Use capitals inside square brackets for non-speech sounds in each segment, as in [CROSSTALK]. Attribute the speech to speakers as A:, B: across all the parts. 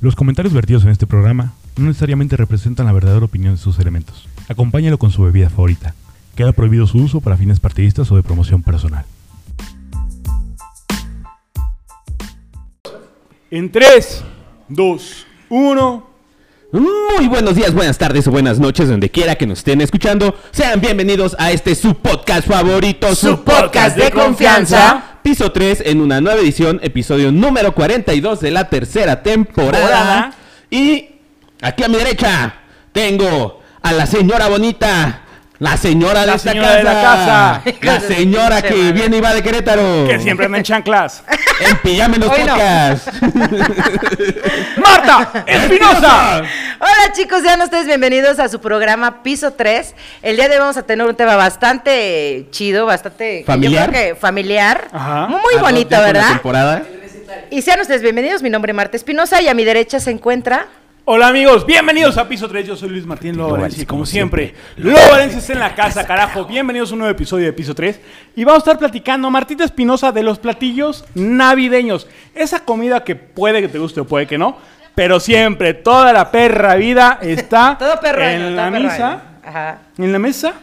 A: Los comentarios vertidos en este programa no necesariamente representan la verdadera opinión de sus elementos. Acompáñalo con su bebida favorita. Queda prohibido su uso para fines partidistas o de promoción personal.
B: En 3, 2, 1.
C: Muy buenos días, buenas tardes o buenas noches, donde quiera que nos estén escuchando. Sean bienvenidos a este su podcast favorito,
D: Su podcast de confianza.
C: Piso 3 en una nueva edición, episodio número 42 de la tercera temporada.
B: Temporada.
C: Y aquí a mi derecha tengo a la señora bonita, la señora, de,
B: La
C: esta
B: señora de la
C: casa,
B: casa.
C: [LAUGHS] la señora que viene y va de Querétaro,
B: Que siempre anda en
D: [LAUGHS]
B: chanclas.
C: en Pijama en los
D: Hoy no.
C: Podcast.
D: [LAUGHS]
B: ¡Marta Espinosa!
D: Hola chicos, sean ustedes bienvenidos a su programa Piso 3. El día de hoy vamos a tener un tema bastante chido, bastante yo
C: Familiar.
D: creo que familiar,
B: Ajá.
D: muy
C: Ah, no,
D: bonito,
C: ya con la
D: ¿verdad?
C: temporada.
D: Y sean ustedes bienvenidos, mi nombre es Marta Espinosa y a mi derecha se encuentra...
B: Hola amigos, bienvenidos a Piso 3, yo soy Luis Martín Lobo Valencia y como siempre, Lobo Valencia está en la casa, carajo. Bienvenidos a un nuevo episodio de Piso 3 y vamos a estar platicando Martita Espinosa de los platillos navideños. Esa comida que puede que te guste o puede que no, pero siempre, toda la perra vida está
D: [LAUGHS] Todo perro. año,
B: en la
D: todo perro
B: misa,
D: año. Ajá.
B: en la mesa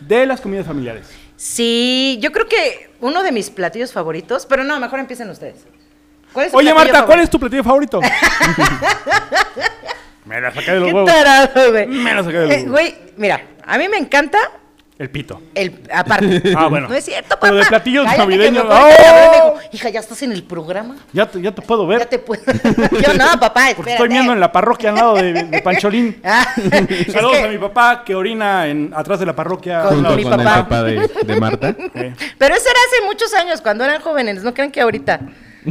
B: de las comidas familiares.
D: Sí, yo creo que uno de mis platillos favoritos, pero no, mejor empiecen ustedes. ¿Cuál es su
B: Oye
D: platillo
B: Marta, ¿cuál es
D: favorito?
B: tu platillo favorito? Me la saqué de los
D: Qué
B: huevos.
D: tarado, güey.
B: Me lo saqué del
D: Eh,
B: huevo.
D: Güey, mira, a mí me encanta
B: El pito.
D: El, aparte.
B: [LAUGHS] Ah, bueno.
D: No es cierto, papá.
B: Pero de platillos
D: Cállate, que
B: navideños,
D: me pone
B: ¡oh!
D: cabrón y me dijo, Hija, ya estás en el programa.
B: Ya te, ya te puedo ver.
D: Ya
B: [LAUGHS]
D: te puedo. Yo no, papá,
B: Porque
D: espérate.
B: estoy viendo en la parroquia al lado de, de Pancholín.
D: [LAUGHS] Ah,
B: [LAUGHS]
D: es
B: Saludos
D: que-
B: a mi papá que orina en, atrás de la parroquia.
D: Con
B: al lado.
C: Junto
D: mi
C: con
D: papá.
C: el papá de, de Marta.
D: [LAUGHS]
B: Eh,
D: Pero eso era hace muchos años, cuando eran jóvenes, no crean que ahorita.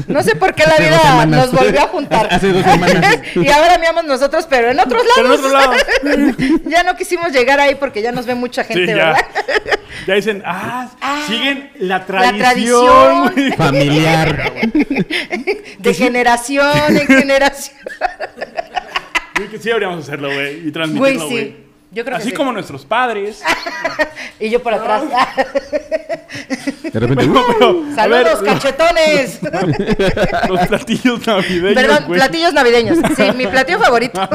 D: No sé por qué la
C: Hace dos
D: vida
C: semanas.
D: nos volvió
C: [LAUGHS]
D: a juntar.
C: Hace dos semanas.
D: [LAUGHS] y ahora miramos nosotros, pero en otros lados.
B: Pero en otro lado.
D: [LAUGHS] ya no quisimos llegar ahí porque ya nos ve mucha
B: sí,
D: gente,
B: ya.
D: ¿verdad?
B: Ya dicen, ah,
D: Ah,
B: siguen la
D: tradición.
B: tradición. güey. [LAUGHS]
C: Familiar.
B: Pues
D: De generación
B: [LAUGHS]
D: en generación.
B: Güey, que sí deberíamos hacerlo, güey. Y
D: Güey,
B: transmitirlo, güey.
D: sí. Yo creo que
B: Así
D: sí. Ah,
B: como nuestros padres.
D: Y yo por atrás.
C: De repente.
B: Pero, pero, a ver,
D: Saludos,
B: [LAUGHS]
D: cachetones.
B: los platillos navideños.
D: Perdón,
B: güey.
D: platillos navideños. Sí, mi platillo
B: [LAUGHS]
D: favorito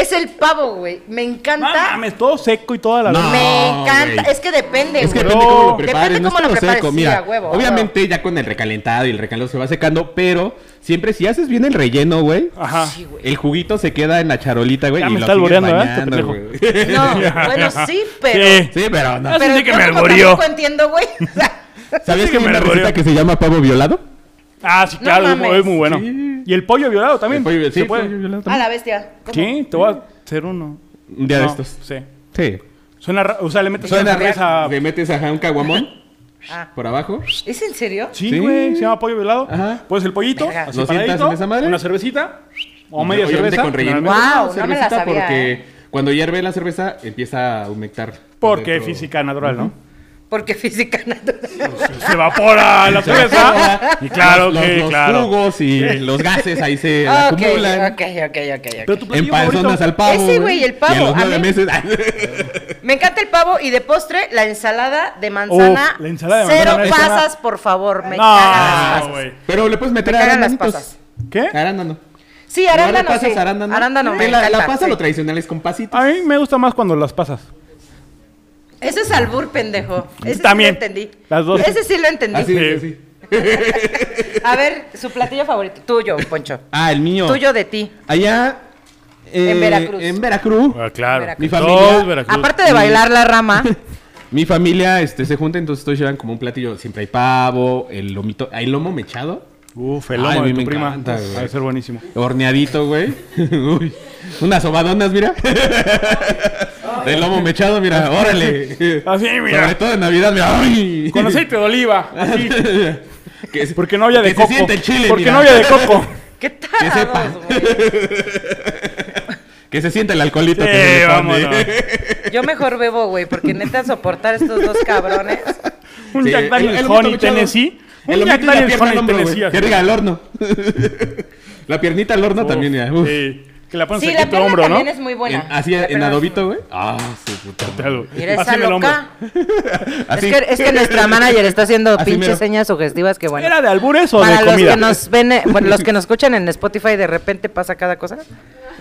D: es el pavo, güey. Me
B: No
D: encanta.
B: mames, todo seco y toda la
C: No.
D: me encanta.
C: güey.
D: Es que depende,
C: Es que
D: güey.
C: depende cómo lo
B: Depende
C: prepares, no es
D: cómo lo
C: todo
D: prepares,
C: seco,
D: sí,
C: mira.
D: a huevo, a
C: obviamente ya con el recalentado y el recalentado se va secando, pero siempre si haces bien el relleno, güey,
B: Ajá.
D: Sí, güey.
C: el juguito se queda en la charolita, güey,
B: Ya
C: y
B: me
C: lo
B: está
C: sigues
B: alboreando, ¿verdad? Este
C: bañando,
B: pendejo.
C: güey.
B: [LAUGHS]
D: No, bueno, sí, pero.
B: Sí.
C: [LAUGHS] Sí, pero no.
B: Ah,
D: Pero
B: sí, que
D: yo
B: me
D: como
B: alboreó.
D: tampoco entiendo, güey. [LAUGHS] O sea,
C: ¿Sabías
B: Sí,
C: que hay
B: me
C: una
B: alboreó.
C: receta que se llama pavo violado?
B: Ah, sí,
D: No
B: claro, es
D: mames.
B: muy- es muy bueno.
C: Sí.
B: Y el pollo violado también.
C: El pollo- sí,
B: ¿Se puede?
C: pollo violado
D: a
C: también.
D: la bestia. ¿Cómo?
B: Sí, te voy a hacer uno.
C: Un día de
B: No,
C: estos.
B: Sí.
C: Sí.
B: Suena, ra- o sea, le metes
C: Suena
B: una cerveza.
C: raro. Le metes ajá un caguamón
D: Ah,
C: por abajo.
D: ¿Es en serio?
B: Sí,
C: Sí.
B: güey, se llama pollo violado.
C: Ajá.
B: Pues el pollito,
D: Verga.
B: así
C: ¿Lo sientas
B: paradito,
C: en esa madre?
B: una cervecita o media
C: Obviamente
B: cerveza.
C: con relleno.
B: normalmente,
D: Guau,
C: Una
D: no me la
C: cervecita
D: sabía,
C: Porque
D: ¿eh?
C: cuando hierve la cerveza empieza a humectar.
B: Porque es
C: dentro.
B: física natural, ¿no?
D: Porque física natural.
B: Se evapora la cerveza. Y claro
C: los, los-
B: que,
C: los
B: claro.
C: jugos y los gases ahí se
D: Ok,
C: acumulan.
D: ok, ok, ok, ok.
B: Pero tu platillo
C: Empazonas
B: favorito-
C: al pavo.
D: Ese, güey, el pavo,
C: Y a los
D: a
C: nueve
B: [LAUGHS]
D: mí-
C: meses.
D: Me encanta el pavo y de postre la ensalada de manzana.
B: Uf, la ensalada de
D: Cero
B: manzana es una-
D: pasas, por favor. Me cagan las
B: No,
D: pasas.
B: Ah, güey.
C: Ah,
B: ¿Eh?
C: Pero le puedes meter
D: Me cagan las
C: arándanos.
D: pasas.
B: ¿Qué?
C: Arándano.
D: Sí,
C: Ahora
D: arándano.
C: pasas
D: sí.
C: arándano.
D: Arándano,
C: Que
D: me
C: la, la
D: encanta,
C: pasa
D: sí.
C: lo tradicional es con pasito.
B: A mí me gusta más cuando las pasas.
D: Ese es albur, pendejo. Ese
B: También.
D: Sí lo entendí.
B: Las dos.
D: Ese sí lo entendí.
C: Así,
B: Sí.
C: así.
D: A ver, su platillo favorito. Tuyo, Poncho.
C: Ah, el mío.
D: Tuyo de ti.
C: Allá. eh,
D: En Veracruz.
C: En Veracruz.
B: claro.
D: Veracruz.
C: Mi familia-
D: Ah, Aparte de bailar la rama.
C: Mi familia este, se junta, entonces todos llevan como un platillo. Siempre hay pavo, el lomito. Hay lomo mechado.
B: Uf, el
C: Ay,
B: lomo
C: a mí
B: de tu
C: me
B: prima.
C: encanta,
B: Uf,
C: güey.
B: ha de ser
C: [LAUGHS]
B: buenísimo.
C: Horneadito, güey. [LAUGHS] Uy, unas sobadonas, mira. De lomo mechado, mira, órale.
B: Así, mira.
C: Sobre todo en Navidad, mira. Ay.
B: Con aceite de oliva. Así.
C: [LAUGHS] Que se-
B: Porque no había de
C: que
B: coco.
C: Se siente el chile,
B: Porque
C: mira.
B: no había de
C: [LAUGHS]
B: coco.
D: ¿Qué
C: Que sepa.
D: tal? güey.
C: Que se siente el alcoholito
B: Sí,
C: que se le pone.
B: Eh, vámonos.
D: Yo mejor bebo, güey, porque neta soportar estos dos cabrones.
B: Un
C: Sí,
B: Jack
C: el-
B: Daniel
C: el lomito
B: Honey
C: mechado.
B: Tennessee.
C: El
B: Un
C: lomito
B: Jack
C: y la
B: Daniel
C: pierna al
B: Honey
C: hombro, güey.
B: Tennessee.
C: Que
B: así.
C: diga al horno. [LAUGHS] La piernita al horno
B: Uf,
C: también, mira. Uf.
B: sí. Que la pones
D: Sí,
B: aquí
D: la
B: en tu
D: pierna
B: hombro,
D: también
B: ¿no?
D: es muy buena.
E: En- así
D: La
E: en
D: pierna es-
E: adobito, güey. Ah, su puta madre.
D: Mira esa
B: Así en el hombro.
D: loca. Es
E: Así.
D: que, es
C: [LAUGHS]
D: que nuestra manager está haciendo
E: Así
D: pinches
E: mero.
D: señas sugestivas que bueno.
B: ¿Era de albures o
D: Para
B: de
D: los
B: comida?
D: que nos ven, eh, bueno, los que nos escuchan en Spotify, de repente pasa cada cosa.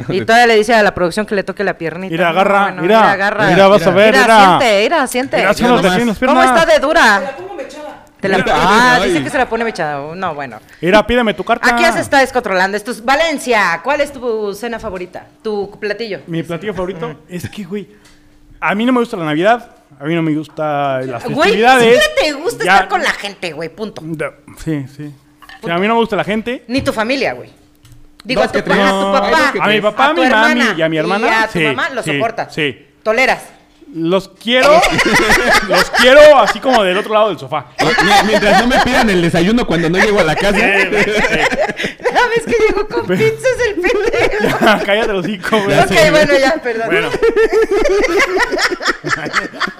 D: Y todavía le dice a la producción que le toque la piernita.
B: Mira, agarra,
D: No, bueno,
B: mira,
D: agarra.
B: mira, vas a ver, mira.
D: Mira, siente, mira, siente.
B: Mira, son
E: Yo
B: los de
E: nomás.
B: aquí en las
D: ¿Cómo
B: piernas.
D: está de dura? Te la-
E: Mira,
D: ah,
E: ay.
D: dice que se la pone mechada. Oh, No, bueno.
B: Mira, pídeme tu carta.
D: Aquí ya se está descontrolando. Esto es Valencia. ¿Cuál es tu cena favorita? Tu platillo.
B: Mi platillo favorito es que, güey, a mí no me gusta la Navidad, a mí no me gusta las
D: Güey,
B: festividades.
D: siempre te gusta
B: Ya-
D: estar con la gente, güey, punto.
B: Da- Sí, sí. Sí, a mí no me gusta la gente.
D: Ni tu familia, güey. Digo,
E: Dos
D: a tu,
E: que tres.
D: ajá, a tu
B: No,
D: papá.
E: que
B: a mi
E: tres.
B: papá, a,
D: tu
B: mi mami
D: hermana
B: y a mi hermana.
D: Y a tu
B: sí,
D: mamá lo
B: sí,
D: soportas.
B: Sí.
D: Toleras. [LAUGHS]
B: Los quiero. los quiero así como del otro lado del sofá.
E: Eh, mira, Mientras no me pidan el desayuno cuando no llego a la casa.
D: La vez que llegó con pizzas el pendejo.
B: [LAUGHS] [LAUGHS] Cállate los hocico, güey.
D: ok, bueno, ya, perdón.
B: Bueno. [LAUGHS]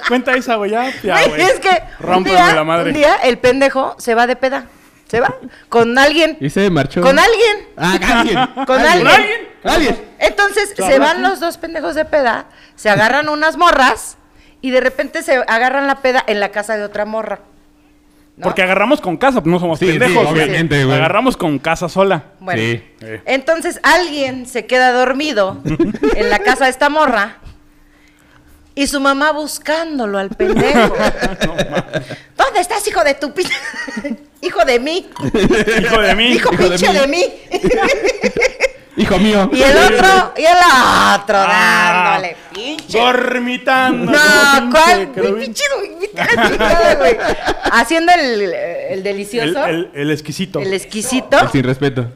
B: Cuenta esa, güey, ya. ya,
D: Güey,
B: güey.
D: es que un
B: Rómpeme
D: día,
B: la madre.
D: un día el pendejo se va de peda. Se va con alguien.
E: Y se marchó.
D: Con alguien.
E: Ah, alguien.
D: Con
B: alguien.
E: Alguien.
D: Entonces
B: Claro.
D: se van los dos pendejos de peda, se agarran unas morras y de repente se agarran la peda en la casa de otra morra. ¿no?
B: Porque agarramos con casa, pues no somos
E: Sí, sí,
B: pendejos, güey.
E: obviamente, güey.
B: Agarramos con casa sola.
D: Bueno,
E: Sí.
B: Eh.
D: entonces alguien se
E: [LAUGHS]
D: queda dormido en la casa de esta morra y su mamá buscándolo al pendejo.
E: [LAUGHS]
D: ¿Dónde estás, hijo de tu pi- [LAUGHS] hijo de mí?
B: Hijo de mí.
D: Hijo,
E: hijo de
D: pinche
E: mí.
D: de mí.
E: Hijo mío.
D: y el otro, y el otro,
B: Ah.
D: dándole pinche.
B: Dormitando.
D: No,
B: como
D: ¿cuál?
B: pinche
D: Muy
B: querubín.
D: pinche do- mi cara chingada, güey. Haciendo el, el
B: El,
D: delicioso, el,
B: el, el exquisito.
D: exquisito.
E: Sin respeto.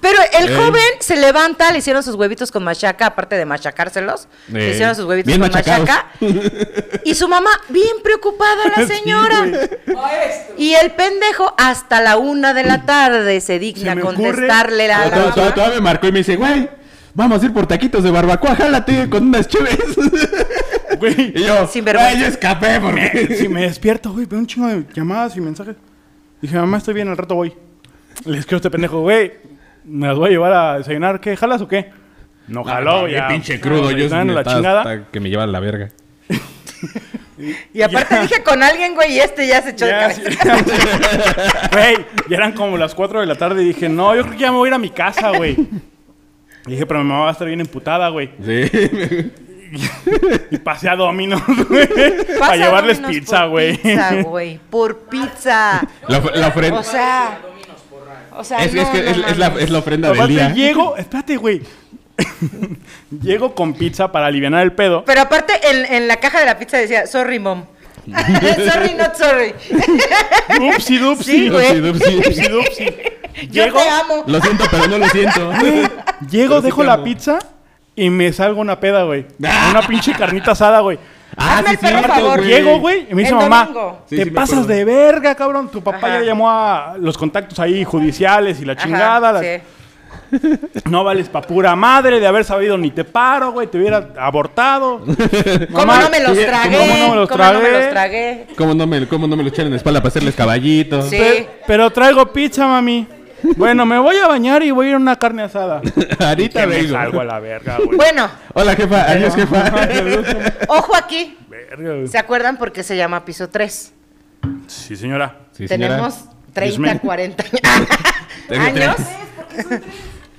D: Pero el
E: Ey.
D: joven se levanta, le hicieron sus huevitos con machaca, aparte de machacárselos. Le
E: Ey.
D: hicieron sus huevitos
E: Bien
D: con
E: machacados.
D: machaca. Y su mamá, bien preocupada
E: [LAUGHS]
D: la
B: Sí,
D: señora.
B: güey.
D: y el pendejo hasta la una de la tarde se digna
B: Se me ocurre-
D: contestarle la...
E: Todavía todavía- todavía me marcó y me dice, güey, vamos a ir por taquitos de barbacoa, jálate con unas chéves.
B: Güey.
E: [LAUGHS] Y yo,
D: Sin vergüenza.
E: "Ay, yo escapé
B: [LAUGHS]
E: porque...
B: Si me despierto, güey, veo un chingo de llamadas y mensajes. Dije, mamá, estoy bien, al rato voy. Les escribo a este pendejo, güey, me las voy a llevar a desayunar. ¿Qué? ¿Jalas o qué? No jaló,
E: Qué
B: ya.
E: pinche crudo, yo
B: Están en la
E: estaba-
B: chingada.
E: estaba que me lleva a la verga.
D: Y aparte
B: Ya.
D: dije con alguien, güey, y este ya se echó de
B: Ya,
D: cabeza.
B: sí. [LAUGHS] Güey, ya eran como las 4 de la tarde y dije, no, yo creo que ya me voy a ir a mi casa, güey. Y dije, pero mi mamá va a estar bien emputada, güey.
E: Sí. [LAUGHS]
B: Y pasé a Domino's, [LAUGHS] güey. Para
D: Pasa
B: llevarles
D: Domino's
B: pizza,
D: por
B: güey.
D: Pizza,
B: [LAUGHS]
D: güey. Por pizza.
E: [LAUGHS] La, of- la ofrenda...
D: O sea. O sea,
E: es,
D: no,
E: es que
D: no
E: es, es la,
D: mames.
E: es la ofrenda del
B: Aparte,
E: día.
B: llego, espérate, güey. [LAUGHS] llego con pizza para aliviar el pedo.
D: Pero aparte, en, en la caja de la pizza decía, sorry, mom. [LAUGHS] sorry, not sorry.
B: Upsi dupsi.
D: Sí, güey.
E: Sí, sí, [LAUGHS] sí.
B: Upsi dupsi.
D: Yo
B: Llego,
D: te amo.
E: Lo siento, pero no lo siento.
B: llego,
E: Pero sí
B: dejo
E: te
B: la
E: amo.
B: pizza y me salgo una peda, güey.
D: [LAUGHS]
B: Una pinche carnita asada, güey.
D: Hazme el perro
E: Ah, cierto,
D: favor.
B: Llego, güey, y me dice
D: El
B: mamá,
D: domingo.
E: Sí,
B: te
E: sí me
B: pasas
E: acuerdo.
B: de verga, cabrón. Tu papá
D: Ajá.
B: ya llamó a los contactos ahí judiciales y la
D: Ajá,
B: chingada. las-
D: sí.
B: No vales pa' pura madre de haber sabido ni te paro, güey. Te hubiera abortado.
D: ¿Cómo no me los
E: oye,
D: tragué?
B: ¿cómo no me los
D: ¿Cómo no me
B: tragué?
D: los tragué?
E: ¿Cómo no me, cómo no me lo echan en la espalda para hacerles caballito?
D: Sí.
B: Pe- Pero traigo pizza, mami. Bueno, me voy a bañar y voy a ir a una carne asada.
E: [LAUGHS] Ahorita
B: Que me
E: vengo.
B: salgo a la
D: [LAUGHS]
B: verga, güey.
D: Bueno,
E: Hola, jefa. Adiós, jefa. [LAUGHS]
D: ojo aquí.
B: Verga, güey.
D: ¿Se acuerdan por qué se llama piso 3?
B: Sí, señora.
E: Sí, señora.
D: Tenemos
B: Dismen.
D: 30, 40
E: [LAUGHS] Tengo tres.
D: años.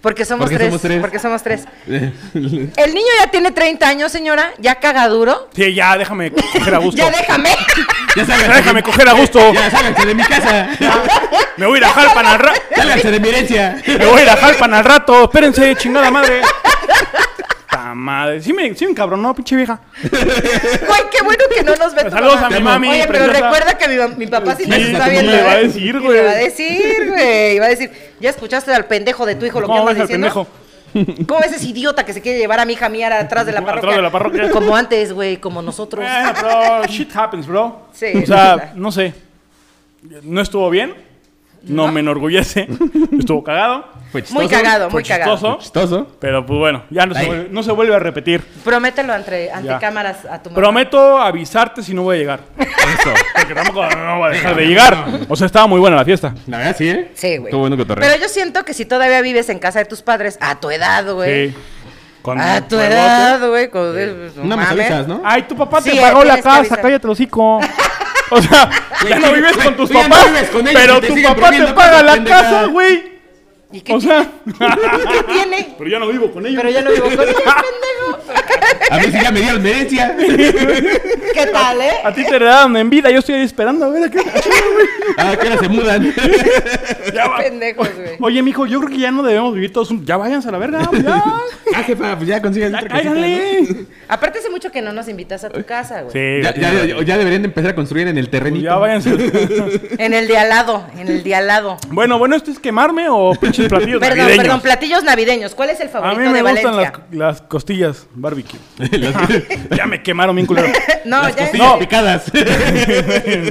D: Porque somos
E: Porque
D: tres.
E: somos tres.
D: Porque somos tres. El niño ya tiene 30 años, señora. Ya cagaduro.
B: Sí, ya, déjame
D: [LAUGHS]
B: coger a gusto.
D: Ya déjame.
E: [LAUGHS] [LAUGHS] ya
B: Ya
E: sálganse.
B: déjame coger a gusto.
E: Ya sálganse de mi casa.
B: Me voy a ir a Jalpan al rato.
E: Sálganse de mi herencia.
B: Me voy a ir a Jalpan al rato. Espérense, chingada madre. Ta madre. Sí me, sí me encabronó, pinche vieja.
D: Güey, qué bueno que no nos ve tu
B: Pues Saludos
D: mamá.
B: a mi
E: Te amo.
B: mami.
D: Oye, pero
B: preciosa.
D: recuerda que mi, mam- mi papá sí,
B: Sí,
D: nos está
E: ¿cómo
D: viendo.
E: le
D: ¿eh?
E: va a
B: decir,
D: Y
B: güey?
D: Le va a decir, güey. Y va a decir, ya escuchaste al pendejo de tu hijo lo que
B: ¿Cómo
D: andas
B: ves al
D: diciendo.
B: pendejo?
D: ¿Cómo ves ese idiota que se quiere llevar a mi hija mía atrás de la
B: Atrás
D: parroquia?
B: de la parroquia. Ah,
D: Como antes, güey, como nosotros.
B: Bueno, pero shit happens, bro.
D: Pues. Sí,
B: O sea, no sé. No estuvo bien. No, me enorgullece. Estuvo cagado.
C: Fue
D: Muy
C: chistoso,
D: cagado,
B: fue
D: muy cagado.
B: chistoso.
C: Chistoso.
B: Pero pues bueno, ya no se,
C: Ay.
B: vuelve, no se vuelve a repetir.
D: Promételo ante, ante
B: Ya.
D: cámaras a tu mamá.
B: Prometo avisarte si no voy a llegar.
C: Eso.
B: Porque tampoco no voy a dejar de llegar. O sea, estaba muy buena la fiesta.
C: La verdad, sí, ¿eh?
D: Sí, güey.
C: Estuvo bueno que
D: Pero yo siento que si todavía vives en casa de tus padres, a tu edad, güey.
B: Sí. Con
D: A tu
B: huevote.
D: edad, güey. con- pues, no
C: Una
D: mames.
C: mesalizas, ¿no?
B: Ay, tu papá te
D: Sí,
B: pagó la
D: tienes que
B: casa,
D: avisar.
B: cállate el hocico. O sea, ya
C: Güey,
B: no vives
C: güey,
B: con tus
C: tú ya no
B: papás,
C: vives con ellos
B: pero
C: y te
B: tu
C: siguen
B: papá te
C: poniendo
B: paga
C: cosas
B: la
C: pendejadas.
B: casa, güey.
D: ¿Y qué,
B: O sea,
D: ¿Qué tiene?
B: pero ya no vivo con ellos.
D: Pero ya no vivo con
B: [LAUGHS]
D: ellos, pendejo.
C: A mí sí ya me dieron herencia.
D: ¿Qué tal, eh?
B: A ti te heredaron en vida, yo estoy ahí esperando a ver a qué.
D: [LAUGHS]
C: Ah, que ahora se mudan.
B: Ya va.
D: Pendejos, güey.
B: Oye, mijo, yo creo que ya no debemos vivir todos un... Ya váyanse a la verga,
C: [LAUGHS]
B: pues, ya.
C: Ah, jefa, pues ya consigan
B: Ya
C: otra casita,
B: cáiganle.
C: ¿no?
D: Aparte hace mucho que no nos invitas a tu casa, güey.
B: Sí,
C: Ya, ya, ya- ya deberían de empezar a construir en el
B: pues,
C: terrenito.
B: ya váyanse.
D: En el de al lado, en el de al lado.
B: Bueno, bueno, ¿esto es quemarme o pinches platillos
D: Perdón,
B: navideños?
D: perdón, platillos navideños. ¿Cuál es el
B: A
D: favorito
B: mí me
D: de
B: gustan las,
D: Valencia?
B: las costillas barbecue. ya me quemaron bien culero.
D: [LAUGHS] No, ya
C: Costillas
B: No. [LAUGHS]
C: picadas.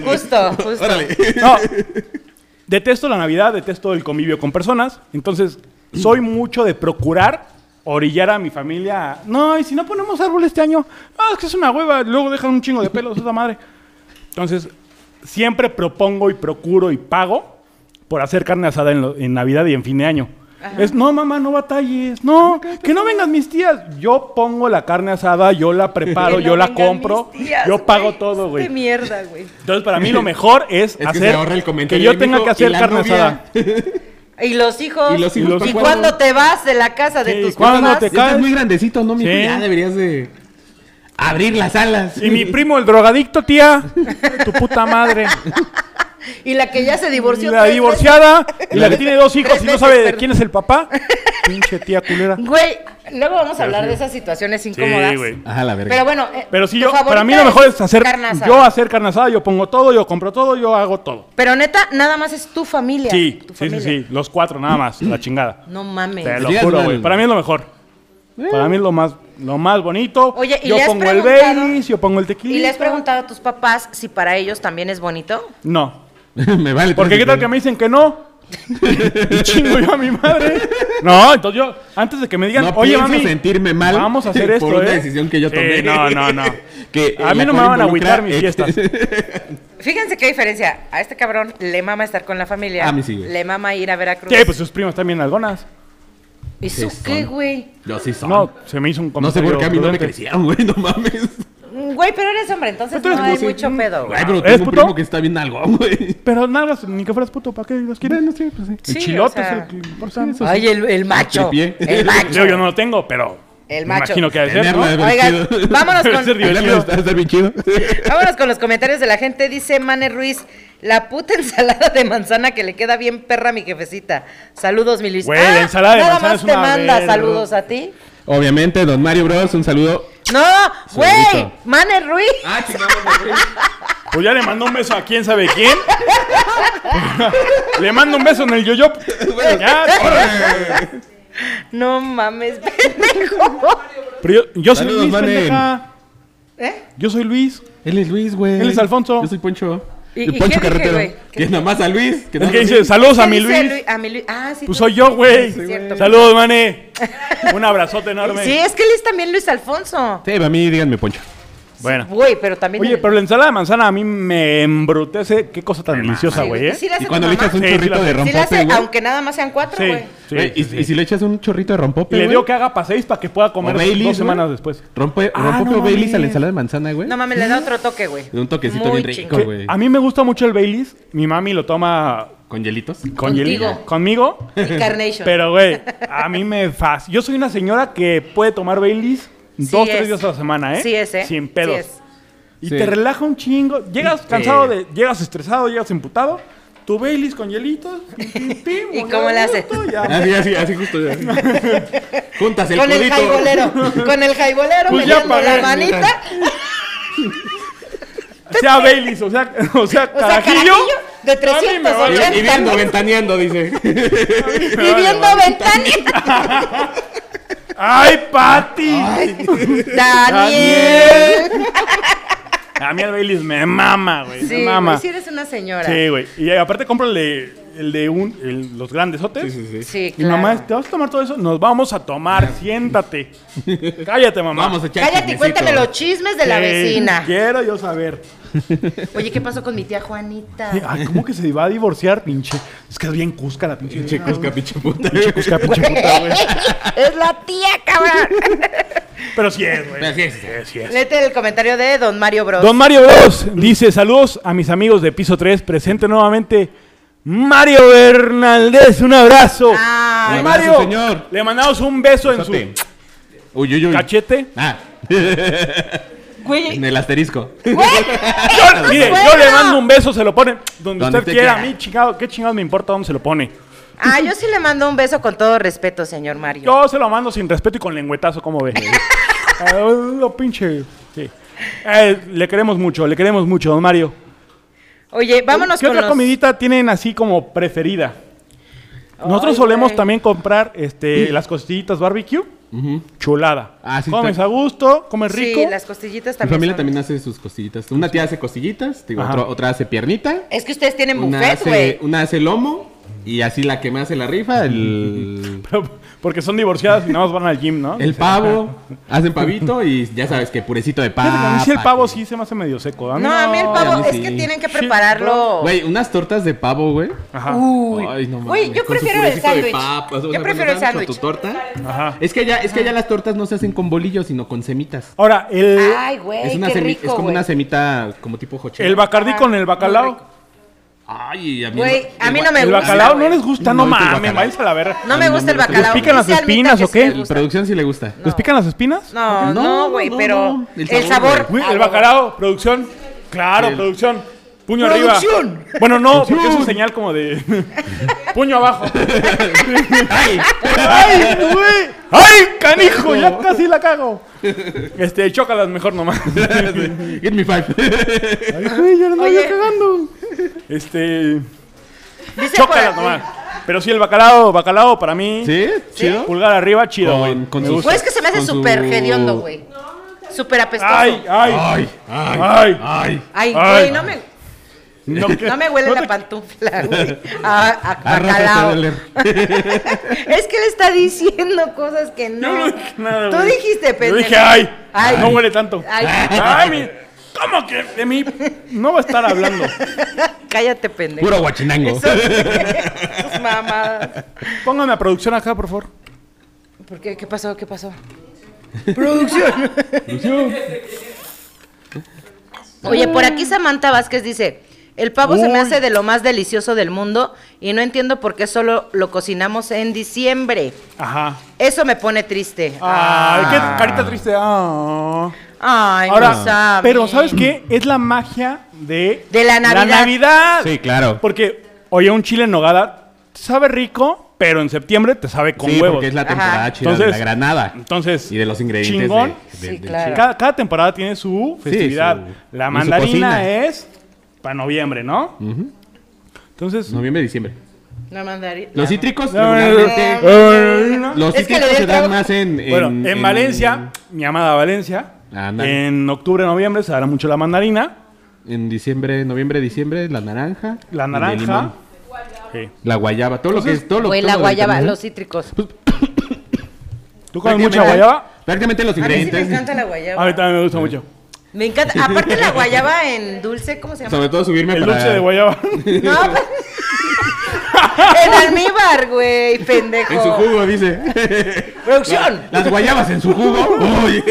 D: Justo, justo.
C: Órale.
B: No, detesto la Navidad, detesto el convivio con personas. Entonces, soy mucho de procurar orillar a mi familia. a, No, y si no ponemos árbol este año, ah, es que es una hueva, luego dejan un chingo de pelos, es la madre. Entonces, siempre propongo y procuro y pago por hacer carne asada en, lo- en Navidad y en fin de año. Es, no, mamá, no batalles. No, que no vengan mis tías. Yo pongo la carne asada, yo la preparo,
D: Que
B: yo
D: no
B: la
D: vengan
B: compro,
D: mis tías,
B: yo pago
D: güey. Este,
B: todo, güey.
D: Qué mierda, güey.
B: Entonces, para mí
C: [LAUGHS]
B: lo mejor es,
C: que
B: hacer
C: se ahorra el comentario
B: que yo
C: de mi
B: tenga
C: hijo,
B: que
C: ¿y
B: hacer
C: la
B: carne
C: novia?
B: asada.
D: ¿Y los hijos?
C: ¿Y los hijos
D: ¿Y
C: pa' cuándo?
D: cuándo te vas de la casa de
B: Sí,
D: tus
B: ¿cuándo
D: papás?
B: te
C: Ya estás muy grandecito, ¿no, mi
B: Sí.
C: Ya deberías de abrir las alas.
B: Y mi primo, el drogadicto, tía. Tu puta madre.
D: Y la que ya se divorció.
B: La
D: tres
B: divorciada. Y la que tiene dos hijos
D: Tres
B: y no
D: veces,
B: sabe de
D: perdón.
B: quién es el papá. Pinche tía culera.
D: veces. Güey, luego vamos a hablar de esas situaciones incómodas.
B: güey.
C: Ajá, la verga.
D: Pero bueno, eh,
B: Pero sí,
D: tu
B: yo, para
D: favorita
B: mí lo mejor es hacer.
D: carne asada.
B: Yo hacer carne asada, yo pongo todo, yo compro todo, yo hago todo.
D: Pero neta, nada más es tu familia.
B: Sí,
D: tu
B: sí, sí,
D: familia.
B: sí. Los cuatro, nada más. La chingada.
D: No
B: Te
D: mames.
B: lo
C: Sí, es Eh.
B: juro,
C: válido.
B: güey. Para mí es lo mejor. Para mí es lo más, lo más bonito.
D: Oye, ¿y
B: yo
D: le has
B: pongo el
D: preguntado?
B: Baileys, yo pongo el tequila.
D: ¿Y le has preguntado a tus papás si para ellos también es bonito?
B: No.
C: [LAUGHS] me vale.
B: Porque qué tal que me dicen que no. [LAUGHS] y chingo yo a mi madre. No, entonces yo, antes de que me digan,
C: No
B: oye,
C: pienso
B: mami,
C: sentirme mal
B: vamos a hacer esto.
C: por una
B: ¿eh?
C: decisión que yo
B: Sí,
C: tomé.
B: no, no, no.
C: [LAUGHS] Que,
B: a
C: eh,
B: mí
C: la
B: no me
C: cual
B: van a
C: involucra- este
B: agüitar mis fiestas.
C: [LAUGHS]
D: Fíjense qué diferencia. A este cabrón le mama estar con la familia.
C: A mí sí, güey.
D: Le mama ir a Veracruz.
B: Sí, pues sus primas también algunas.
D: ¿Y
C: Sí,
D: su
C: son.
D: qué, güey?
C: Yo sí soy.
B: No,
C: No,
B: se me hizo un
C: sé
B: comentario.
C: por qué a mí no me
B: prudente.
C: crecieron, güey, no mames.
D: Mm, Güey, pero eres hombre, entonces
B: Pero tú eres
D: no hay
B: como si-
D: mucho pedo. güey.
C: Güey, pero
B: ¿Eres
C: tengo un
B: puto?
C: primo que está bien algo, güey.
B: Pero nalgas, ni que fueras puto, ¿para qué los quieres?
C: Bueno, sí, pues sí.
B: el
D: Sí,
B: chilote
D: o sea,
B: es el que importa.
D: Ay, el, el macho.
C: Tripié.
B: [LAUGHS]
D: El macho.
B: Yo, yo no lo tengo, pero
D: El
B: me
D: macho.
B: imagino que ha de ser,
C: Tenerlo
B: ¿no?
C: de-
D: Oigan,
C: Divertido.
D: vámonos
B: [LAUGHS] Debe ser
D: con,
B: divertido.
C: Hablando de estar- estar bien chido.
D: vámonos con los comentarios de la gente. Dice Mane Ruiz, la puta [LAUGHS] ensalada de manzana que le queda bien perra a mi jefecita. Saludos, mi Luis. Ah,
B: Güey, la ensalada de
D: nada
B: manzana
D: más
B: es
D: te
B: una
D: manda
B: verga.
D: saludos a ti.
C: Obviamente, don Mario Bros, un saludo.
D: No, güey,
C: Segurito.
D: Mane Ruiz.
C: Ah, chingamos,
B: Pues ya le mandó un beso a quién sabe quién. [LAUGHS] le mando un beso en el
C: [LAUGHS]
B: yoyo. Ya,
D: No mames, [LAUGHS] pendejo.
B: Pero yo, yo soy
C: Saludos,
B: Luis,
C: Manen.
B: pendeja.
D: ¿Eh?
B: Yo soy Luis.
C: Él es Luis, güey.
B: Él es Alfonso.
C: Yo soy Poncho.
D: ¿Y-
C: Y,
D: y qué
C: Poncho
D: dije,
C: Carretero.
D: güey? ¿Qué
C: que
D: dije?
C: nada más a Luis. Que
B: Es
C: nada
B: que
C: más
B: dice, saludos Pues a mi
D: ¿Qué dice
B: Luis.
D: Lu- A mi Luis. Ah, sí.
B: Pues
D: tú-
B: soy yo, güey.
D: Sí, es cierto.
B: Saludos, mané. Un abrazote enorme.
D: Sí, es que él es también Luis Alfonso.
C: Sí, a mí díganme Poncho.
B: Bueno.
D: Güey, pero también.
B: Oye,
D: el-
B: pero la ensalada de manzana a mí me embrutece. Qué cosa
C: Ah,
B: tan deliciosa,
D: Sí,
B: güey, ¿eh?
D: Sí, la hace
C: Y cuando
D: tu
C: le
D: mamá.
C: echas un
B: Sí, sí
C: chorrito
B: la-
C: de
B: sí
D: Sí la
C: rompope,
D: hace,
C: güey.
D: aunque nada más sean cuatro,
B: Sí,
D: güey.
B: sí,
C: Güey, y,
B: sí,
C: y
B: sí.
C: si le echas un chorrito de rompope,
B: Y le
C: güey,
B: dio que haga paséis para que pueda
C: o
B: comer
C: Baileys,
B: dos semanas
C: güey.
B: después.
C: Rompe,
B: Ah,
C: rompope
B: no
C: o Baileys a la
B: mames.
C: ensalada de manzana, güey.
D: No mames, le da otro toque, güey.
C: Un toquecito
D: Muy
C: bien rico,
D: chingón.
B: Que
C: güey.
B: A mí me gusta mucho el Baileys. Mi mami lo toma
C: Con hielitos.
B: con
D: Contigo.
B: hielito. Conmigo.
D: [LAUGHS] Y Carnation.
B: Pero, güey, a mí me fas. Yo soy una señora que puede tomar Baileys
D: Sí
B: dos,
D: es.
B: tres días a la semana, ¿eh?
D: Sí es, ¿eh?
B: Sin
D: Sí
B: pedos.
D: es.
B: Y
C: Sí.
B: te relaja un chingo. Llegas cansado, de, llegas estresado, llegas emputado. Tu Baileys con hielitos. pim,
D: [LAUGHS]
B: pim, pim,
D: ¿Y
B: muy
D: cómo le
B: a
D: hace?
B: gusto, ya.
D: [LAUGHS]
C: Así, Ah, así, así justo. así. Juntas el
D: con el
C: codito. [LAUGHS]
D: jaibolero. con el jaibolero
B: Pues ya
D: metiendo la
B: pagué.
D: manita.
B: sea Baileys, o sea, o sea,
D: O sea, carajillo de
B: A
D: 380.
B: mí me vale.
C: Y, y viendo, ventaneando, dice.
D: [LAUGHS] Y viendo
B: [LAUGHS]
D: ventanita.
B: ¡Ay, Pati!
D: Daniel.
B: A mí el Baileys me mama, güey. me
D: Sí,
B: mama.
D: güey, sí eres una señora.
B: Sí, güey. Y aparte compro el de, el de un, el- los grandes hoteles.
F: Sí, sí, sí.
D: Sí,
B: Y
D: claro.
B: mamá, ¿te vas a tomar todo eso? Nos vamos a tomar, siéntate. Cállate, mamá.
C: Vamos a echar
D: Cállate y
C: chismecito.
D: cuéntame los chismes de la
B: Sí,
D: vecina.
B: Quiero yo saber.
D: Oye, ¿qué pasó con mi tía Juanita?
B: Ay, ¿cómo que se va a divorciar, pinche? Es que es bien cusca la pinche.
F: Pinche Cusca, pinche puta.
B: Pinche cusca, pinche puta, güey.
D: [LAUGHS] es la tía, cabrón.
B: Pero sí es, güey.
C: Pero sí es.
B: Sí es, sí es.
D: Léete el comentario de Don Mario Bros.
B: Don Mario Bros dice: Saludos a mis amigos de piso 3. Presente nuevamente Mario Bernaldez. Un abrazo.
D: Ah,
B: Don
C: un
B: Mario,
C: abrazo, señor.
B: le mandamos un beso en
C: Besote.
B: su
C: Uy, uy, uy.
B: cachete.
C: Ah,
D: Güey,
C: en el asterisco.
D: güey.
B: Yo, mire,
D: Eh, Bueno.
B: yo le mando un beso, se lo pone donde,
C: Donde
B: usted
C: usted
B: quiera.
C: quiera.
B: A mí, chingado, qué chingado me importa dónde se lo pone.
D: Ah, yo sí le mando un beso con todo respeto, señor Mario.
B: Yo se lo mando sin respeto y con lengüetazo, como
C: [LAUGHS]
B: ves. Ah, lo pinche. sí. Eh, le queremos mucho, le queremos mucho, don Mario.
D: Oye, vámonos
B: ¿Qué
D: con
B: otra
D: los-
B: comidita tienen así como preferida? Nosotros
D: Ay,
B: solemos
D: güey.
B: también comprar este, las costillitas barbecue. Chulada.
C: Ah, sí,
B: comes
C: está-
B: a gusto, comes rico.
D: Sí,
B: [LAUGHS]
D: las costillitas
C: Mi
D: también.
C: familia
D: son-
C: también hace sus costillitas. Una tía hace costillitas, digo,
B: Ajá.
C: otra, otra hace piernita.
D: Es que ustedes tienen
C: Una
D: buffet,
C: hace,
D: güey.
C: una hace lomo. Y así la que me hace la
B: [LAUGHS]
C: rifa, el,
B: Porque son divorciadas y nada más van al gym, ¿no?
C: [LAUGHS]
B: [LAUGHS]
C: el pavo, hacen pavito y ya sabes que purecito de
B: Fíjate que a
C: pavo.
B: mí sí el pavo sí se me hace medio seco.
D: No, a mí el pavo
C: a mí
D: es
C: sí.
D: que tienen que
B: Shit,
D: prepararlo.
C: Güey, unas tortas de pavo, güey.
B: Ajá.
D: Uy,
C: Ay, no
D: Güey,
C: mames,
D: yo
C: con su
D: prefiero el
C: purecito de
D: sándwich.
C: papas, o sea,
D: Yo
C: con
D: prefiero el
C: sándwich o
D: sándwich.
C: tu torta.
B: Ajá.
C: Es que allá, es que allá las tortas no se hacen con bolillos, sino con semitas.
B: Ahora, el,
D: Ay, güey,
C: es una
D: qué
C: semi-
D: rico,
C: es como
D: güey.
C: una semita como tipo jochera.
B: el
D: ah,
B: bacardí con el bacalao.
C: Ay, a mí
D: Güey, a mí
C: el
D: no
C: ba-
D: me
B: El
D: gusta,
B: bacalao no
D: güey.
B: les gusta,
C: No,
B: no,
C: el
B: mames,
C: bacalao.
B: váyase a la verga.
D: No me
C: no
D: gusta el
C: me gusta.
D: bacalao.
B: ¿Les pican las
D: Dice Almita
B: espinas
D: que
B: o
D: sí
B: qué?
D: le
B: El
D: gusta.
C: Producción sí le gusta.
B: ¿Les pican las espinas?
D: No,
C: No,
D: no, güey,
C: no,
D: pero
C: no. El
D: el
C: sabor,
D: sabor.
B: Güey,
D: ah,
B: el bacalao, producción. Claro,
C: Sí.
B: producción. Puño
D: Producción.
B: arriba. Bueno, no, porque es un señal como de. [LAUGHS] Puño abajo.
C: Ay,
B: ¡Ay, güey! ¡Ay, canijo! Ya casi la cago. Este, chócalas mejor nomás.
C: Get me five.
B: Ay, güey, ya no
D: Oye.
B: cagando. Este.
D: Dice
B: Chócalas
D: por-
B: nomás. Pero sí, el bacalao, bacalao para mí.
C: [LAUGHS] ¿Sí? ¿Chido?
B: Pulgar arriba, chido, güey.
C: Con- con
B: Me
C: sus-
B: gusta.
D: Güey, Pues es que se me hace
C: Con su-
D: súper hediondo, güey. Súper apestoso.
B: Ay,
D: Ay,
B: ay.
C: Ay, ay,
B: Ay.
C: ay. ay.
B: ay.
D: güey, no me,
B: No,
D: no me huele
B: no
D: la
B: te- [LAUGHS]
D: pantufla, güey. A, a
C: Arroz
D: bacalao.
C: hasta doler.
D: es que le está diciendo cosas que
B: Yo
D: no.
B: no dije nada,
D: Tú
B: güey.
D: dijiste,
B: Yo
D: pendejo.
B: dije, ay,
D: Ay.
B: no huele tanto. Ay, [LAUGHS]
D: Ay. [LAUGHS]
B: mi- ¿Cómo que de mí no va a estar hablando?
D: Cállate, pendejo.
C: Puro guachinango.
D: Eso- [LAUGHS] Sus mamadas.
B: Póngame a producción acá, por favor.
D: ¿Por qué? ¿Qué pasó? ¿Qué pasó? Oye, por
B: Ah.
D: aquí Samantha Vázquez dice, el pavo se me hace de lo más delicioso del mundo y no entiendo por qué solo lo cocinamos en diciembre.
B: Ajá.
D: Eso me pone triste. Ah.
B: Ay, qué carita triste. Ah.
D: Ay, no
B: Ahora,
D: sabe.
B: pero ¿sabes qué? Es la magia de...
D: De la Navidad.
B: La Navidad.
C: Sí, claro.
B: Porque, oye, un chile en nogada sabe rico, pero en septiembre te sabe con
C: sí,
B: huevos.
C: porque es la temporada
D: Ajá.
C: chida de
B: Entonces-
C: la granada.
B: Entonces,
C: y de los ingredientes de-
B: chingón.
C: de-
D: Sí,
C: del
D: claro.
C: chile.
B: Cada, cada temporada tiene su
C: Sí,
B: festividad.
C: su- y
B: la
C: su
B: mandarina
C: cocina.
B: es para noviembre, ¿no? Entonces,
C: Noviembre, diciembre.
D: No mandaría.
C: Los cítricos
B: No,
C: regularmente-
B: no, no.
C: Los
D: Es que le
C: cítricos
D: dio
C: se
D: el
C: dan
D: trago.
C: más en, en-
B: bueno, en,
C: en-
B: Valencia, mi amada Valencia,
C: Ándale.
B: en octubre, noviembre se dará mucho la mandarina,
C: En diciembre, noviembre, diciembre, la naranja.
B: la
C: y el
B: naranja.
C: limón.
B: Sí.
C: La guayaba, todo lo que es todo lo
D: Güey,
C: todo
D: la
C: lo de
D: guayaba,
C: vitamina.
D: los cítricos.
B: ¿Tú comes
C: Prácticamente-
B: mucha guayaba?
C: Prácticamente los
D: A mí sí me
C: ingredientes.
D: encanta la
B: A mí
D: guayaba.
B: también me gusta mucho.
D: Me encanta. Aparte la guayaba en dulce, ¿cómo se llama?
C: Sobre todo subirme
B: El
C: para
B: dulce de
D: [LAUGHS]
B: guayaba.
D: No,
C: [LAUGHS]
D: pues- en almíbar, güey, pendejo.
C: En su jugo dice. [LAUGHS]
D: Producción.
C: Las guayabas en su jugo. Uy.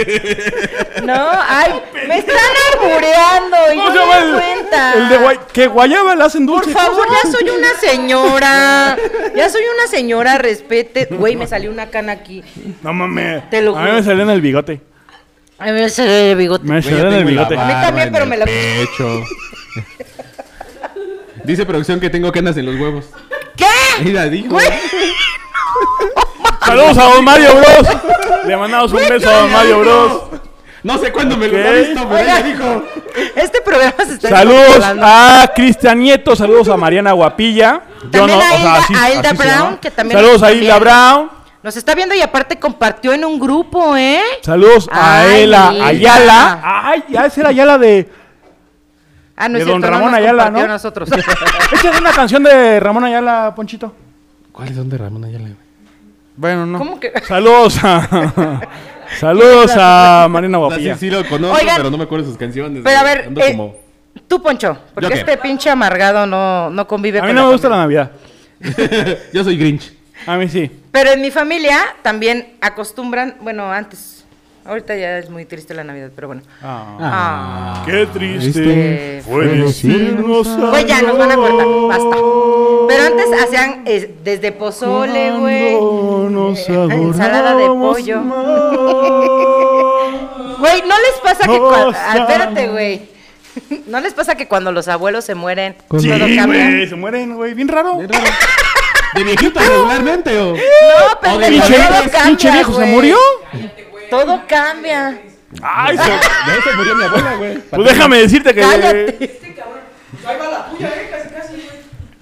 D: No, ay, me están arbureando y
B: ¿Cómo
D: no
B: se
D: me
B: llama
D: doy
B: el-
D: cuenta.
B: El de guay que guayaba la hacen
D: Por
B: dulce.
D: favor, ya soy una señora. Ya soy una señora, respete. Güey, me salió una cana aquí.
B: No mames.
D: Te lo
B: a mí
D: juro.
B: me salió en el bigote.
D: A mí me salió el bigote.
B: Me
C: Güey, yo
B: salió en el
C: tengo la
B: bigote.
C: barba
D: también,
C: en
D: pero
C: el
D: me la-
C: pecho. Dice producción que tengo canas en los huevos.
D: ¿Qué?
C: Mira, dijo.
D: Güey,
B: Saludos a Don Mario Bros. Le mandamos un beso a Don Mario Bros.
C: No sé cuándo me lo
B: ¿Qué?
C: he visto, pero
D: Oiga.
C: ella dijo.
D: este programa se está
B: Saludos Ah.
D: descontrolando.
B: a Cristian Nieto, saludos a Mariana Guapilla.
D: También a Hilda-
B: así-
D: a
B: así
D: Hilda
B: se
D: Brown,
B: llama.
D: que también
B: Saludos a
D: nos está
B: Hilda
D: viendo.
B: Brown.
D: Nos está viendo y aparte compartió en un grupo, ¿eh?
B: Saludos a
D: Ay,
B: Ela
D: Hilda.
B: Ayala. Ay, ya esa era Ayala de
D: Ah, no
B: de
D: es
B: don
D: cierto, no
B: Ramón
D: nos
B: Ayala,
D: compartió
B: ¿no? [LAUGHS]
D: a nosotros. [LAUGHS]
B: Échate una canción de Ramón Ayala, Ponchito.
C: ¿Cuál es donde Ramón Ayala? güey?
B: Bueno, no.
D: ¿Cómo que?
B: Saludos
D: [LAUGHS]
B: a. Saludos a Marina
C: O sea, sí,
B: Guapilla.
C: sí lo conozco,
D: Oigan,
C: pero no me acuerdo sus canciones.
D: Pero a
C: güey.
D: ver,
C: Ando
D: eh,
C: como... [LAUGHS]
D: tú, Poncho, porque
E: ¿Yo qué?
D: este pinche amargado no, no convive
B: A mí
D: con
B: no me gusta la
D: familia.
B: Navidad.
C: Yo soy
D: [LAUGHS]
C: Grinch.
B: A mí sí.
D: Pero en mi familia también acostumbran, bueno, antes, ahorita ya es muy triste la Navidad, pero bueno. Ah.
B: Qué
C: triste
D: Este, Güey, Pues ya nos van a cortar, basta. Pero antes hacían eh, desde pozole, güey. eh, Ensalada de pollo. [LAUGHS] Güey, ¿no les pasa que cuando...
B: Nos
D: Espérate,
B: amamos.
D: güey. ¿No les pasa que cuando los abuelos se mueren,
C: Con-
B: Sí,
D: todo cambia?
B: güey, se mueren, güey, bien raro.
C: Es raro. ¿De viejito regularmente
D: [LAUGHS]
C: o...?
D: No, pero
C: de
B: Pinche,
D: todo cambia,
B: pinche viejo, ¿se
D: güey.
B: murió?
D: Todo cambia.
B: Ay, se-
C: De eso murió mi abuela, güey.
B: Pues déjame decirte que.
D: Cállate.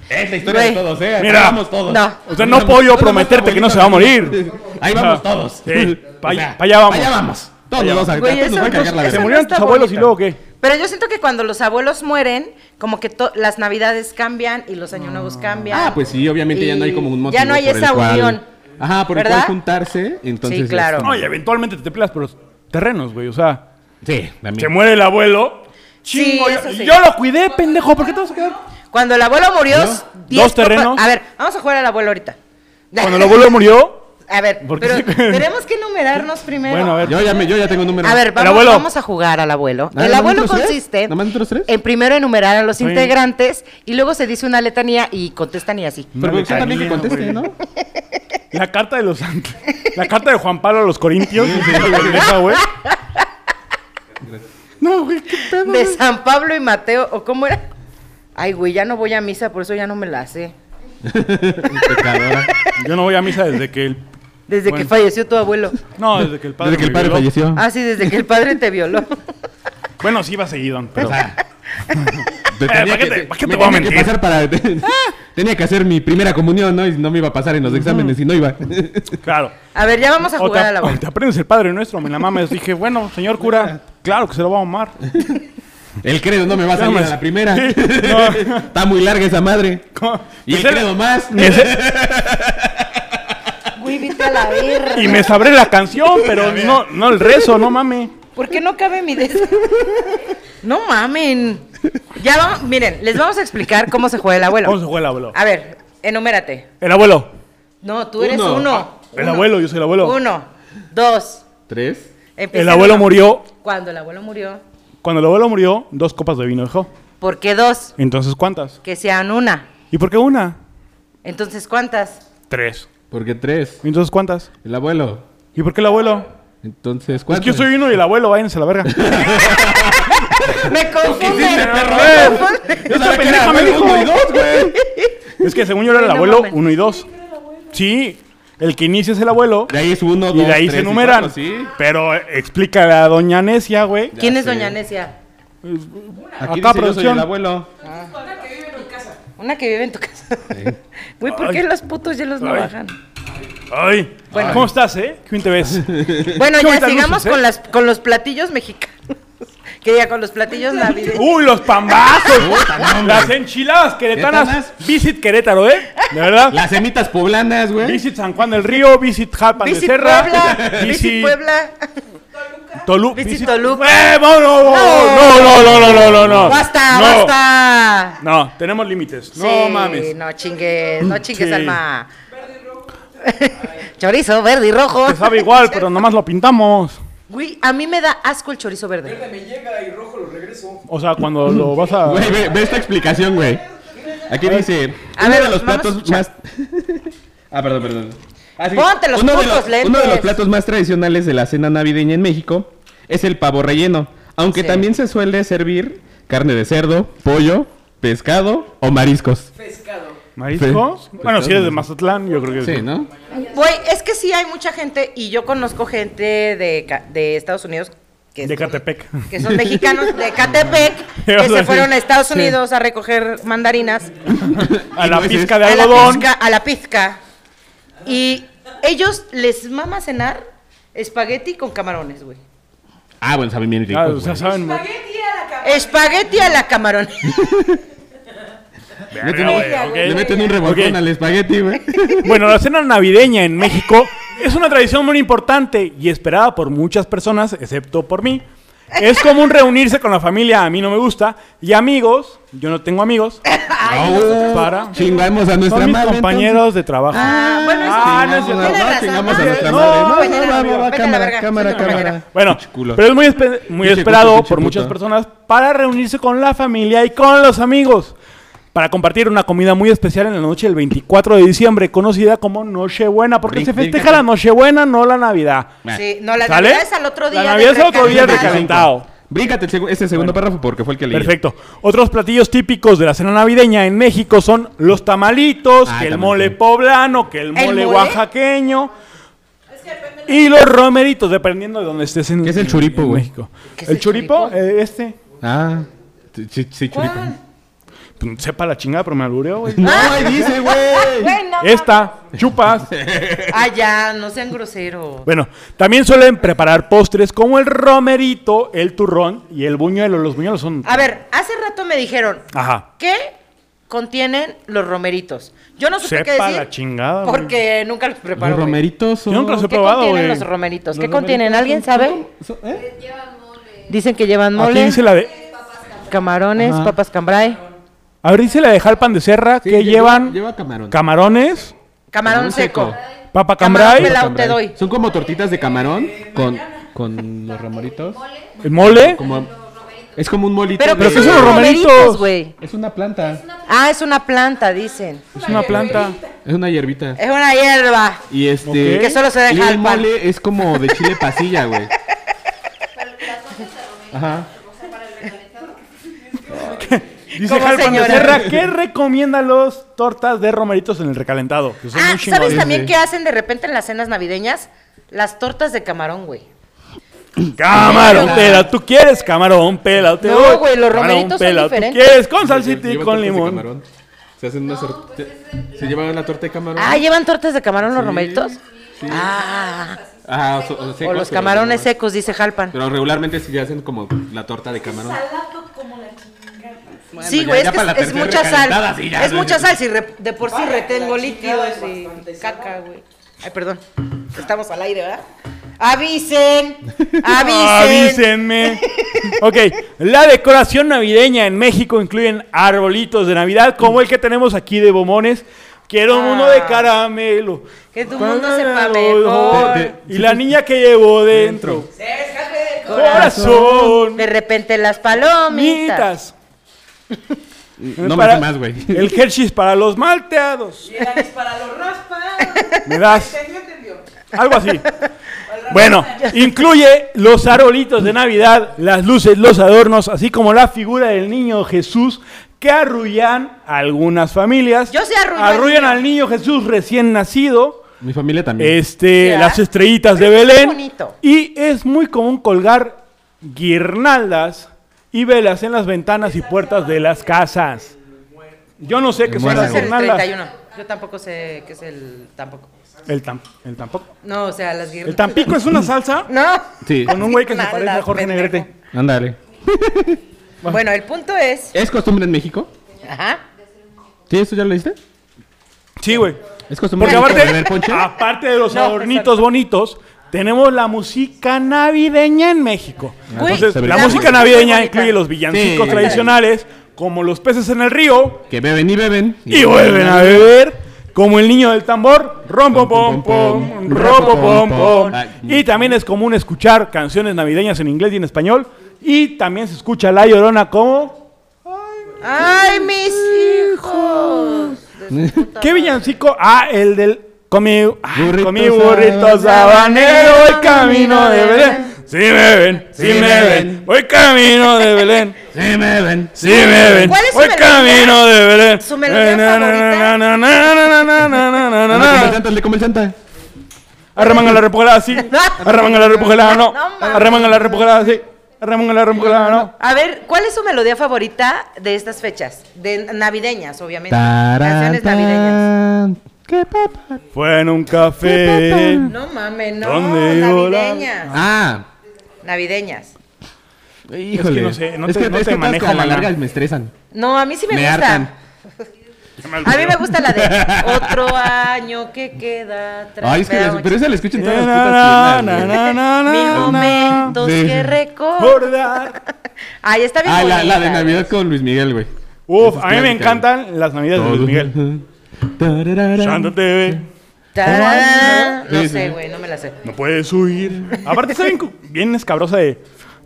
C: Es la historia
D: Güey.
C: de todos, eh.
B: Mira.
C: Ahí vamos todos.
D: No.
B: O sea, no puedo yo prometerte que no se va a morir.
C: Ahí vamos todos.
B: Sí, pa-
C: O sea,
B: pa' allá vamos.
C: pa' allá vamos. Todos
B: allá
C: nos vamos a
D: Güey,
C: todos nos
D: eso
C: va a
D: no-
C: cagar
B: Se
C: la
D: eso
C: verga.
D: no
B: murieron
D: está
B: tus abuelos y
D: bonito.
B: luego qué.
D: Pero yo siento que cuando los abuelos mueren, como que to- las navidades cambian y los años nuevos cambian.
C: Ah, pues sí, obviamente ya no hay como un
D: Y
C: motivo
D: ya no hay
C: por el
D: esa
C: cual-
D: unión.
C: Ajá, por el
D: ¿Verdad?
C: cual juntarse, entonces...
D: Sí, claro.
C: este,
B: No, y eventualmente te peleas por los terrenos, güey. O sea,
C: Sí,
B: se
C: también.
B: muere el abuelo.
D: Sí,
B: Chingo, yo-
D: eso sí.
B: yo lo cuidé, pendejo. ¿Por qué te vas a quedar?
D: Cuando el abuelo murió,
C: ¿No?
D: 10
B: ¿Dos terrenos?
D: copas- A ver, vamos a jugar al abuelo ahorita.
B: Cuando el abuelo murió,
D: [LAUGHS] A ver,
B: ¿Por qué
D: pero
B: se-
D: tenemos que enumerarnos primero.
B: Bueno, a ver.
C: Yo ya, me, yo ya tengo un número.
D: A ver, vamos,
B: abuelo.
D: vamos a jugar al abuelo.
C: Ah,
D: el
C: ¿nomás
D: abuelo
C: nosotros tres?
D: consiste
C: ¿Nomás nosotros tres?
D: en primero enumerar a los
B: Sí.
D: integrantes y luego se dice una letanía y contestan y así.
C: Pero
B: Una
C: usted también que
B: letanía,
C: conteste,
B: güey.
C: ¿no? [LAUGHS]
B: La carta de los ángeles. La carta de Juan Pablo a los Corintios. Pendeja, güey. No, güey, qué pedo.
D: De San Pablo y Mateo, o cómo era. Ay, güey, ya no voy a misa, por eso ya no me la sé.
C: Pecadora.
B: Yo no voy a misa desde que el.
D: Desde que
B: Bueno.
D: falleció tu abuelo.
B: No, desde que el padre.
C: Desde que el
B: me
C: padre
B: violó.
C: falleció.
D: Ah, sí, desde que el padre te violó.
B: Bueno, sí iba seguido, pero. [LAUGHS]
C: Te
B: ¿para
C: tenía
B: Eh, qué
C: que-
B: te- para qué
C: me
B: te voy a
C: tenía que
B: mentir?
C: pasar para-
B: [LAUGHS]
C: tenía que hacer mi primera comunión, ¿no? Y no me iba a pasar en los exámenes y no iba. [LAUGHS]
B: Claro.
D: A ver, ya vamos a
B: O te,
D: jugar al
B: o
D: abuelo.
B: te aprendes el padre nuestro, me la mames. Dije, bueno, señor cura, claro que se lo va a amar.
C: El credo no me va a salir a la primera. [LAUGHS]
B: Sí, no.
C: Está muy larga esa madre. Y el credo más.
B: Me sé-
D: Güey, vete a la verga.
B: y me sabré la canción, pero no, no el rezo, no mames.
D: ¿Por qué no cabe mi dedo? No mamen. Ya vamos, miren, les vamos a explicar cómo se juega el abuelo.
B: ¿Cómo se juega el abuelo?
D: A ver, enumérate.
B: El abuelo.
D: No, tú eres
C: Uno.
D: uno.
B: El
D: Uno.
B: abuelo, yo soy el abuelo.
D: Uno, dos.
C: Tres.
D: Empieza
B: El abuelo
D: uno.
B: murió.
D: Cuando el abuelo murió.
B: Cuando el abuelo murió, dos copas de vino dejó.
D: ¿Por qué dos?
B: Entonces, ¿cuántas?
D: Que sean una.
B: ¿Y por qué una?
D: Entonces, ¿cuántas?
B: Tres.
C: Porque tres.
B: Entonces, ¿cuántas?
C: El abuelo.
B: ¿Y por qué el abuelo?
C: Entonces,
B: Es
C: ¿cuántos?
B: que yo soy uno y el abuelo, váyanse a la verga.
D: Me confunden.
C: hiciste, perro?
D: me confunden.
C: Yo
B: Esta
C: sabía que
B: pendeja
C: era
B: me
C: abuelo
B: dijo.
C: uno y dos,
B: [LAUGHS]
C: güey.
B: es que según yo era el
D: No
B: abuelo,
D: mames.
B: uno y dos. Sí, el que inicia es el abuelo.
C: De ahí es uno, dos,
B: Y de ahí se
C: tres y
B: enumeran.
C: cuatro, sí.
B: Pero eh, explícale a doña Necia, güey.
D: ¿Quién es
C: sé.
D: doña Necia?
C: Aquí
B: Acá,
C: dice, yo soy
B: producción. [LAUGHS]
C: el abuelo.
D: Una que vive en tu casa. [LAUGHS] Güey, ¿por qué
B: Ay.
D: los putos hielos no
B: Ay. [LAUGHS]
D: bajan?
B: Ay,
D: Bueno.
B: ¿cómo estás, eh? ¿Quién te
C: [LAUGHS]
B: ves?
D: Bueno,
B: Qué
D: ya
B: bonitas
D: sigamos
B: luces, ¿eh?
D: con, las, con los platillos mexicanos. [LAUGHS] Que diga, con los platillos navideños.
B: ¡Uy, los pambazos!
C: no,
B: Las enchiladas queretanas.
C: Queretanas.
B: Visit Querétaro, ¿eh? De verdad.
C: Las semitas poblanas, güey.
B: Visit San Juan del Río, Visit Jalpan de
D: Visit
B: Serra, [LAUGHS]
D: Puebla, Visit Puebla.
B: Tolu-
D: Visit Toluca.
B: ¡Eh, no, no, no, no, no, no, no, no, no!
D: Basta,
B: No.
D: basta.
B: No, tenemos límites. No
D: Sí,
B: mames.
D: No chingues, no chingues,
B: Sí.
D: alma. [LAUGHS] Chorizo verde y rojo.
B: Te sabe
D: [LAUGHS]
B: igual, pero nomás lo pintamos.
D: Güey, a mí me da asco el chorizo verde.
B: O sea, cuando lo vas a...
C: Güey, ve, ve esta explicación, güey. Aquí dice,
D: A
C: uno
D: ver,
C: de los
D: vamos a
C: platos más... [LAUGHS] ah, perdón, perdón. Ah, sí.
D: Ponte los
C: uno de los,
D: putos
C: Uno de
D: lentes.
C: los platos más tradicionales de la cena navideña en México es el pavo relleno, aunque
D: Sí.
C: también se suele servir carne de cerdo, pollo, pescado o mariscos.
B: ¿Mariscos?
C: Sí.
B: Bueno, si eres de Mazatlán, yo creo que...
C: Sí, ¿no?
D: Güey, es que sí hay mucha gente, y yo conozco gente de, Ca- de Estados Unidos que
B: De
D: son-
B: Catepec.
D: que son mexicanos
B: [LAUGHS]
D: de Catepec,
B: Ibas a
D: que se
B: decir,
D: fueron a Estados
B: sí.
D: Unidos a recoger mandarinas.
B: A
C: [LAUGHS]
B: la
C: Y nueces.
B: pizca de
D: a la
B: algodón.
D: pizca, a la pizca. Y ellos les mama cenar espagueti con camarones, güey.
C: Ah, bueno, saben bien rico,
B: Ah, o sea,
C: güey.
B: saben...
G: Espagueti a la
D: Espagueti a la camarón.
C: Meten un-
D: Verga, güey,
C: Le
D: ok.
C: meten un revolcón
B: Ok.
C: al espagueti, güey.
B: [LAUGHS] Bueno, la cena navideña en México es una tradición muy importante y esperada por muchas personas, excepto por mí. Es común reunirse con la familia, a mí no me gusta, y amigos, yo no tengo amigos,
C: [LAUGHS] Au,
B: para-
C: Chingamos a nuestra
B: son mis
C: madre.
B: compañeros de trabajo.
D: Ah, bueno, es
B: Ah,
C: entonces.
B: no es cierto.
C: Chingamos a-
D: Tienes
C: no,
D: razón,
C: Chingamos a
D: no,
B: no,
C: nuestra madre. No,
D: vete a la
C: va, va,
D: verga,
C: va,
D: vete a la
C: cámara,
D: verga,
C: cámara,
D: vete a la
C: cámara.
D: verga.
B: Bueno,
C: Pinche culo.
B: pero es muy, espe- muy
C: Pinche
B: esperado
C: puto, pinche
B: por muchas
C: puto.
B: personas para reunirse con la familia y con los amigos. Para compartir una comida muy especial en la noche del 24 de diciembre, conocida como Nochebuena, porque
C: Rin-
B: se festeja
C: rin-
B: la Nochebuena, no la Navidad.
D: Sí, no, la
B: Ah. ¿Sale?
D: Navidad es al otro día.
B: La Navidad es al otro día de
D: recalentado.
B: recalentado. Calentado.
C: Bríncate el segu- ese segundo párrafo porque fue el que leí.
B: Perfecto. Otros platillos típicos de la cena navideña en México son los tamalitos,
C: Ah,
B: que el
C: también,
B: mole
C: sí.
B: poblano, que el mole,
D: mole?
B: oaxaqueño. Y los romeritos, dependiendo de donde estés en
C: ¿Qué es el churipo,
B: en
C: güey?
B: México.
D: ¿Qué es
B: ¿El
D: el
B: churipo?
D: churipo?
B: Eh, este.
C: Ah, sí, sí, sí, churipo.
D: Ah.
B: pues, Sepa la chingada, pero me albureo, güey.
C: No, ahí
D: [LAUGHS]
C: dice, güey.
D: Ah, Bueno,
B: Esta,
C: [LAUGHS]
B: chupas.
D: Ah, ya, no sean groseros.
B: Bueno, también suelen preparar postres como el romerito, el turrón y el buñuelo. Los buñuelos son.
D: A ver, hace rato me dijeron,
B: Ajá.
D: ¿qué contienen los romeritos? Yo no supe
B: Sepa
D: qué decir.
B: la chingada, güey.
D: Porque nunca los preparo.
C: Los
D: güey.
C: romeritos son...
B: Yo nunca los he
D: ¿Qué
B: probado,
D: contienen
B: güey.
D: los romeritos?
C: los
D: ¿Qué contienen? ¿Alguien
C: romeritos son- son-
D: sabe?
C: son- ¿eh?
D: Dicen que llevan
B: Aquí
D: mole,
B: dice la de.
D: camarones,
C: Ajá.
D: papas cambray.
B: A ver, dice la de Jalpan de Serra
C: Sí,
B: que
C: lleva-
B: llevan
C: Lleva camarón.
B: camarones,
D: Camarón seco.
B: papa
D: Camarón
B: cambray,
D: pelado. Pelao te doy.
C: Son como tortitas de camarón con, con los romeritos.
B: el mole.
C: Como, es como un molito.
D: Pero,
C: de-
D: ¿qué
B: ¿Eh? ¿qué
D: son los romeritos, güey?
C: Es una planta,
D: Ah, es una planta, dicen.
B: Es una planta.
C: es una hierbita.
D: Es una hierba.
C: Y este.
B: Ok. Que
D: solo se deja
C: y
D: al
C: el
D: pan.
C: mole es como de chile pasilla,
D: [LAUGHS]
C: güey. Ajá.
B: Dice
D: Como
B: Jalpan de
D: señora.
B: Serra que recomienda los tortas de romeritos en el recalentado. Que Pues son
D: Ah,
B: muy
D: ¿sabes
B: chingones.
D: también qué hacen de repente en las cenas navideñas? Las tortas de camarón, güey.
B: Camarón pelado, tú quieres camarón pelado, te
D: No,
B: doy.
D: güey, los
B: Camarón
D: romeritos son
B: pelado,
D: diferentes.
B: Tú quieres con
C: Lleva-
B: salsita y
C: lleva
B: con
C: tortas de
B: limón.
C: camarón. Se hacen una sor-
D: pues
C: Se llevan la torta de camarón.
D: Ah, ¿llevan tortas de camarón los
C: Sí,
D: romeritos?
C: sí.
D: Ah,
C: Ajá, so-
D: o
C: secos,
D: los
C: pero-
D: camarones secos, dice Jalpan.
C: Pero regularmente sí hacen como la torta de camarón.
D: sí,
C: ya-
D: güey,
C: ya
D: es que
C: para la
D: es, es
C: tercera
D: mucha
C: recalentada,
D: sal.
C: sí, ya,
D: es
C: no,
D: mucha
C: ya.
D: sal, si re- de por sí retengo líquidos y caca, güey. Ay, perdón. Estamos al aire, ¿verdad?
C: [LAUGHS]
D: Avisen, avisen.
B: Avísenme. ok, la decoración navideña en México incluyen arbolitos de Navidad, como el que tenemos aquí de bombones. Quiero uno de caramelo.
D: Ah. Que tu mundo sepa mejor.
C: De- de-
B: Y la niña que llevo dentro. Corazón.
D: De repente las
B: Mitas.
D: palomitas.
C: No me
B: Para-
C: hace más, güey.
B: El Hershey's para los malteados. Me das. Algo
D: [LAUGHS]
B: así. Bueno, incluye los arbolitos de Navidad, las luces, los adornos, así como la figura del niño Jesús que arrullan a algunas familias.
D: Yo sí arrullo al
B: Arrullan
D: niño.
B: al niño Jesús recién nacido.
C: Mi familia también.
B: Este,
D: Ya.
B: las estrellitas de
D: Pero está
B: Belén.
D: bonito.
B: Y es muy común colgar guirnaldas y velas en las ventanas y puertas de las casas. Yo no sé qué son
C: muerto.
D: Ese
B: las
D: es el
B: guirnaldas.
D: 31. Yo tampoco sé qué es el tampoco.
B: El, tam- el tampoco.
D: No, o sea, las
B: El
D: guirnaldas.
B: tampico es una salsa
D: No.
C: Sí.
B: con un güey que se parece a
D: Guirnaldas,
B: Jorge
D: pendejo.
B: Negrete.
C: Ándale.
D: Bueno, el punto es,
C: ¿Es costumbre en México?
D: ajá,
C: ¿Sí? ¿Eso ya lo leíste?
B: Sí, güey.
C: ¿Es costumbre
B: Porque
C: en México
B: aparte, Ah.
C: beber ponche?
B: aparte de los
D: No,
B: adornitos bonitos, tenemos la música navideña en México.
D: Güey,
B: Entonces,
C: se ve
B: la
C: bien.
B: música
D: La música es
B: navideña
D: muy bonita.
B: incluye los villancicos
C: Sí.
B: tradicionales, como los peces en el río,
C: Que beben y beben.
B: y vuelven a beber como el niño del tambor, rom pom pom pom, rom, pom, pom, pom. Y también es común escuchar canciones navideñas en inglés y en español y también se escucha la llorona como
D: Ay, mis hijos. De su puta
B: ¿Qué
D: madre.
B: villancico? Ah, el del comí, ah,
C: Burrito
B: comí burrito
C: sabanero,
B: sabanero voy camino de Belén. Si me ven, si me ven, voy camino de Belén.
C: Sí, beben.
B: Si me ven,
D: ¿Cuál es su
B: voy
D: melodía?
B: camino de Belén.
D: ¿Su melodía favorita?
C: Como el Santa, el de como el Santa.
B: Arremanga la repujela
D: [LAUGHS]
B: así. Arremanga la repujela, no.
D: No mames.
B: Arremanga la repujela así. Arremanga la repujela, no.
D: A ver, ¿cuál es su melodía favorita de estas fechas? De navideñas, obviamente. Canciones navideñas.
C: ¿Qué papá?
B: Fue en un café.
D: No mames, no,
B: ¿Dónde iba la-
D: navideñas.
C: Ah,
D: Navideñas.
C: Híjole.
B: no sé, no te- no te
C: todas
B: manejo,
C: a la
B: maná.
C: larga me estresan.
D: No, a mí sí me,
C: Me
D: gusta.
C: hartan.
D: A mí me gusta la de otro año que queda atrás.
C: Ay, es que
D: Me da
C: la-
D: mucho-
C: pero esa la escuchan todas las
B: Na,
C: putas
B: na,
C: tiendas,
B: na,
C: güey.
B: na, na,
D: Mil
B: na.
D: momentos
C: Sí.
D: que recordar.
B: Recordar.
D: Ay, está bien
C: Ah, la, la de
D: bonita.
C: Navidad con Luis Miguel, güey.
B: Uf,
C: Esas
B: a mí me
C: clásicas,
B: encantan las navidades de Luis Miguel.
C: Tararara.
B: Santa TV,
D: Tararán.
C: Sí,
D: No
C: sí.
D: sé, güey, no me la sé.
B: no puedes huir. Aparte está bien, cu- bien escabrosa de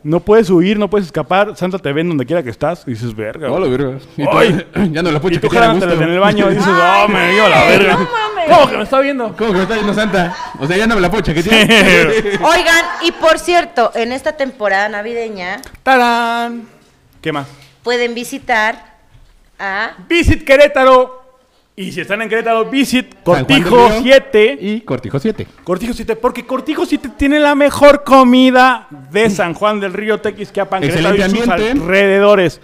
B: no puedes huir, no puedes escapar, Santa TV en donde quiera que estás. Y dices, verga.
C: Hola,
B: güey.
C: verga. Y
B: Ay.
C: tú- [CLEARS THROAT] Ya no la puedo
B: y tú
C: chaquetear a gusto.
B: jalándotelas en el
C: [LAUGHS]
B: baño y dices,
D: Ay,
B: oh, me dio la
D: güey,
B: verga.
D: no mames.
B: ¿Cómo que me está viendo?
C: ¿Cómo que me está yendo Santa? O sea, ya no me la puedo chaquetear.
B: [LAUGHS]
C: [LAUGHS]
D: Oigan, y por cierto, en esta temporada navideña
B: ¡Tarán! ¿Qué más?
D: pueden visitar a
B: Visit Querétaro. Y si están en Querétaro, visit
C: Juan del
B: Cortijo
C: Río.
B: 7.
C: Y Cortijo 7.
B: Cortijo 7, porque Cortijo 7 tiene la mejor comida de San Juan del Río, Tequisquiapan, Querétaro y
C: Mm. Excelente
B: sus
C: ambiente.
B: alrededores.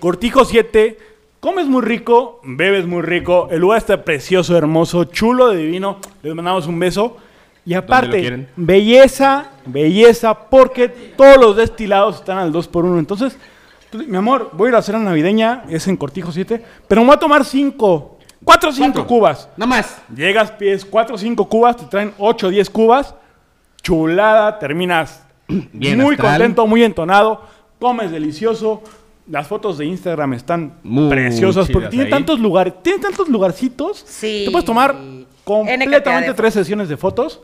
B: Cortijo 7, comes muy rico, bebes muy rico, el lugar está precioso, hermoso, chulo, divino, les mandamos un beso. Y aparte,
C: quieren.
B: belleza, belleza, porque todos los destilados están al 2x1. Entonces, tú di- mi amor, voy a ir a hacer la navideña, es en Cortijo 7, pero me voy a tomar 5, 4 o 5
C: ¿Cuánto?
B: cubas.
C: No más.
B: Llegas, pides 4 o 5 cubas, te traen 8 o 10 cubas, chulada, terminas
C: [CLEARS THROAT] Bien
B: muy
C: astral.
B: contento, muy entonado, comes delicioso. Las fotos de Instagram están
C: Muy
B: preciosas porque
C: chidas
B: tiene
C: ahí.
B: tantos lugares, tiene tantos lugarcitos.
D: Sí.
B: Te puedes tomar
D: N cantidad
B: completamente
D: de
B: tres sesiones de fotos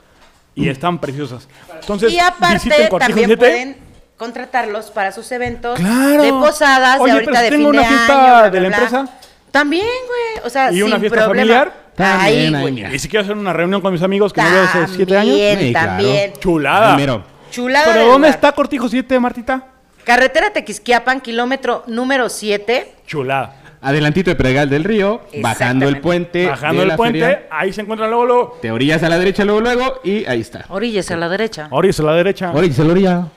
C: Mm.
B: y están preciosas. Entonces,
D: y aparte
B: visiten Cortijo
D: también
B: 7.
D: pueden contratarlos para sus eventos
B: Claro.
D: de posadas,
B: Oye,
D: de ahorita
B: pero si
D: de
B: tengo
D: fin
B: una
D: de
B: fiesta
D: año, bla,
B: de
D: bla,
B: la
D: bla.
B: empresa.
D: También, güey, o sea,
B: ¿Y una
D: sin
B: fiesta
D: problema.
B: familiar?
D: Ahí,
C: También, ahí,
D: güey.
C: mira.
B: Y si quiero hacer una reunión con mis amigos que no veo desde 7 años,
D: También,
C: Sí, claro.
D: también.
B: chulada.
C: Primero.
D: Chulada de
B: ¿Pero dónde
D: lugar.
B: está Cortijo 7, Martita?
D: Carretera Tequisquiapan, kilómetro número 7.
B: Chulada.
C: Adelantito de Pregal del Río, bajando el
D: Exactamente.
C: puente.
B: Bajando
C: de
B: el
C: la
B: puente,
C: feria,
B: ahí se encuentran luego, luego.
C: te orillas a la derecha luego, luego, y ahí está.
D: Orillas a la derecha.
B: Oris a la derecha.
C: Ahora dice la orilla.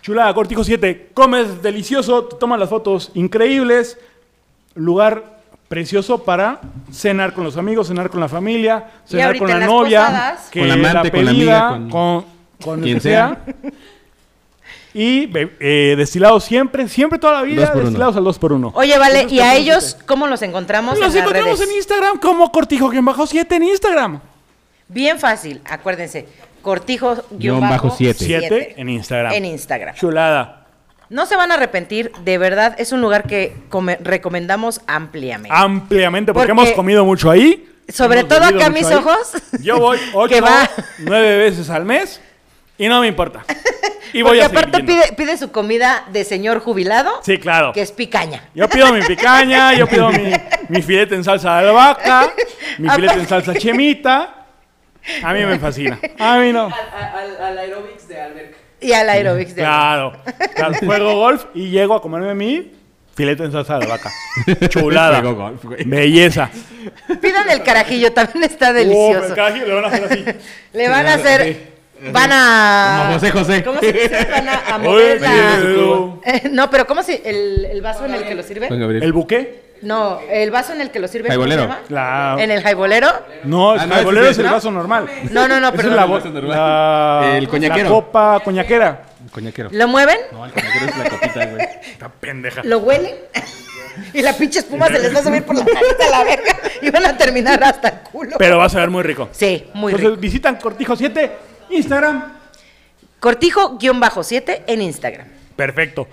B: Chulada, Cortijo 7. Comes delicioso, te tomas las fotos increíbles. Lugar precioso para cenar con los amigos, cenar con la familia, cenar
D: ahorita
B: con
D: en
B: la
D: las
B: novia,
D: posadas.
B: que
C: Con la amante, con la
B: pedida,
C: amiga,
B: con, con el
C: quien
B: que sea. Y be- eh, destilados siempre, siempre toda la vida,
C: Dos por uno.
B: destilados al 2x1.
D: Oye, vale, ¿y a ellos cómo los encontramos
B: Los
D: en las
B: encontramos
D: redes?
B: en Instagram como Cortijo-7 en Instagram.
D: Bien fácil, acuérdense. Cortijo
C: Guión bajo siete.
B: 7 en Instagram.
D: En Instagram.
B: Chulada.
D: No se van a arrepentir, de verdad, es un lugar que come- recomendamos ampliamente.
B: ampliamente porque,
D: Porque-
B: hemos comido mucho ahí.
D: Sobre
B: Ah, Hemos
D: todo
B: bebido
D: acá
B: mucho
D: mis
B: ahí.
D: ojos.
B: Yo
D: [LAUGHS]
B: voy ocho,
D: Que va.
B: nueve veces al mes y no me importa. Y voy
D: Porque
B: a seguir
D: aparte
B: yendo.
D: pide, pide su comida de señor jubilado,
B: Sí, claro.
D: que es picaña.
B: Yo pido mi
D: [LAUGHS]
B: picaña, yo pido mi, mi filete en salsa de albahaca, mi
D: Apa-
B: filete en salsa chemita. A mí me fascina. A mí no.
D: Y al aerobics de
B: Claro. claro. Juego golf y llego a comerme mi filete en salsa de albahaca.
C: [LAUGHS]
B: Chulada.
C: Juego golf, güey.
B: Belleza.
D: Pidan el carajillo, también está
B: Oh,
D: delicioso.
B: pero cada quien le van a hacer así.
D: Le van a hacer. Van a.
C: Como Ah. José José.
D: ¿Cómo se dice? Van a, a
B: Oye,
D: mover la.
B: pero-
D: Eh, no, pero ¿cómo se.? El, el vaso en el que lo
C: Juan
D: sirve?
C: Gabriel.
B: ¿El buqué?
D: No, el vaso en el que lo sirve. ¿cómo se
C: Jaibolero.
D: llama?
B: Claro.
D: ¿En el jaibolero?
B: No, el
C: Ah, no,
B: jaibolero
C: ese
B: es
C: es Ah, el-
B: el
C: ¿no?
B: vaso normal.
D: No, no, no,
B: Esa
D: perdón.
B: es la,
C: voz.
B: la-
C: El coñaquero.
B: La copa coñaquera.
C: El coñaquero.
D: ¿Lo mueven?
C: No, el coñaquero es la copita, güey.
B: Esta pendeja.
D: ¿Lo huelen? [LAUGHS] y la pinche espuma se les va a subir por la nariz a la verga y van a terminar hasta el culo.
B: Pero va a saber muy rico.
D: sí, muy
B: Entonces
D: rico.
B: visitan Cortijo 7, Instagram.
D: Cortijo-7 en Instagram.
B: Perfecto.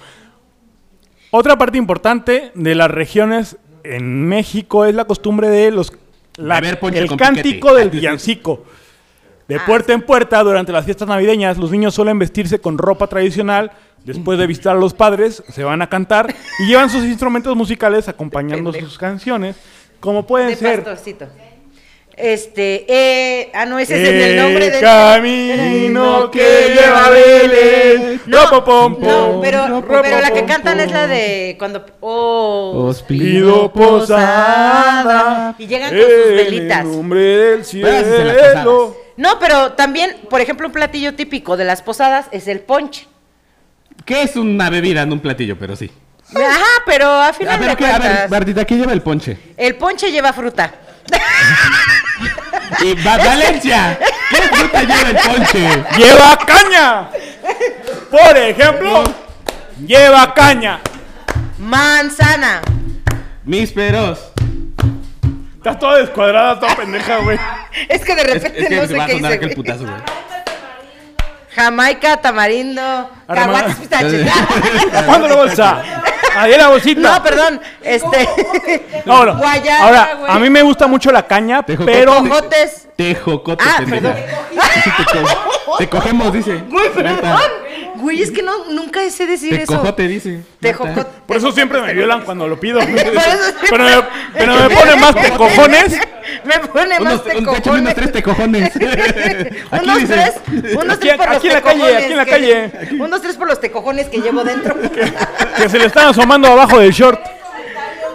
B: Otra parte importante de las regiones en México es la costumbre de los la-
C: Beber ponche
B: el
C: con
B: cántico
C: piquete.
B: del villancico.
D: Ah,
B: De puerta en puerta, durante las fiestas navideñas, los niños suelen vestirse con ropa tradicional. Después de visitar a los padres, se van a cantar y llevan sus instrumentos musicales acompañando
D: Pendejo.
B: sus canciones, como pueden
D: de
B: ser
D: pastorcito. Este, eh, ah, no, ese es en el nombre del
B: camino que lleva a Belén.
D: No,
B: Ropo, pom,
D: no,
B: pom,
D: pero,
B: ropo,
D: pero la que
B: pom,
D: cantan
B: pom.
D: es la de cuando oh,
C: Os pido
D: posada. Y llegan con sus
B: en
D: velitas.
B: el nombre del cielo.
C: Pero esas son las posadas.
D: No, pero también, por ejemplo, un platillo típico de las posadas es el ponche.
C: ¿Qué es una bebida en un platillo? Pero sí.
D: Ajá, pero a
C: A
D: final
C: ver,
D: de
C: ¿qué? A ver,
D: cuentas,
C: Martita, ¿qué lleva el ponche?
D: el ponche lleva fruta.
C: Y va
D: [LAUGHS]
C: Valencia. ¿Qué fruta lleva el ponche?
B: Lleva caña. Por ejemplo, Lleva caña.
D: Manzana.
C: Mis peros.
B: Estás toda descuadrada, toda pendeja, güey.
D: Es que de
C: Es,
D: repente
C: es que
D: no
C: se va
D: sé
C: a
D: qué
C: sonar
D: hice.
C: aquel
D: güey.
C: putazo,
D: [LAUGHS]
C: güey.
D: Jamaica, tamarindo, caguates, pistaches.
B: ¿Cuándo la bolsa? Ahí la bolsita.
D: [LAUGHS] No, perdón. [LAUGHS] Este.
B: No, no.
D: Guayaba,
B: Ahora,
D: güey.
B: a mí me gusta mucho la caña,
C: Te jocó-
B: pero
D: Jotes.
C: Tejocote,
D: Ah,
C: pendeja. Te, co- te cogemos, dice.
D: Güey,
C: Neta,
D: perdón. Güey, es que no, nunca sé decir
C: Te
D: eso.
C: cojote, dice.
D: Te
C: Neta.
D: jocote. [LAUGHS]
B: por eso siempre me violan cuando lo pido.
D: eso siempre-
B: [LAUGHS] Pero me, pero me ponen más
D: [LAUGHS]
B: tecojones.
D: Me pone
C: Unos,
D: más
C: un, échame unos tres
D: tecojones.
C: tecojones.
D: [LAUGHS]
C: Aquí
D: Unos
C: dice.
D: tres, unos
B: Aquí-
D: tres por los
B: aquí en la calle,
D: tecojones
B: aquí en la
D: que-
B: calle.
D: Unos tres por los tecojones que llevo [LAUGHS] dentro.
B: Que se le están asomando abajo del short.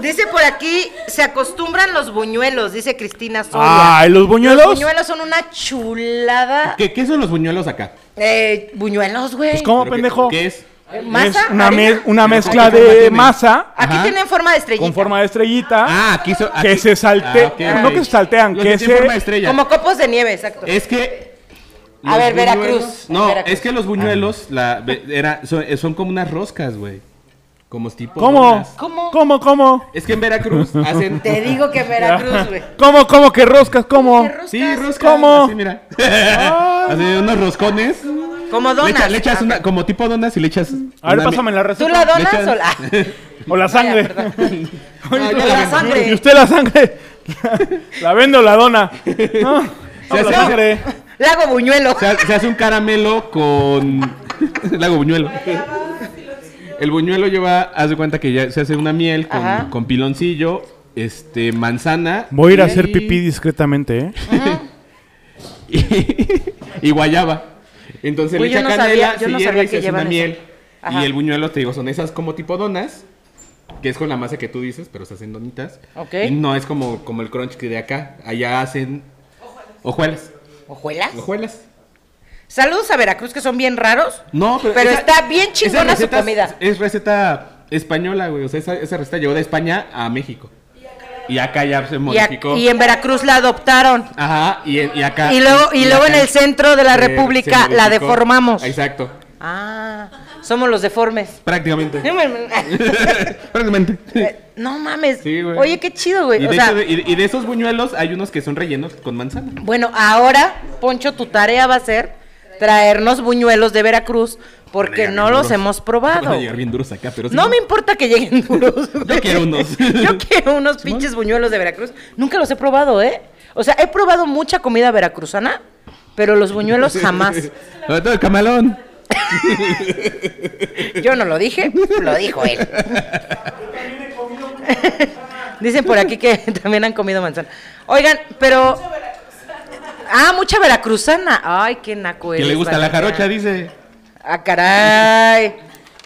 D: Dice por aquí, se acostumbran los buñuelos, dice Cristina Soria.
B: Ay, los
D: los
B: buñuelos.
D: buñuelos son una chulada.
C: Ah. ¿Qué, qué son los buñuelos acá?
D: Eh, buñuelos, güey.
B: Pues, ¿Cómo,
C: Pero qué-
B: pendejo? Ah,
C: ¿Qué es?
D: Eh,
B: Es
D: Masa.
B: una,
D: harina.
B: mez- una mezcla
C: ¿Qué forma
B: de
C: tiene?
B: masa
D: Aquí
C: Ajá.
D: tienen forma de estrellita.
B: con forma de estrellita.
C: Ah, aquí Ah, son.
B: Que se salte-
D: no
B: que se saltean, que se-
C: forma de Eh. estrella.
D: Como copos de nieve, exacto.
C: Es que.
D: A
C: los
D: ver,
C: buñuelos-
D: Veracruz,
C: No,
D: Veracruz.
C: es que los buñuelos la, ve- era, son, eh, son como unas roscas, güey. Como tipo.
B: ¿Cómo?
C: donas.
D: ¿Cómo?
B: ¿Cómo? ¿Cómo?
C: Es que en
D: [LAUGHS]
C: Veracruz hacen.
D: Te digo que en Veracruz, güey.
B: ¿Cómo? ¿Cómo que roscas? ¿Cómo?
D: ¿Qué roscas?
C: Sí, roscas.
B: ¿Cómo? Ah.
C: Así, mira. [LAUGHS] Así, unos roscones.
D: Como
C: Le
D: donas.
C: echas, le echas una, como tipo donas y le echas.
B: A ver,
C: una-
B: pásame la
D: ¿Tú
B: receta.
D: la donas
C: echas-
D: o la?
C: [LAUGHS]
B: O la
D: Vaya,
B: sangre. [LAUGHS]
D: perdón.
C: Ah,
D: Yo
C: ya
D: la
C: la vendí.
D: sangre.
B: Y usted la sangre. [LAUGHS] La vende o la dona. No, no,
C: Se
B: la
C: hace-
B: sangre.
D: Le hago buñuelo.
C: Se, ha- se hace un caramelo con. [LAUGHS] Le hago buñuelo. El buñuelo lleva, haz de cuenta que ya se hace una miel
D: Ajá.
C: con, con piloncillo, este, manzana.
B: Voy a ir a
C: y-
B: hacer pipí discretamente, ¿eh?
C: y, [LAUGHS] y guayaba. Entonces
D: Uy,
C: le
D: yo
C: echa
D: no
C: canela,
D: sabía- yo
C: se
D: no
C: hierve
D: sabía
C: y
D: que
C: se hace una
D: llevan
C: miel.
D: eso. Ajá.
C: Y el buñuelo, te digo, son esas como tipo donas, que es con la masa que tú dices, pero se hacen donitas.
D: Ok.
C: Y no es como, como el crunch que de acá. Allá hacen hojuelas.
D: ¿Hojuelas?
C: Hojuelas.
D: Saludos a Veracruz, que son bien raros.
C: No, pero.
D: Pero está bien chingona
C: esa
D: su
C: receta es-
D: comida.
C: Es receta española, güey. O sea, esa, esa receta llegó de España a México. Y acá ya se
D: Y, a-
C: modificó.
D: y en Veracruz la adoptaron.
C: Ajá, y, en- y acá.
D: Y luego- y luego en el centro de la
C: se- se
D: República la
C: modificó.
D: deformamos.
C: Exacto,
D: Ah, somos
C: [LAUGHS]
D: los deformes. [LAUGHS]
C: prácticamente.
D: Eh, [LAUGHS]
C: Prácticamente.
D: No mames.
C: Sí, güey.
D: Oye, qué Eh, chido,
C: Y
D: güey.
C: de,
D: O
C: hecho,
D: sea,
C: de- y- y de esos buñuelos hay unos que son rellenos con manzana.
D: bueno, ahora, Poncho, tu tarea va a ser traernos buñuelos de Veracruz porque
C: Llegan
D: no
C: bien
D: los
C: duros.
D: hemos
C: Van
D: probado.
C: a llegar bien duros acá, pero sí.
D: No me importa que
C: [LAUGHS]
D: lleguen duros. güey.
C: quiero unos.
D: [LAUGHS] Yo quiero unos pinches buñuelos de Veracruz. Nunca los he probado, ¿eh? O sea, he probado mucha comida veracruzana, pero los
C: [LAUGHS]
D: buñuelos jamás.
C: Sobre todo el camalón.
D: Yo no lo dije, lo dijo él. [LAUGHS] Dicen por aquí que también han comido manzana. Oigan, pero. Ah, mucha veracruzana. Ay, qué naco
C: Que le
D: eres,
C: gusta la
D: Valeria.
C: jarocha, dice.
D: Ah, caray.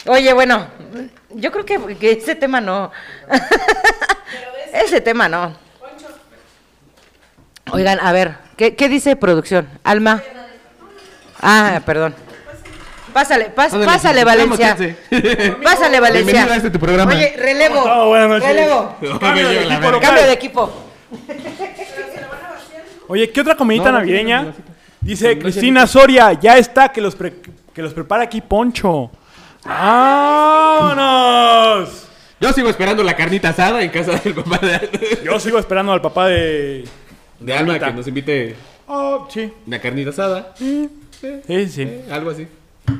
D: Oye, bueno, yo creo que, que ese tema no. ese tema no. Oigan, a ver, ¿qué, qué dice producción? Alma. Ah, perdón. Pásale, pas-
C: Ándale,
D: pásale,
C: damos
D: Valencia.
C: chance.
D: Pásale, Valencia.
C: Bienvenido a este tu programa.
D: Oye, relevo.
B: ¿Cómo está? Buenas noches.
D: Relevo.
B: Cambio de equipo local.
D: Cambio de equipo.
B: Oye, ¿qué otra comidita
C: No, no, no, no,
B: navideña?
C: no, no.
B: Dice
C: No,
B: Cristina Soria, ya está, que los, pre- que los prepara aquí Poncho. ¡Vámonos!
C: Yo sigo esperando la carnita asada en casa del papá [LAUGHS] de,
B: Yo sigo esperando al papá de...
C: de Alma que nos invite
B: Oh, sí.
C: una carnita asada.
B: Sí, sí.
C: Algo así.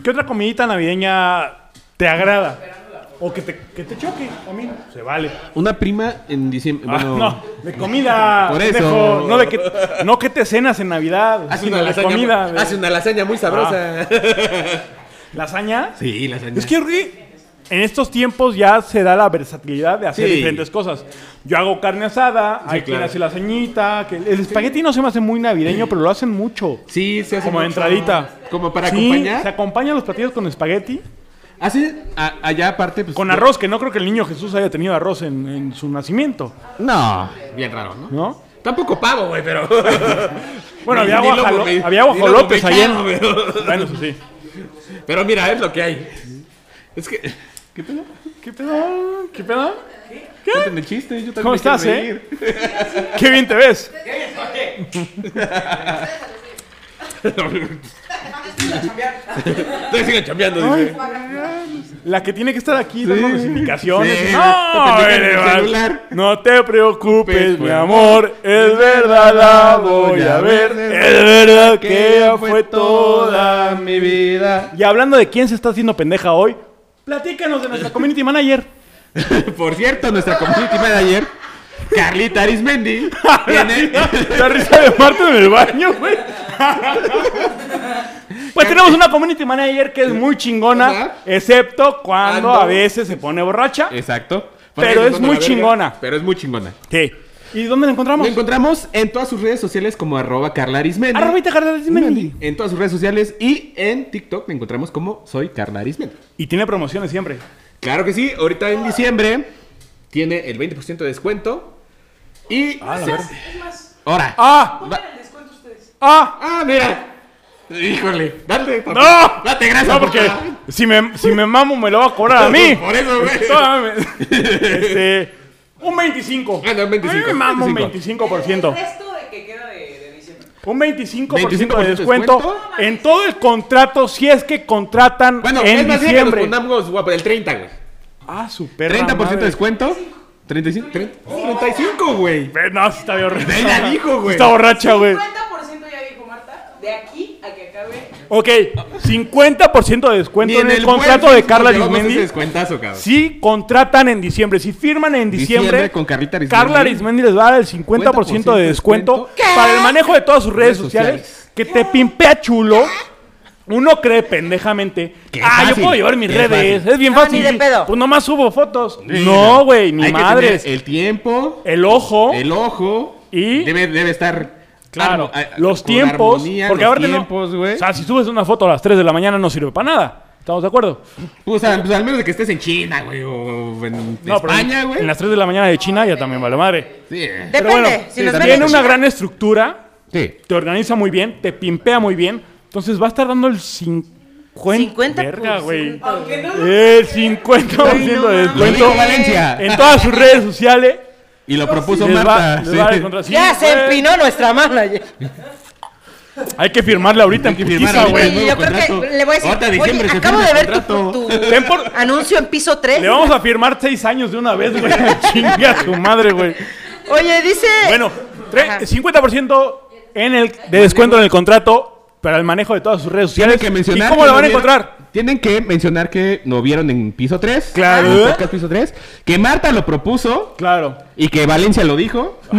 B: ¿Qué otra comidita navideña te agrada? O que te, que te choque. A mí se vale.
C: Una prima en diciembre.
B: Ah,
C: bueno,
B: no, de comida.
C: Por
B: pendejo.
C: eso.
B: No, de que, no que te cenas en Navidad.
C: hace,
B: sino
C: una
B: de
C: lasaña, Ah,
B: comida.
C: muy-
B: de-
C: hace una lasaña muy sabrosa.
B: ¿Lasaña?
C: [LAUGHS] Sí, lasaña.
B: Es que Rui, en estos tiempos ya se da la versatilidad de hacer
C: Sí.
B: diferentes cosas. Yo hago carne asada, hay quien
C: claro.
B: hace lasañita. Que el espagueti no se me hace muy navideño, pero lo hacen mucho.
C: Sí, se hace
B: Como de
C: mucho.
B: entradita.
C: Como para
B: Sí,
C: acompañar.
B: Se acompañan los platillos con espagueti.
C: Así, a- allá aparte, pues.
B: Con
C: yo-
B: arroz, que no creo que el niño Jesús haya tenido arroz en, en su nacimiento,
C: No. Bien raro, ¿no? [LAUGHS]
B: ¿no?
C: Tampoco pavo, güey, [LAUGHS] pero.
B: Bueno,
C: Ni-
B: había,
C: ni lo
B: guajalo-
C: come-
B: había
C: ni lo
B: guajolotes
C: come
B: allá.
C: chavo, pero-
B: Bueno, eso sí.
C: Pero mira, es lo que hay. Es que. ¿Qué pedo?
B: ¿Qué pedo? ¿Qué pedo?
C: Cuéntame el chiste, yo también
B: ¿Cómo
C: me quiero
B: estás, eh?
C: reír.
B: ¡Qué bien te ves!
C: Ustedes sigan chambeando, dice.
B: La que tiene que estar aquí dando las indicaciones.
C: Sí,
B: no,
C: esta pendeja en el
B: Erevan,
C: celular.
B: no te preocupes,
C: Pues,
B: mi
C: bueno.
B: amor. Es verdad, la voy a ver. Es verdad que ya fue toda mi
C: vida.
B: Y hablando de quién se está haciendo pendeja hoy, platícanos de [LAUGHS] nuestra community manager.
C: [LAUGHS] Por cierto, nuestra community manager, Carlita Arismendi,
B: [LAUGHS]
C: tiene...
B: La risa de Marta en el baño, güey. Pues tenemos una community manager que es muy
C: Ajá.
B: chingona, excepto cuando
C: Cuando-
B: a veces se pone borracha.
C: Exacto.
B: Pero es
C: Ponle
B: muy
C: la verga,
B: chingona.
C: eh, Pero es muy chingona.
B: ¿Qué? ¿Y dónde la
C: Lo
B: encontramos?
C: encontramos en todas sus redes sociales como arroba Carla Arismendi.
B: Arrobita Carla Arismendi.
C: En todas sus redes sociales y en TikTok me encontramos como soy Carla Arismendi.
B: Y tiene promociones siempre.
C: Claro que sí, ahorita en diciembre tiene el 20% de descuento. Y. se- Ahora.
B: ¡Ah! ¡Ah!
C: ¡Ah, mira! Híjole, dale, papá.
B: ¡No!
C: Date gracias,
B: No, porque
C: papá.
B: si me, si me mamo me lo va a cobrar a mí.
C: [LAUGHS] Por eso, güey.
B: No, mames. Este, un 25.
C: Bueno, Ah, un 25,
B: A mí me mamo un 25%.
G: resto de que queda de, de diciembre.
B: Un 25%, de
C: 25%
B: descuento,
C: descuento.
B: en todo el contrato si es que contratan
C: Bueno,
B: en
C: es más bien que nos
B: diciembre.
C: pongamos guapo, el 30, güey.
B: ah, super.
C: 30% de descuento. 35, 35, güey.
B: No, sí está bien horrible.
C: Ve, la dijo, güey.
B: Está borracha, güey.
G: 50% ya dijo Marta, de aquí a que acabe.
B: Ok, 50% de descuento
C: Ni
B: en, el,
C: Buen
B: contrato
C: Fin
B: de
C: nos
B: Carla
C: llevamos ese
B: Dismendi.
C: descuentazo, cabrón.
B: Si contratan en diciembre, si firman en diciembre,
C: Diciembre con Carlita Arismendi.
B: Carla Arismendi les va a dar el 50%, de
C: 50%
B: descuento
C: ¿Qué?
B: para el manejo de todas sus redes,
C: Redes
B: sociales,
C: sociales.
B: Que te pimpea chulo. Uno cree pendejamente.
C: Qué
B: ah, yo
C: fácil,
B: puedo llevar mis
C: qué
B: redes.
C: fácil.
B: Es bien
D: No,
B: fácil.
D: ni de pedo.
B: Pues nomás subo fotos.
C: Sí,
B: no, güey, ni
C: Hay que
B: madres.
C: tener El tiempo,
B: El ojo.
C: el ojo.
B: Oh. Y-
C: Debe, debe estar.
B: Claro,
C: armo- a- a-
B: los
C: con
B: tiempos.
C: armonía,
B: porque
C: los
B: ahora
C: tiempos,
B: no.
C: güey.
B: O sea, si subes una foto a las 3 de la mañana no sirve para nada. ¿Estamos de acuerdo?
C: Pues, a- pues, al menos de que estés en China, güey, o en
B: No, pero en-
C: España, güey.
B: En las 3 de la mañana de China ya también vale madre.
C: Sí.
D: De-
B: Pero bueno,
D: Depende, si nos
C: ven
B: tiene
C: en
B: una
D: China.
B: gran estructura,
C: Sí.
B: te organiza muy bien, te pimpea muy bien. Entonces va a estar dando el 50.
D: 50%.
B: verga, güey.
G: Aunque no lo
B: El 50% de
D: Ay, no
C: Lo
D: mames.
C: dijo
B: descuento
D: Güey.
C: Valencia.
B: en todas sus redes sociales.
C: Y lo propuso
B: Les va-
C: Marta.
B: les
C: sí.
B: va a encontrar- Sí,
D: Ya se
B: güey.
D: empinó nuestra manager.
B: Hay que firmarle ahorita
C: Hay
B: en
C: que firmar
B: putiza,
C: ahorita.
B: güey.
C: nuevo
D: Oye, yo creo
C: contrato.
D: que le voy a decir,
C: Ahorita en
D: oye,
C: diciembre se
D: acabo de
C: firma el
D: ver tu, tu
B: Ven por-
D: anuncio en piso 3.
B: Le vamos a firmar seis años de una vez, güey. [LAUGHS] Chinga su madre, güey.
D: Oye, dice...
B: Bueno, tre-
D: Ajá.
B: 50% en el, de descuento en el contrato para el manejo de todas sus redes sociales.
C: Tienen que mencionar.
B: ¿Y cómo
C: que
B: lo van a
C: no vieron-
B: encontrar?
C: Tienen que mencionar que no vieron en piso 3.
B: Claro.
C: En el podcast piso 3. Que Marta lo propuso.
B: Claro.
C: Y que Valencia lo dijo.
B: Ah.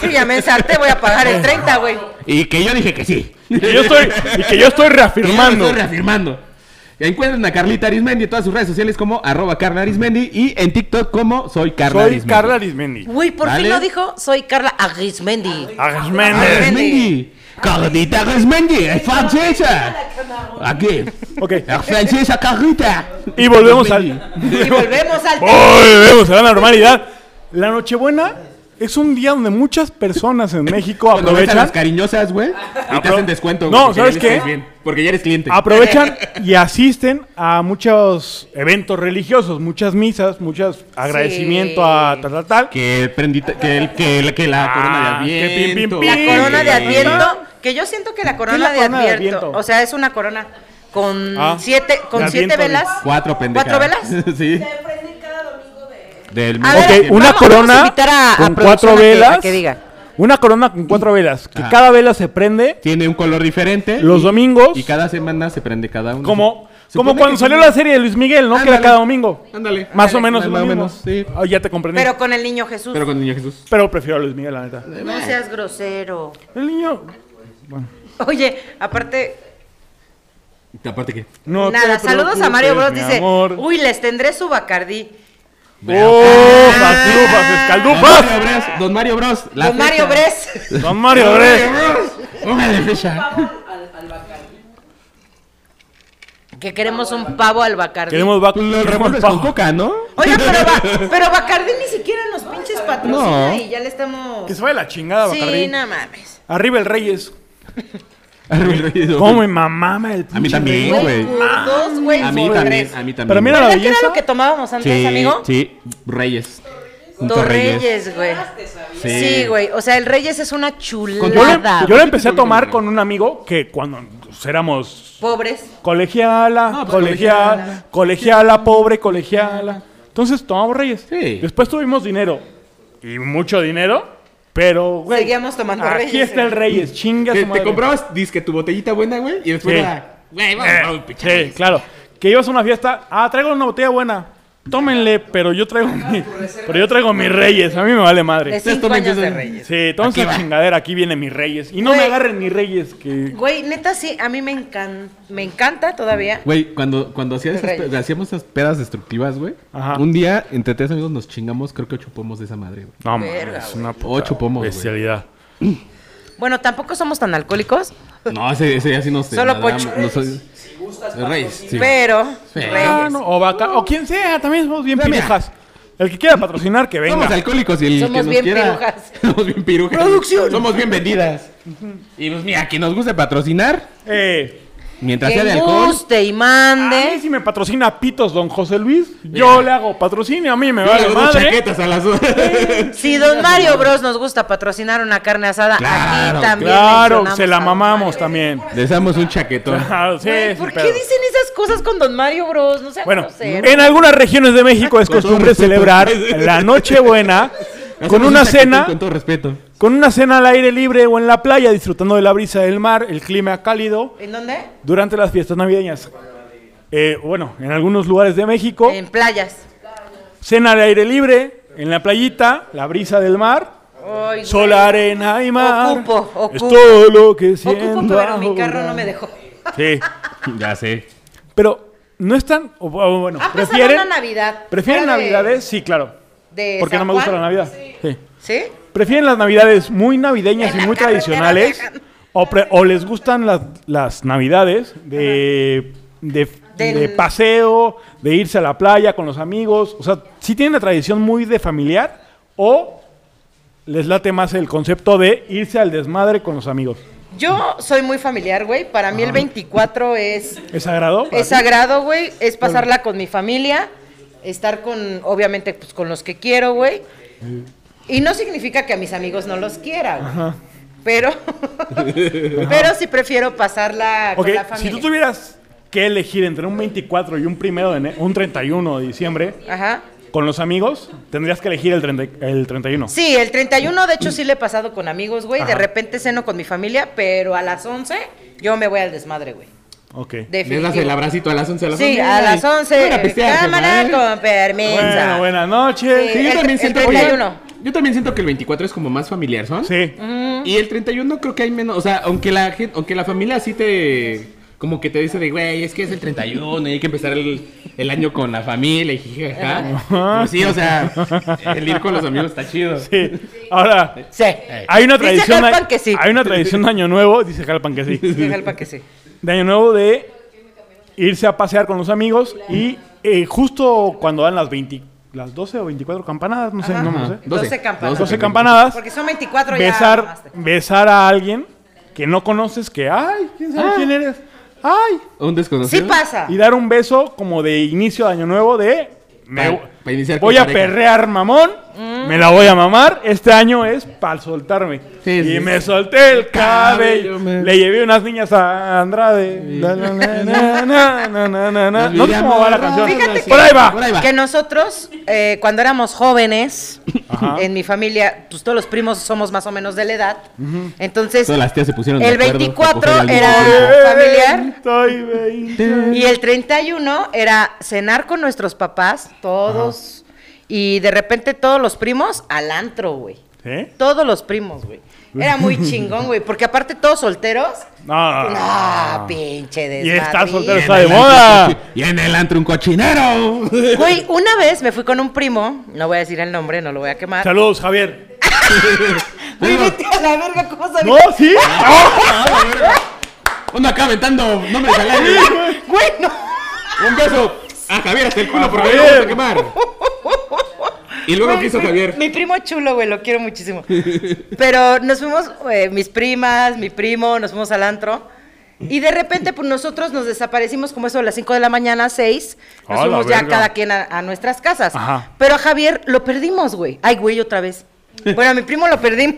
D: Sí, ya me ensarté, voy a pagar el 30, güey.
C: [LAUGHS] y que yo dije que sí.
B: Y que yo estoy, y que yo estoy
C: Que yo lo
B: reafirmando.
C: Estoy reafirmando. Encuentran a Carlita Arismendi en todas sus redes sociales como arroba Carla Arismendi y en TikTok como soy Carla
B: Soy
C: Arismendi.
B: Carla Arismendi.
D: Uy, por
C: Dale.
D: fin lo dijo. Soy Carla Agismendi.
B: Arismendi.
C: Arismendi. Carlita Arismendi, es francesa. Aquí.
B: Ok.
C: Es francesa Carlita.
B: Y volvemos al.
D: Y volvemos al
B: Volvemos a la normalidad. La Nochebuena es un día donde muchas personas en México
C: Cuando ves a
B: aprovechan.
C: las cariñosas, güey, y te
B: Apro-
C: hacen descuento.
B: No,
C: porque ya
B: ¿sabes
C: les
B: qué?
C: caes bien, porque ya eres cliente.
B: Aprovechan y asisten a muchos eventos religiosos, muchas misas, muchos agradecimiento a tal, tal, tal.
C: Que, prendita, que, el- que, la- que la
B: Ah,
C: corona de
B: que pim, pim,
C: Adviento.
B: pim.
D: La corona de
C: Eh,
D: Adviento, que yo siento que la corona,
B: ¿Qué es la corona
D: de,
B: de
D: adviento,
B: Adviento?
D: o sea, es una corona con
B: Ah,
D: siete,
B: de
D: con siete
B: Adviento,
D: velas.
C: Cuatro pendejas.
D: ¿Cuatro
C: [LAUGHS]
D: velas?
C: sí.
G: Se prenden cada domingo de.
C: Del
D: A
C: mismo
D: ver,
B: Ok,
C: tiempo.
B: una
D: vamos- vamos a
B: corona
D: invitar a- a
B: con
D: producción
B: cuatro
D: a que- a
B: velas.
D: que diga. Ah.
B: Una corona con cuatro velas. Que
C: Ajá.
B: cada vela se prende
C: Tiene un color diferente.
B: los
C: y-
B: domingos.
C: Y cada semana se prende cada uno.
B: Como,
C: Supone
B: como cuando
C: que
B: salió
C: sí.
B: la serie de Luis Miguel, ¿no? Que era
C: Ándale.
B: cada domingo.
C: Ándale.
B: Más o
C: Ándale,
B: menos
C: más
B: lo
C: o
B: mismo.
C: menos, sí.
B: Ah, ya te comprendí.
D: Pero
B: Pero,
D: con el niño Jesús.
C: Pero con Niño Jesús.
B: prefiero a Luis Miguel, la neta.
D: No seas grosero.
B: El niño.
D: Oye, aparte,
C: Aparte que.
B: No te
D: nada, saludos a Mario Bros.
B: preocupes, mi
D: Dice,
B: amor.
D: uy, les tendré su Bacardí.
B: ¡Oh!
C: Vean.
B: ¡Escaldupas,
C: Don Mario
B: escaldupas!
C: Bres. Don Mario Bros. la
D: Con Mario
C: fecha.
D: Bres.
B: Don Mario
C: Don
B: Bros.
C: Bros. Póngale fecha.
G: Al, al Bacardi.
D: [LAUGHS] Que queremos un pavo al Bacardí.
B: Queremos va
C: Lo
B: queremos
C: revuelves
B: pajo.
C: con coca, ¿no?
D: Oiga,
C: [LAUGHS]
D: pero,
B: [LAUGHS]
D: Ba- pero Bacardí ni siquiera nos pinches patrocina
C: No.
D: y ya le estamos...
B: Que se vaya la chingada,
D: Sí,
B: Bacardí.
D: no mames.
B: Arriba el Reyes.
C: ¿Cómo
B: ¿Cómo me mamaba el
C: A mí también,
B: pinche
C: güey.
D: Por dos, güey,
C: A mí
D: por
C: también,
D: tres.
C: a mí también.
B: Pero mira la
D: ¿Verdad que era
B: belleza.
D: lo que tomábamos antes,
C: sí,
D: amigo?
C: Sí, Reyes. Junto
D: Dos
C: a
D: Reyes, güey. Sí, güey. O sea, el Reyes es una
C: Yo le-
B: Yo, em-
D: chulada.
B: lo- yo lo empecé a tomar con un amigo que cuando pues éramos
D: Pobres.
B: colegiala,
C: No, pues,
B: colegiala, colegiala,
C: colegiala.
B: pobre, colegiala. Entonces tomamos reyes.
C: Sí.
B: Después tuvimos dinero. Y mucho dinero. Pero, güey.
D: Seguíamos tomando
B: aquí
D: Reyes. eh.
B: está el reyes. Chinga
C: Te,
B: su madre.
C: te comprabas, disque, tu botellita buena, güey, y después
B: Sí.
C: era...
B: Eh, sí, claro. Que ibas a una fiesta. Ah, traigo una botella buena. Tómenle, pero yo traigo
D: Ah,
B: mi, pero yo traigo mis reyes. A mí me vale
D: De
B: madre.
D: cinco
C: me
D: años de
C: empiezan-
D: reyes.
B: Sí, tomen esa chingadera. Aquí vienen mis reyes. Y no me
D: Güey.
B: agarren mis reyes. Que...
D: Güey, neta, sí, a mí me, encan- me encanta todavía.
C: Güey, cuando, cuando hacías esas
D: Reyes.
C: pe- hacíamos esas pedas destructivas, güey,
B: Ajá.
C: un día entre tres amigos nos chingamos, creo que ocho pomos de esa madre, güey.
B: No,
D: Verga,
B: mames, es una puta
C: Ocho pomos, güey.
B: especialidad.
D: Bueno, tampoco somos tan alcohólicos,
C: No, ese, ese día sí nos...
D: Solo
C: nadamos,
D: pocho.
C: no soy- Reyes, sí.
D: pero pues,
C: Sí.
B: Ah,
D: reyes.
B: no, o vaca, o quien sea, también somos bien
C: Mira, mira.
B: pirujas. El que quiera patrocinar, que venga.
C: Somos alcohólicos y el
D: Somos
C: que nos
D: bien
C: quiera-
D: pirujas.
C: [LAUGHS] Somos bien pirujas.
D: Producción.
C: Somos bien vendidas. Y pues mira, quien nos guste patrocinar,
B: Eh,
C: mientras sea de
D: Que
C: alcohol.
D: guste y
B: a mí
D: mande.
B: si me patrocina Pitos Don José Luis, yo le hago patrocinio, a mí me
C: yo le
B: vale
C: doy
B: madre.
C: chaquetas a las
B: [LAUGHS]
C: horas.
D: Si don Mario Bros nos gusta patrocinar una carne asada,
C: Claro,
D: aquí también.
B: Claro,
D: mencionamos
B: se
D: a
B: la
D: don
B: mamamos
D: Mario.
B: también.
C: [LAUGHS]
B: [LAUGHS]
C: Les damos un chaquetón.
B: Claro, sí,
D: Güey,
B: sí,
D: ¿Por
B: pero-
D: qué dicen esas cosas con don Mario Bros? No sean
B: Bueno,
D: groseros.
B: en algunas regiones de México es
C: Con todo
B: costumbre
C: respeto. [LAUGHS]
B: celebrar la Nochebuena con una
C: Hacemos un chaquetón
B: cena
C: Con todo respeto.
B: con una cena al aire libre o en la playa disfrutando de la brisa del mar, el clima cálido
D: ¿En dónde?
B: durante las fiestas navideñas. Eh, bueno, en algunos lugares de México,
D: En playas.
B: cena al aire libre, en la playita, la brisa del mar,
D: Ay, güey.
B: sol, arena y mar.
D: Ocupo, ocupo.
B: Es todo lo que siento.
D: Ocupo, pero mi carro
B: ahora.
D: no me dejó.
B: Sí,
C: Ya sé.
B: pero no están, o- o bueno,
D: ¿Ha pasado
B: prefieren,
D: Ah, pues una Navidad?
B: prefieren
D: fuera de-
B: navidades, sí, claro,
D: De
B: porque no
D: San
B: me gusta la
D: Juan?
B: Navidad. Sí.
D: ¿Sí?
B: ¿Prefieren las navidades muy navideñas
D: En
B: y
D: la
B: muy
D: carretera
B: tradicionales?
D: viajan.
B: O, pre- o les gustan las, las navidades de, de,
D: Del-
B: de paseo, de irse a la playa con los amigos? O sea, si tienen la tradición muy de familiar o les late más el concepto de irse al desmadre con los amigos.
D: Yo soy muy familiar, güey. Para mí el 24 es,
B: ¿Es sagrado? para
D: es
B: ti?
D: sagrado, güey. Es pasarla con mi familia. Estar con, obviamente, pues con los que quiero, güey. Y no significa que a mis amigos no los quiera, güey.
B: [LAUGHS]
D: Pero, pero sí prefiero pasarla
B: Ok,
D: con la
B: si
D: familia.
B: tú tuvieras que elegir entre un 24 y un primero de ene- un 31 de diciembre
D: Ajá.
B: con los amigos, tendrías que elegir el, 30 el 31.
D: Sí, el 31 de hecho sí le he pasado con amigos, güey. De
B: Ajá.
D: repente ceno con mi familia, pero a las 11 yo me voy al desmadre, güey.
B: Ok.
C: Les das el
D: Definitivo.
C: abracito a las 11 a las 11.
D: Sí, a las 11. cámara con permiso.
B: Bueno, buenas noches.
D: Sí.
C: yo
D: el-
C: también
D: el
C: siento
D: 31.
C: Oye, Yo también siento que el 24 es como más familiar, ¿son?
B: Sí.
D: Mm.
C: Y el 31 creo que hay menos, o sea, aunque la gente, aunque la familia sí te como que te dice de, güey, es que es el 31 y hay que empezar el, el año con la familia y jijaja. Pero sí, o sea, el ir con los amigos está chido.
B: Sí. Ahora,
D: Sí.
B: hay una tradición.
D: Dice Jalpan que sí.
B: Hay una tradición de Año Nuevo, dice Jalpan
D: [LAUGHS]
B: que sí.
D: Dice Jalpan que sí.
B: De Año Nuevo de irse a pasear con los amigos y eh, justo cuando dan las 20, las 12 o 24 campanadas, no sé, no me lo sé.
D: 12 campanadas.
B: 12 campanadas.
D: Porque son 24 ya.
B: besar,
D: mamaste.
B: besar a alguien que no conoces, que, ay, quién
D: Ah.
B: sabe quién eres, ay,
C: Un desconocido.
D: Sí pasa.
B: y dar un beso como de inicio de año nuevo de, me
C: Pa- pa iniciar con
B: voy a
C: pareja.
B: perrear mamón,
D: Mm.
B: me la voy a mamar, este año es para soltarme.
C: Sí,
B: y
C: sí.
B: me solté el cabello,
C: Cabello, man.
B: le llevé unas niñas a Andrade. La, la, la, na, na, na, na, na, na.
C: Nos
B: No sé cómo va la
C: miramos.
B: canción.
D: Fíjate que-
B: Por ahí va.
C: Por ahí va.
D: Que nosotros, eh, cuando éramos jóvenes,
B: Ajá.
D: en mi familia, pues todos los primos somos más o menos de la edad. Entonces,
C: Todas las tías se pusieron de
D: el
C: acuerdo,
D: 24
C: se
D: era
C: pusieron al
B: Eh,
D: Ah, familiar.
B: estoy veinte.
D: Y el 31 era cenar con nuestros papás, todos. Y de repente todos los primos al antro, güey.
B: ¿Eh?
D: Todos los primos, güey. Era muy chingón, güey. Porque aparte todos solteros.
B: No.
D: Ah, pinche
B: Y
D: desmadre.
B: está soltero,
C: mismo.
B: [LAUGHS] está de moda.
C: Y en el antro un cochinero.
D: Güey, una vez me fui con un primo, no voy a decir el nombre, no lo voy a quemar.
B: Saludos,
D: [LAUGHS]
B: Javier.
D: Güey, vete a la verga, ¿cómo sabes?
B: No, sí. Ah.
C: Uno acá aventando nombres al aire.
D: Güey, no.
C: Un beso a Javier hasta el culo porque lo
B: Javier.
C: vamos a quemar. Y luego
D: Güey,
C: que hizo
D: mi-
C: Javier.
D: Mi primo chulo, güey, lo quiero muchísimo. Pero nos fuimos, eh, mis primas, mi primo, nos fuimos al antro. Y de repente, pues nosotros nos desaparecimos como eso a las 5 de la mañana, 6. Nos
B: A la
D: fuimos ya
B: verga.
D: cada quien a, a nuestras casas.
B: Ajá.
D: Pero a Javier lo perdimos, güey. Ay, güey, otra vez. Bueno, a mi primo lo perdimos.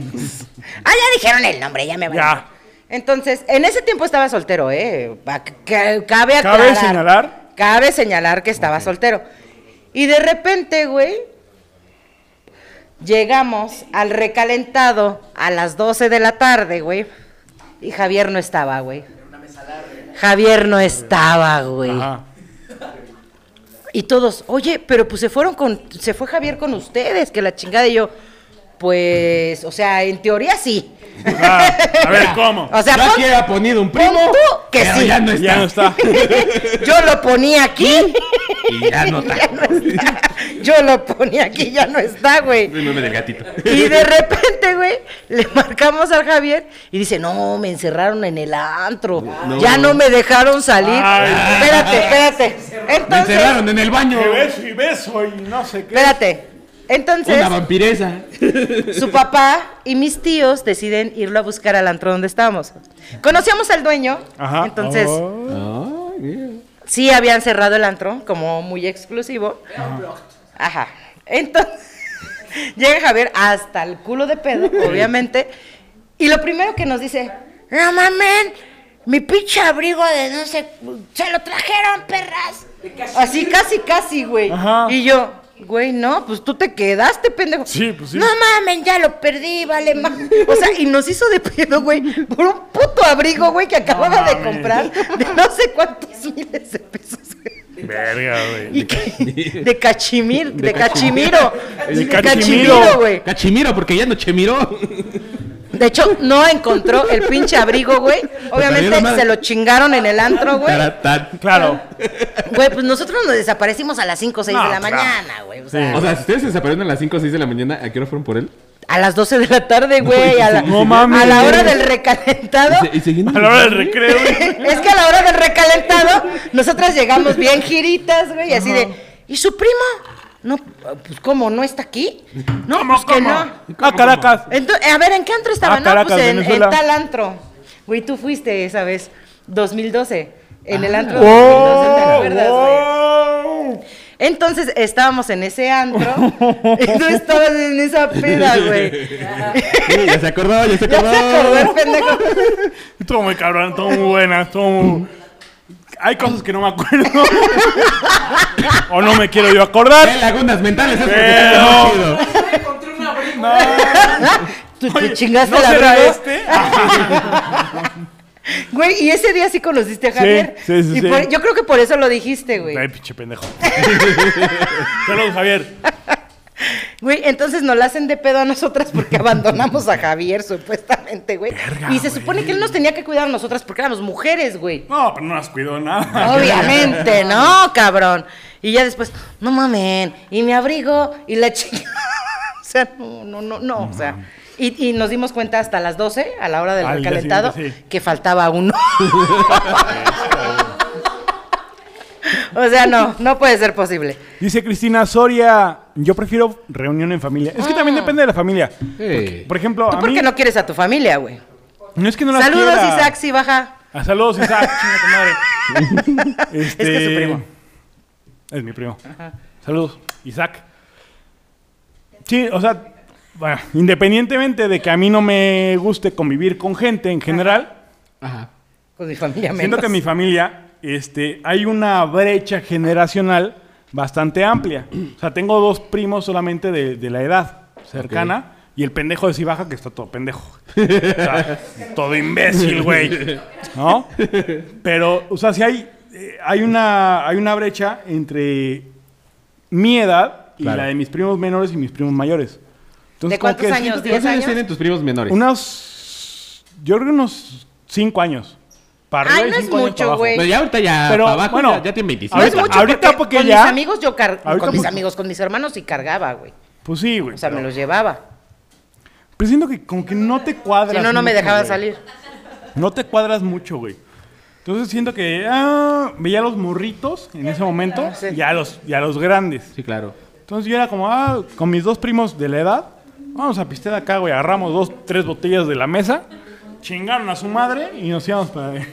D: Ah, ya dijeron el nombre, ya me van.
B: Ya.
D: Entonces, en ese tiempo estaba soltero, ¿eh? Pa- ca- [LAUGHS] Cabe aclarar.
B: ¿Cabe señalar?
D: Cabe señalar que estaba soltero. Y de repente, güey, llegamos al recalentado a las 12 de la tarde, güey. Y Javier no estaba, güey. Javier no estaba, güey.
B: Ajá.
D: Y todos, oye, pero pues se fueron con, se fue Javier con ustedes, que la chingada y yo, pues, o sea, en teoría sí.
B: Ah, a ver, ¿cómo?
D: O sea,
C: Yo
D: pon-
C: aquí había ponido un
D: pon
C: primo.
D: tú que
C: pero
D: sí.
C: ya no está.
B: Ya no está.
D: [LAUGHS]
C: [LAUGHS]
D: Yo lo ponía aquí.
C: Y ya no está.
D: [LAUGHS] Ya no está. Yo lo ponía aquí, ya no está, güey.
C: El meme del gatito.
D: Y de repente, güey, le marcamos al Javier y dice, no, me encerraron en el antro. Ya no me dejaron salir.
B: Ay.
D: Espérate, espérate.
C: Me
D: Entonces,
C: encerraron en el baño.
B: Que beso y beso y no sé qué.
D: espérate. Entonces,
C: Una vampiresa.
D: su papá y mis tíos deciden irlo a buscar al antro donde estábamos. Conocíamos al dueño,
B: Ajá.
D: entonces
B: Oh.
C: Ay, mira.
D: sí habían cerrado el antro como muy exclusivo. Ajá. Entonces [LAUGHS] llega Javier hasta el culo de pedo, obviamente, y lo primero que nos dice, no mamen, mi pinche abrigo de no sé, se lo trajeron perras. Así casi casi, güey.
B: Ajá.
D: Y yo, güey, no, pues tú te quedaste, pendejo.
B: Sí, pues sí.
D: No mamen, ya lo perdí, vale más. O sea, y nos hizo de pedo, güey, por un puto abrigo, güey, que acababa de
B: mames.
D: comprar de no sé cuántos miles de pesos. güey.
B: Verga, güey.
D: Y que- de cachimir, de, cachimiro. De
B: cachimiro.
D: cachimiro, güey.
C: Cachimiro, porque ya no chemiró.
D: De hecho, no encontró el pinche abrigo, güey.
C: la
D: Obviamente
C: madre.
D: se lo chingaron en el antro, güey.
C: Taratán.
D: [LAUGHS]
B: Claro.
D: Güey, pues nosotros nos desaparecimos a las 5 o 6
B: No, pues,
D: de la
B: claro.
D: mañana, güey. O sea,
C: O sea, si ustedes se desaparecen a las 5 o 6 de la mañana, ¿a qué hora fueron por él?
D: a las 12 de la tarde, güey. a, la-
B: No mames.
D: a la hora del recalentado.
C: Y se- y siguiendo-
B: A la hora del recreo, güey.
D: [LAUGHS] Es que a la hora del recalentado, nosotras llegamos bien giritas, güey, así de. ¿Y su primo? No, pues ¿cómo? ¿No está aquí? No, pues que no. Eh,
B: Ah, Caracas.
D: Ento- a ver, ¿en qué antro estaba?
B: Ah,
D: no,
B: Caracas,
D: pues en, en
B: Venezuela.
D: tal antro. Güey, tú fuiste esa vez, 2012, en el antro de 2012, ¿te
B: Ah. ¡Oh!
D: acuerdas, güey?
B: ¡Wow!
D: Entonces estábamos en
B: [LAUGHS]
D: ese antro, y tú estabas en esa peda, güey.
B: [LAUGHS]
C: Sí, ya se acordó, ya se
D: ¿Ya
C: acordó.
D: se acordó el pendejo? [LAUGHS]
B: Estuvo muy cabrón, estuvo muy buena, estuvo muy- Hay cosas que no me acuerdo. [LAUGHS] o no me quiero yo
C: Hay
B: acordar.
C: lagunas mentales. es
B: Pero-
C: porque está muy chido.
G: Encontré un abrigo.
D: ¿Tú, tú
B: Oye,
D: chingaste
B: ¿No
D: la
B: será
D: verga?
B: este?
D: Güey, y ese día sí conociste a Javier.
B: sí, sí,
D: Y
B: sí.
D: por- yo creo que por eso lo dijiste, güey.
B: Ay, pinche pendejo. [LAUGHS] Saludos, Javier.
D: Güey, entonces nos la hacen de pedo a nosotras
B: [LAUGHS]
D: porque abandonamos a Javier, supuestamente, güey. Y se supone que él nos tenía que cuidar a nosotras porque éramos mujeres, güey.
B: No, pero no nos cuidó nada.
D: Obviamente, no, cabrón. Y ya después, no mamen, y mi abrigo, y la chica. [LAUGHS] o sea, no, no, no, no, o sea. Y, y nos dimos cuenta hasta las 12, a la hora del
B: Al día
D: recalentado,
B: siguiente, sí.
D: que faltaba
B: [LAUGHS]
D: uno. o sea, no, no puede ser posible.
B: Dice Cristina Soria, yo prefiero reunión en familia. Es que también depende de la familia.
C: Hey.
B: Por ejemplo,
D: Ah. ¿Tú
B: a
D: por
B: mí
D: qué no quieres a tu familia, güey?
B: no es que no la
D: Saludos,
B: quiera.
D: Isaac, si baja.
B: Ah, saludos, Isaac. [LAUGHS] Chinga tu madre. Este,
D: [LAUGHS] Es que es su primo.
B: Es mi primo. Saludos, Isaac. Sí, o sea, bueno, independientemente de que a mí no me guste convivir con gente en general,
C: Ajá.
D: Con mi familia menos.
B: siento que en mi familia este, hay una brecha generacional bastante amplia. O sea, tengo dos primos solamente de, de la edad cercana. Y el pendejo de Cibaja que está todo pendejo. O
D: [LAUGHS]
B: sea, todo imbécil, güey. ¿No? Pero, o sea, si hay, eh, hay, una, hay una brecha entre mi edad y
C: Claro.
B: la de mis primos menores y mis primos mayores. Entonces,
D: ¿De
B: como
D: cuántos
B: que
D: años?
B: siento que-
C: ¿Cuántos
D: ¿Diez
C: años
D: años?
C: tienen tus primos menores?
B: Unos. Yo creo que unos cinco años. Para
D: Ay,
B: y
D: Ah, no es
B: cinco años
D: mucho,
B: para abajo.
D: güey.
C: Pero ya ahorita ya
B: Pero,
C: para abajo
B: bueno,
C: ya, ya tienen 25.
D: No es
B: Ahorita-
D: mucho
B: ahorita porque
D: con
B: ya-
D: mis amigos yo car-
B: Ahorita
D: con mis
B: porque-
D: amigos, con mis hermanos sí cargaba, güey.
B: Pues sí, güey.
D: O sea, me
B: pero-
D: los llevaba.
B: Pero siento que como que no te cuadras.
D: Si no, no me
B: mucho,
D: dejaban
B: güey.
D: salir.
B: No te cuadras mucho, güey. Entonces siento que ah, veía a los morritos en ese momento
D: Ah, Sí.
B: y, a los, y a los grandes.
C: Sí, claro.
B: Entonces yo era como, ah, con mis dos primos de la edad, vamos a pistear acá, güey, agarramos dos, tres botellas de la mesa, chingaron a su madre y nos íbamos para...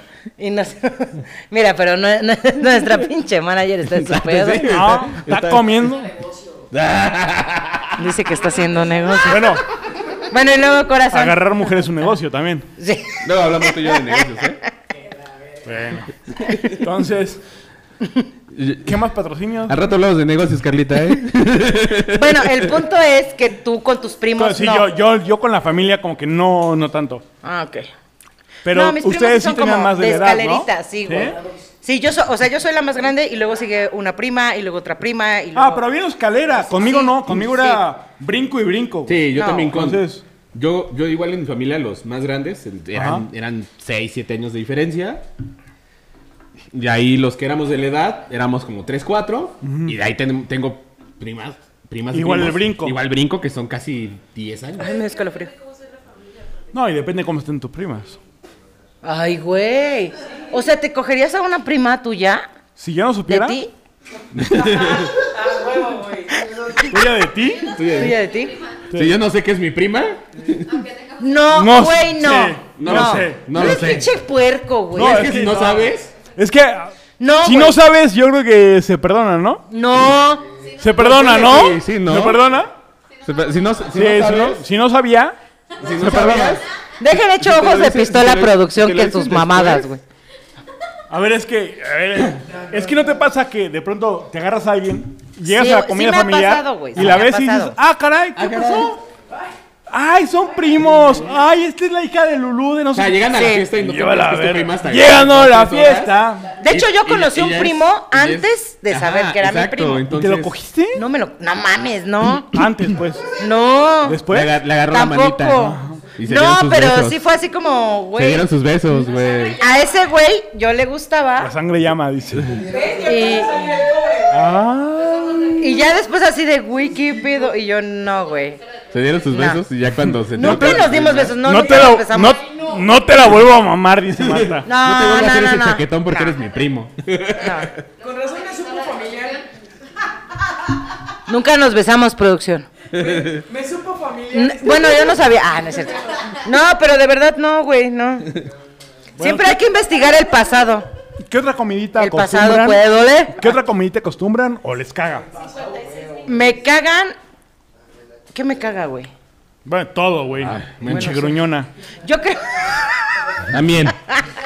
D: [LAUGHS] Y nos- Mira, pero no- no- [LAUGHS] nuestra pinche manager está en su pedo.
C: sí.
B: No, está Ah, comiendo.
D: [LAUGHS] Dice que está haciendo negocio.
B: Bueno,
D: Bueno, y luego corazón.
B: Agarrar mujeres es un negocio también.
D: Sí.
C: [LAUGHS] Luego hablamos tú y yo de negocios, ¿eh?
B: Entonces, ¿qué más patrocinios?
C: Al rato hablamos de negocios, Carlita, ¿eh?
D: Bueno, el punto es que tú con tus primos
B: Entonces, sí,
D: no.
B: yo, yo, yo con la familia como que no, no tanto.
D: Ah, ok.
B: Pero
D: No, mis primos
B: ustedes sí
D: son
B: tenían
D: como
B: más de, la
D: de
B: edad, ¿no?
D: escalerita, sí, güey. Sí, yo so- o sea, yo soy la más grande y luego sigue una prima y luego otra prima y luego...
B: Ah, pero había escalera. Conmigo
D: Sí,
B: no. Conmigo
D: sí.
B: era brinco y brinco.
C: [LAUGHS] Sí, yo
D: No.
C: también con.
B: Entonces-
C: Yo, yo igual en mi familia, los más grandes,
B: Ajá.
C: eran, eran 6, 7 años de diferencia. Y ahí los que éramos de la edad, éramos como 3, 4. Y de ahí ten- tengo primas. primas y
B: Igual el
C: primos.
B: brinco.
C: Igual brinco, que son casi 10 años.
D: Ay, me dio escalofrío.
B: No, y depende cómo estén tus primas.
D: Ay, güey. O sea, ¿te cogerías a una prima tuya?
B: Si yo no
D: ¿De
B: supiera,
D: ti?
B: tuya de ti.
D: ¿Tuya de ti?
C: Si yo no sé qué es mi prima,
D: No,
B: No
D: güey, no.
B: sé, no lo sé,
C: no
D: Eres
C: lo sé.
D: pinche puerco, güey.
B: No,
C: es
B: es
C: que
B: que
C: si no
B: no.
C: sabes,
B: Es que
D: No,
B: si
D: güey.
B: no sabes, yo creo que se perdona, ¿no?
D: No.
B: Se perdona, ¿no?
C: Sí, sí, ¿no?
B: ¿Se perdona?
C: se- si no, si
B: Sí,
C: no
B: si,
C: sabes,
B: no, si no sabía,
C: si no sabías,
D: Dejen hecho
C: Si te lo
D: ojos de
C: dicen-
D: pistola
C: te lo-
D: producción
C: te lo
D: que
C: dicen
D: sus
C: después.
D: mamadas, güey.
B: a ver, es que a ver, es que no te pasa que de pronto te agarras a alguien, llegas
D: Sí,
B: a
D: sí
B: la comida
D: me ha
B: familiar
D: pasado, güey, sí
B: y la
D: me ha
B: ves y dices,
D: pasado.
B: "Ah, caray, ¿qué pasó?" Ay, son primos. Ay, esta es la hija de Lulú de no
C: o sea,
B: sé.
C: llegan a la
D: Sí.
C: fiesta y no te
B: Lleva la
C: enteras que es tu
B: verga.
C: prima hasta
B: Llegan a la
C: tres horas.
B: fiesta.
D: De hecho,
C: Y-
D: yo
C: y-
D: conocí
C: y
D: a un
C: ya es-
D: primo
C: y ya es-
D: antes de saber
C: Ajá,
D: que era mi
C: exacto,
D: primo.
B: ¿Te
C: entonces-
B: lo cogiste?
D: No me lo... No mames, no.
B: Antes, pues.
D: No.
B: Después.
C: Le, aga- le agarró la manita.
D: Tampoco.
C: Y se
D: No,
C: dieron sus
D: pero
C: besos.
D: sí fue así como,
C: Se
D: güey.
C: dieron sus besos, güey.
D: A ese güey yo le
B: La
D: gustaba
B: sangre llama, dice.
C: Pues,
D: y,
B: Ah.
D: y ya después así de, güey, ¿qué pedo? Y yo, no, güey.
C: Se dieron sus
D: No.
C: besos y ya cuando
D: [LAUGHS]
C: se
D: Nunca
C: enteró-
D: nos dimos besos, no,
B: No,
D: nunca
B: te
D: nos
B: la,
D: besamos.
B: no, no te la vuelvo a mamar, dice Marta.
C: No te
D: [LAUGHS] No,
C: vuelvo a
D: no,
C: hacer
D: no,
C: ese
D: no.
C: chaquetón porque eres mi
B: [LAUGHS]
C: primo.
G: Con razón me supo familiar.
D: Nunca nos besamos, producción.
G: Me supo familiar.
D: N- Bueno, yo no sabía. Ah, no es cierto. No, pero de verdad no,
B: [LAUGHS]
D: güey, no. Siempre hay que investigar el pasado.
B: ¿Qué otra comidita
D: El
B: acostumbran?
D: pasado puede doler.
B: ¿Qué otra comidita acostumbran o les caga?
D: Me cagan. ¿Qué me caga, güey?
B: Bueno, todo, güey.
C: Ah,
B: Pinche gruñona.
D: Yo creo. [LAUGHS]
C: También.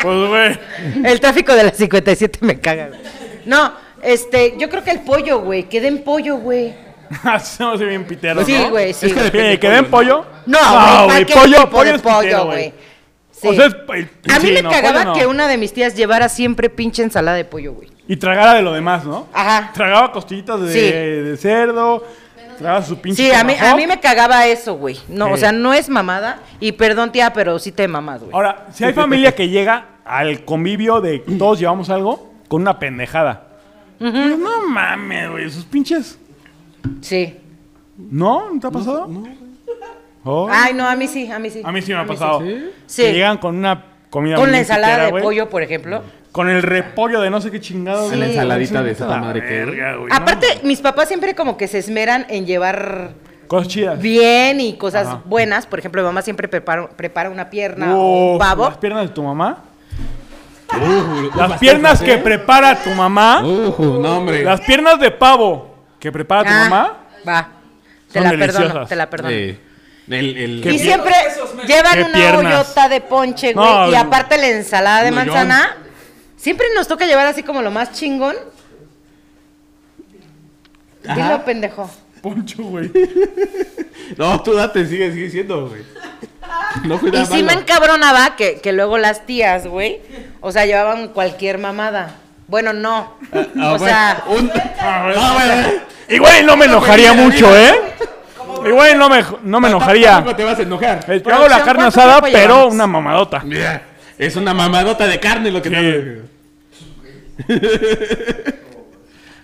B: Pues, güey.
D: El tráfico de las 57 me caga. güey. No, este, yo creo que el pollo, güey. Que den pollo, güey.
B: [LAUGHS] Hacemos bien pitero,
D: Sí,
B: ¿no?
D: güey, sí.
C: Es que
D: güey.
C: depende
B: Oye,
C: del
B: ¿Que den
C: pollo,
B: pollo?
D: No, güey, ¿para qué
B: Ah, Pollo,
D: tipo
B: pollo
D: de
B: es pitero, güey.
D: Sí.
B: O sea, es- el-
D: A mí
B: sí,
D: me
B: no,
D: cagaba
B: pollo no.
D: que una de mis tías llevara siempre pinche ensalada de pollo, güey.
B: Y tragara de lo demás, ¿no?
D: Ajá.
B: Tragaba costillitas de,
D: Sí.
B: de cerdo. Tragaba su pinche
D: Sí, a mí, a
B: tomahawk.
D: mí me cagaba eso, güey. No, o
B: Sí.
D: sea, no es mamada. Y perdón, tía, pero sí te mamas, güey.
B: Ahora, si hay familia que llega al convivio de todos llevamos algo con una pendejada. Pues No mames, güey, esos pinches.
D: Sí.
B: ¿No? ¿No te ha pasado? Oh.
D: Ay, no, a mí sí, a mí sí.
B: A mí sí me ha pasado.
D: Sí.
B: Que llegan con una comida
D: Con
B: muy
D: la ensalada
B: pitera,
D: de
B: güey.
D: pollo, por ejemplo.
B: Con el repollo de no sé qué chingado.
D: Sí.
C: La ensaladita de esa
B: La
C: madre que.
B: verga, güey, no.
D: Aparte, mis papás siempre como que se esmeran en llevar
B: Cosas chidas.
D: bien y cosas buenas. Por ejemplo, mi mamá siempre prepara, prepara una pierna o un
B: Uf,
D: pavo.
B: Las piernas de tu mamá.
C: Ah, Uh,
B: Las piernas que prepara tu mamá.
C: Uh, no, hombre.
B: Las piernas de pavo que prepara tu
D: Ah,
B: mamá.
D: Va. Te
B: Son
D: la perdono,
B: deliciosas.
D: te la perdono.
C: Sí. El, el-
D: Y
B: ¿Qué
D: siempre
B: Qué
D: llevan una
B: piernas.
D: hoyota de ponche, güey.
B: No,
D: y
B: no.
D: aparte la ensalada de
B: Un hoyón.
D: manzana. Siempre nos toca llevar así como lo más chingón. Dilo, pendejo.
B: Poncho, güey.
C: No, tú date, sigue, sigue siendo, güey. No fui
D: Y
C: nada
D: sí me
C: malo.
D: encabronaba que, que luego las tías, güey, o sea, llevaban cualquier mamada. Bueno, no.
C: Ah,
D: o
C: bueno,
D: sea,
C: un- Ah, bueno.
B: Igual y no me enojaría
C: Mira,
B: mucho,
C: mira.
B: ¿eh? Igual y no me, no me enojaría.
C: Tampoco te vas a enojar.
B: Eh, Yo hago la
D: Producción,
B: carne
D: ¿cuánto
B: asada,
D: tiempo
B: pero
D: llevamos?
B: una mamadota.
C: Mira, es una mamadota de carne lo que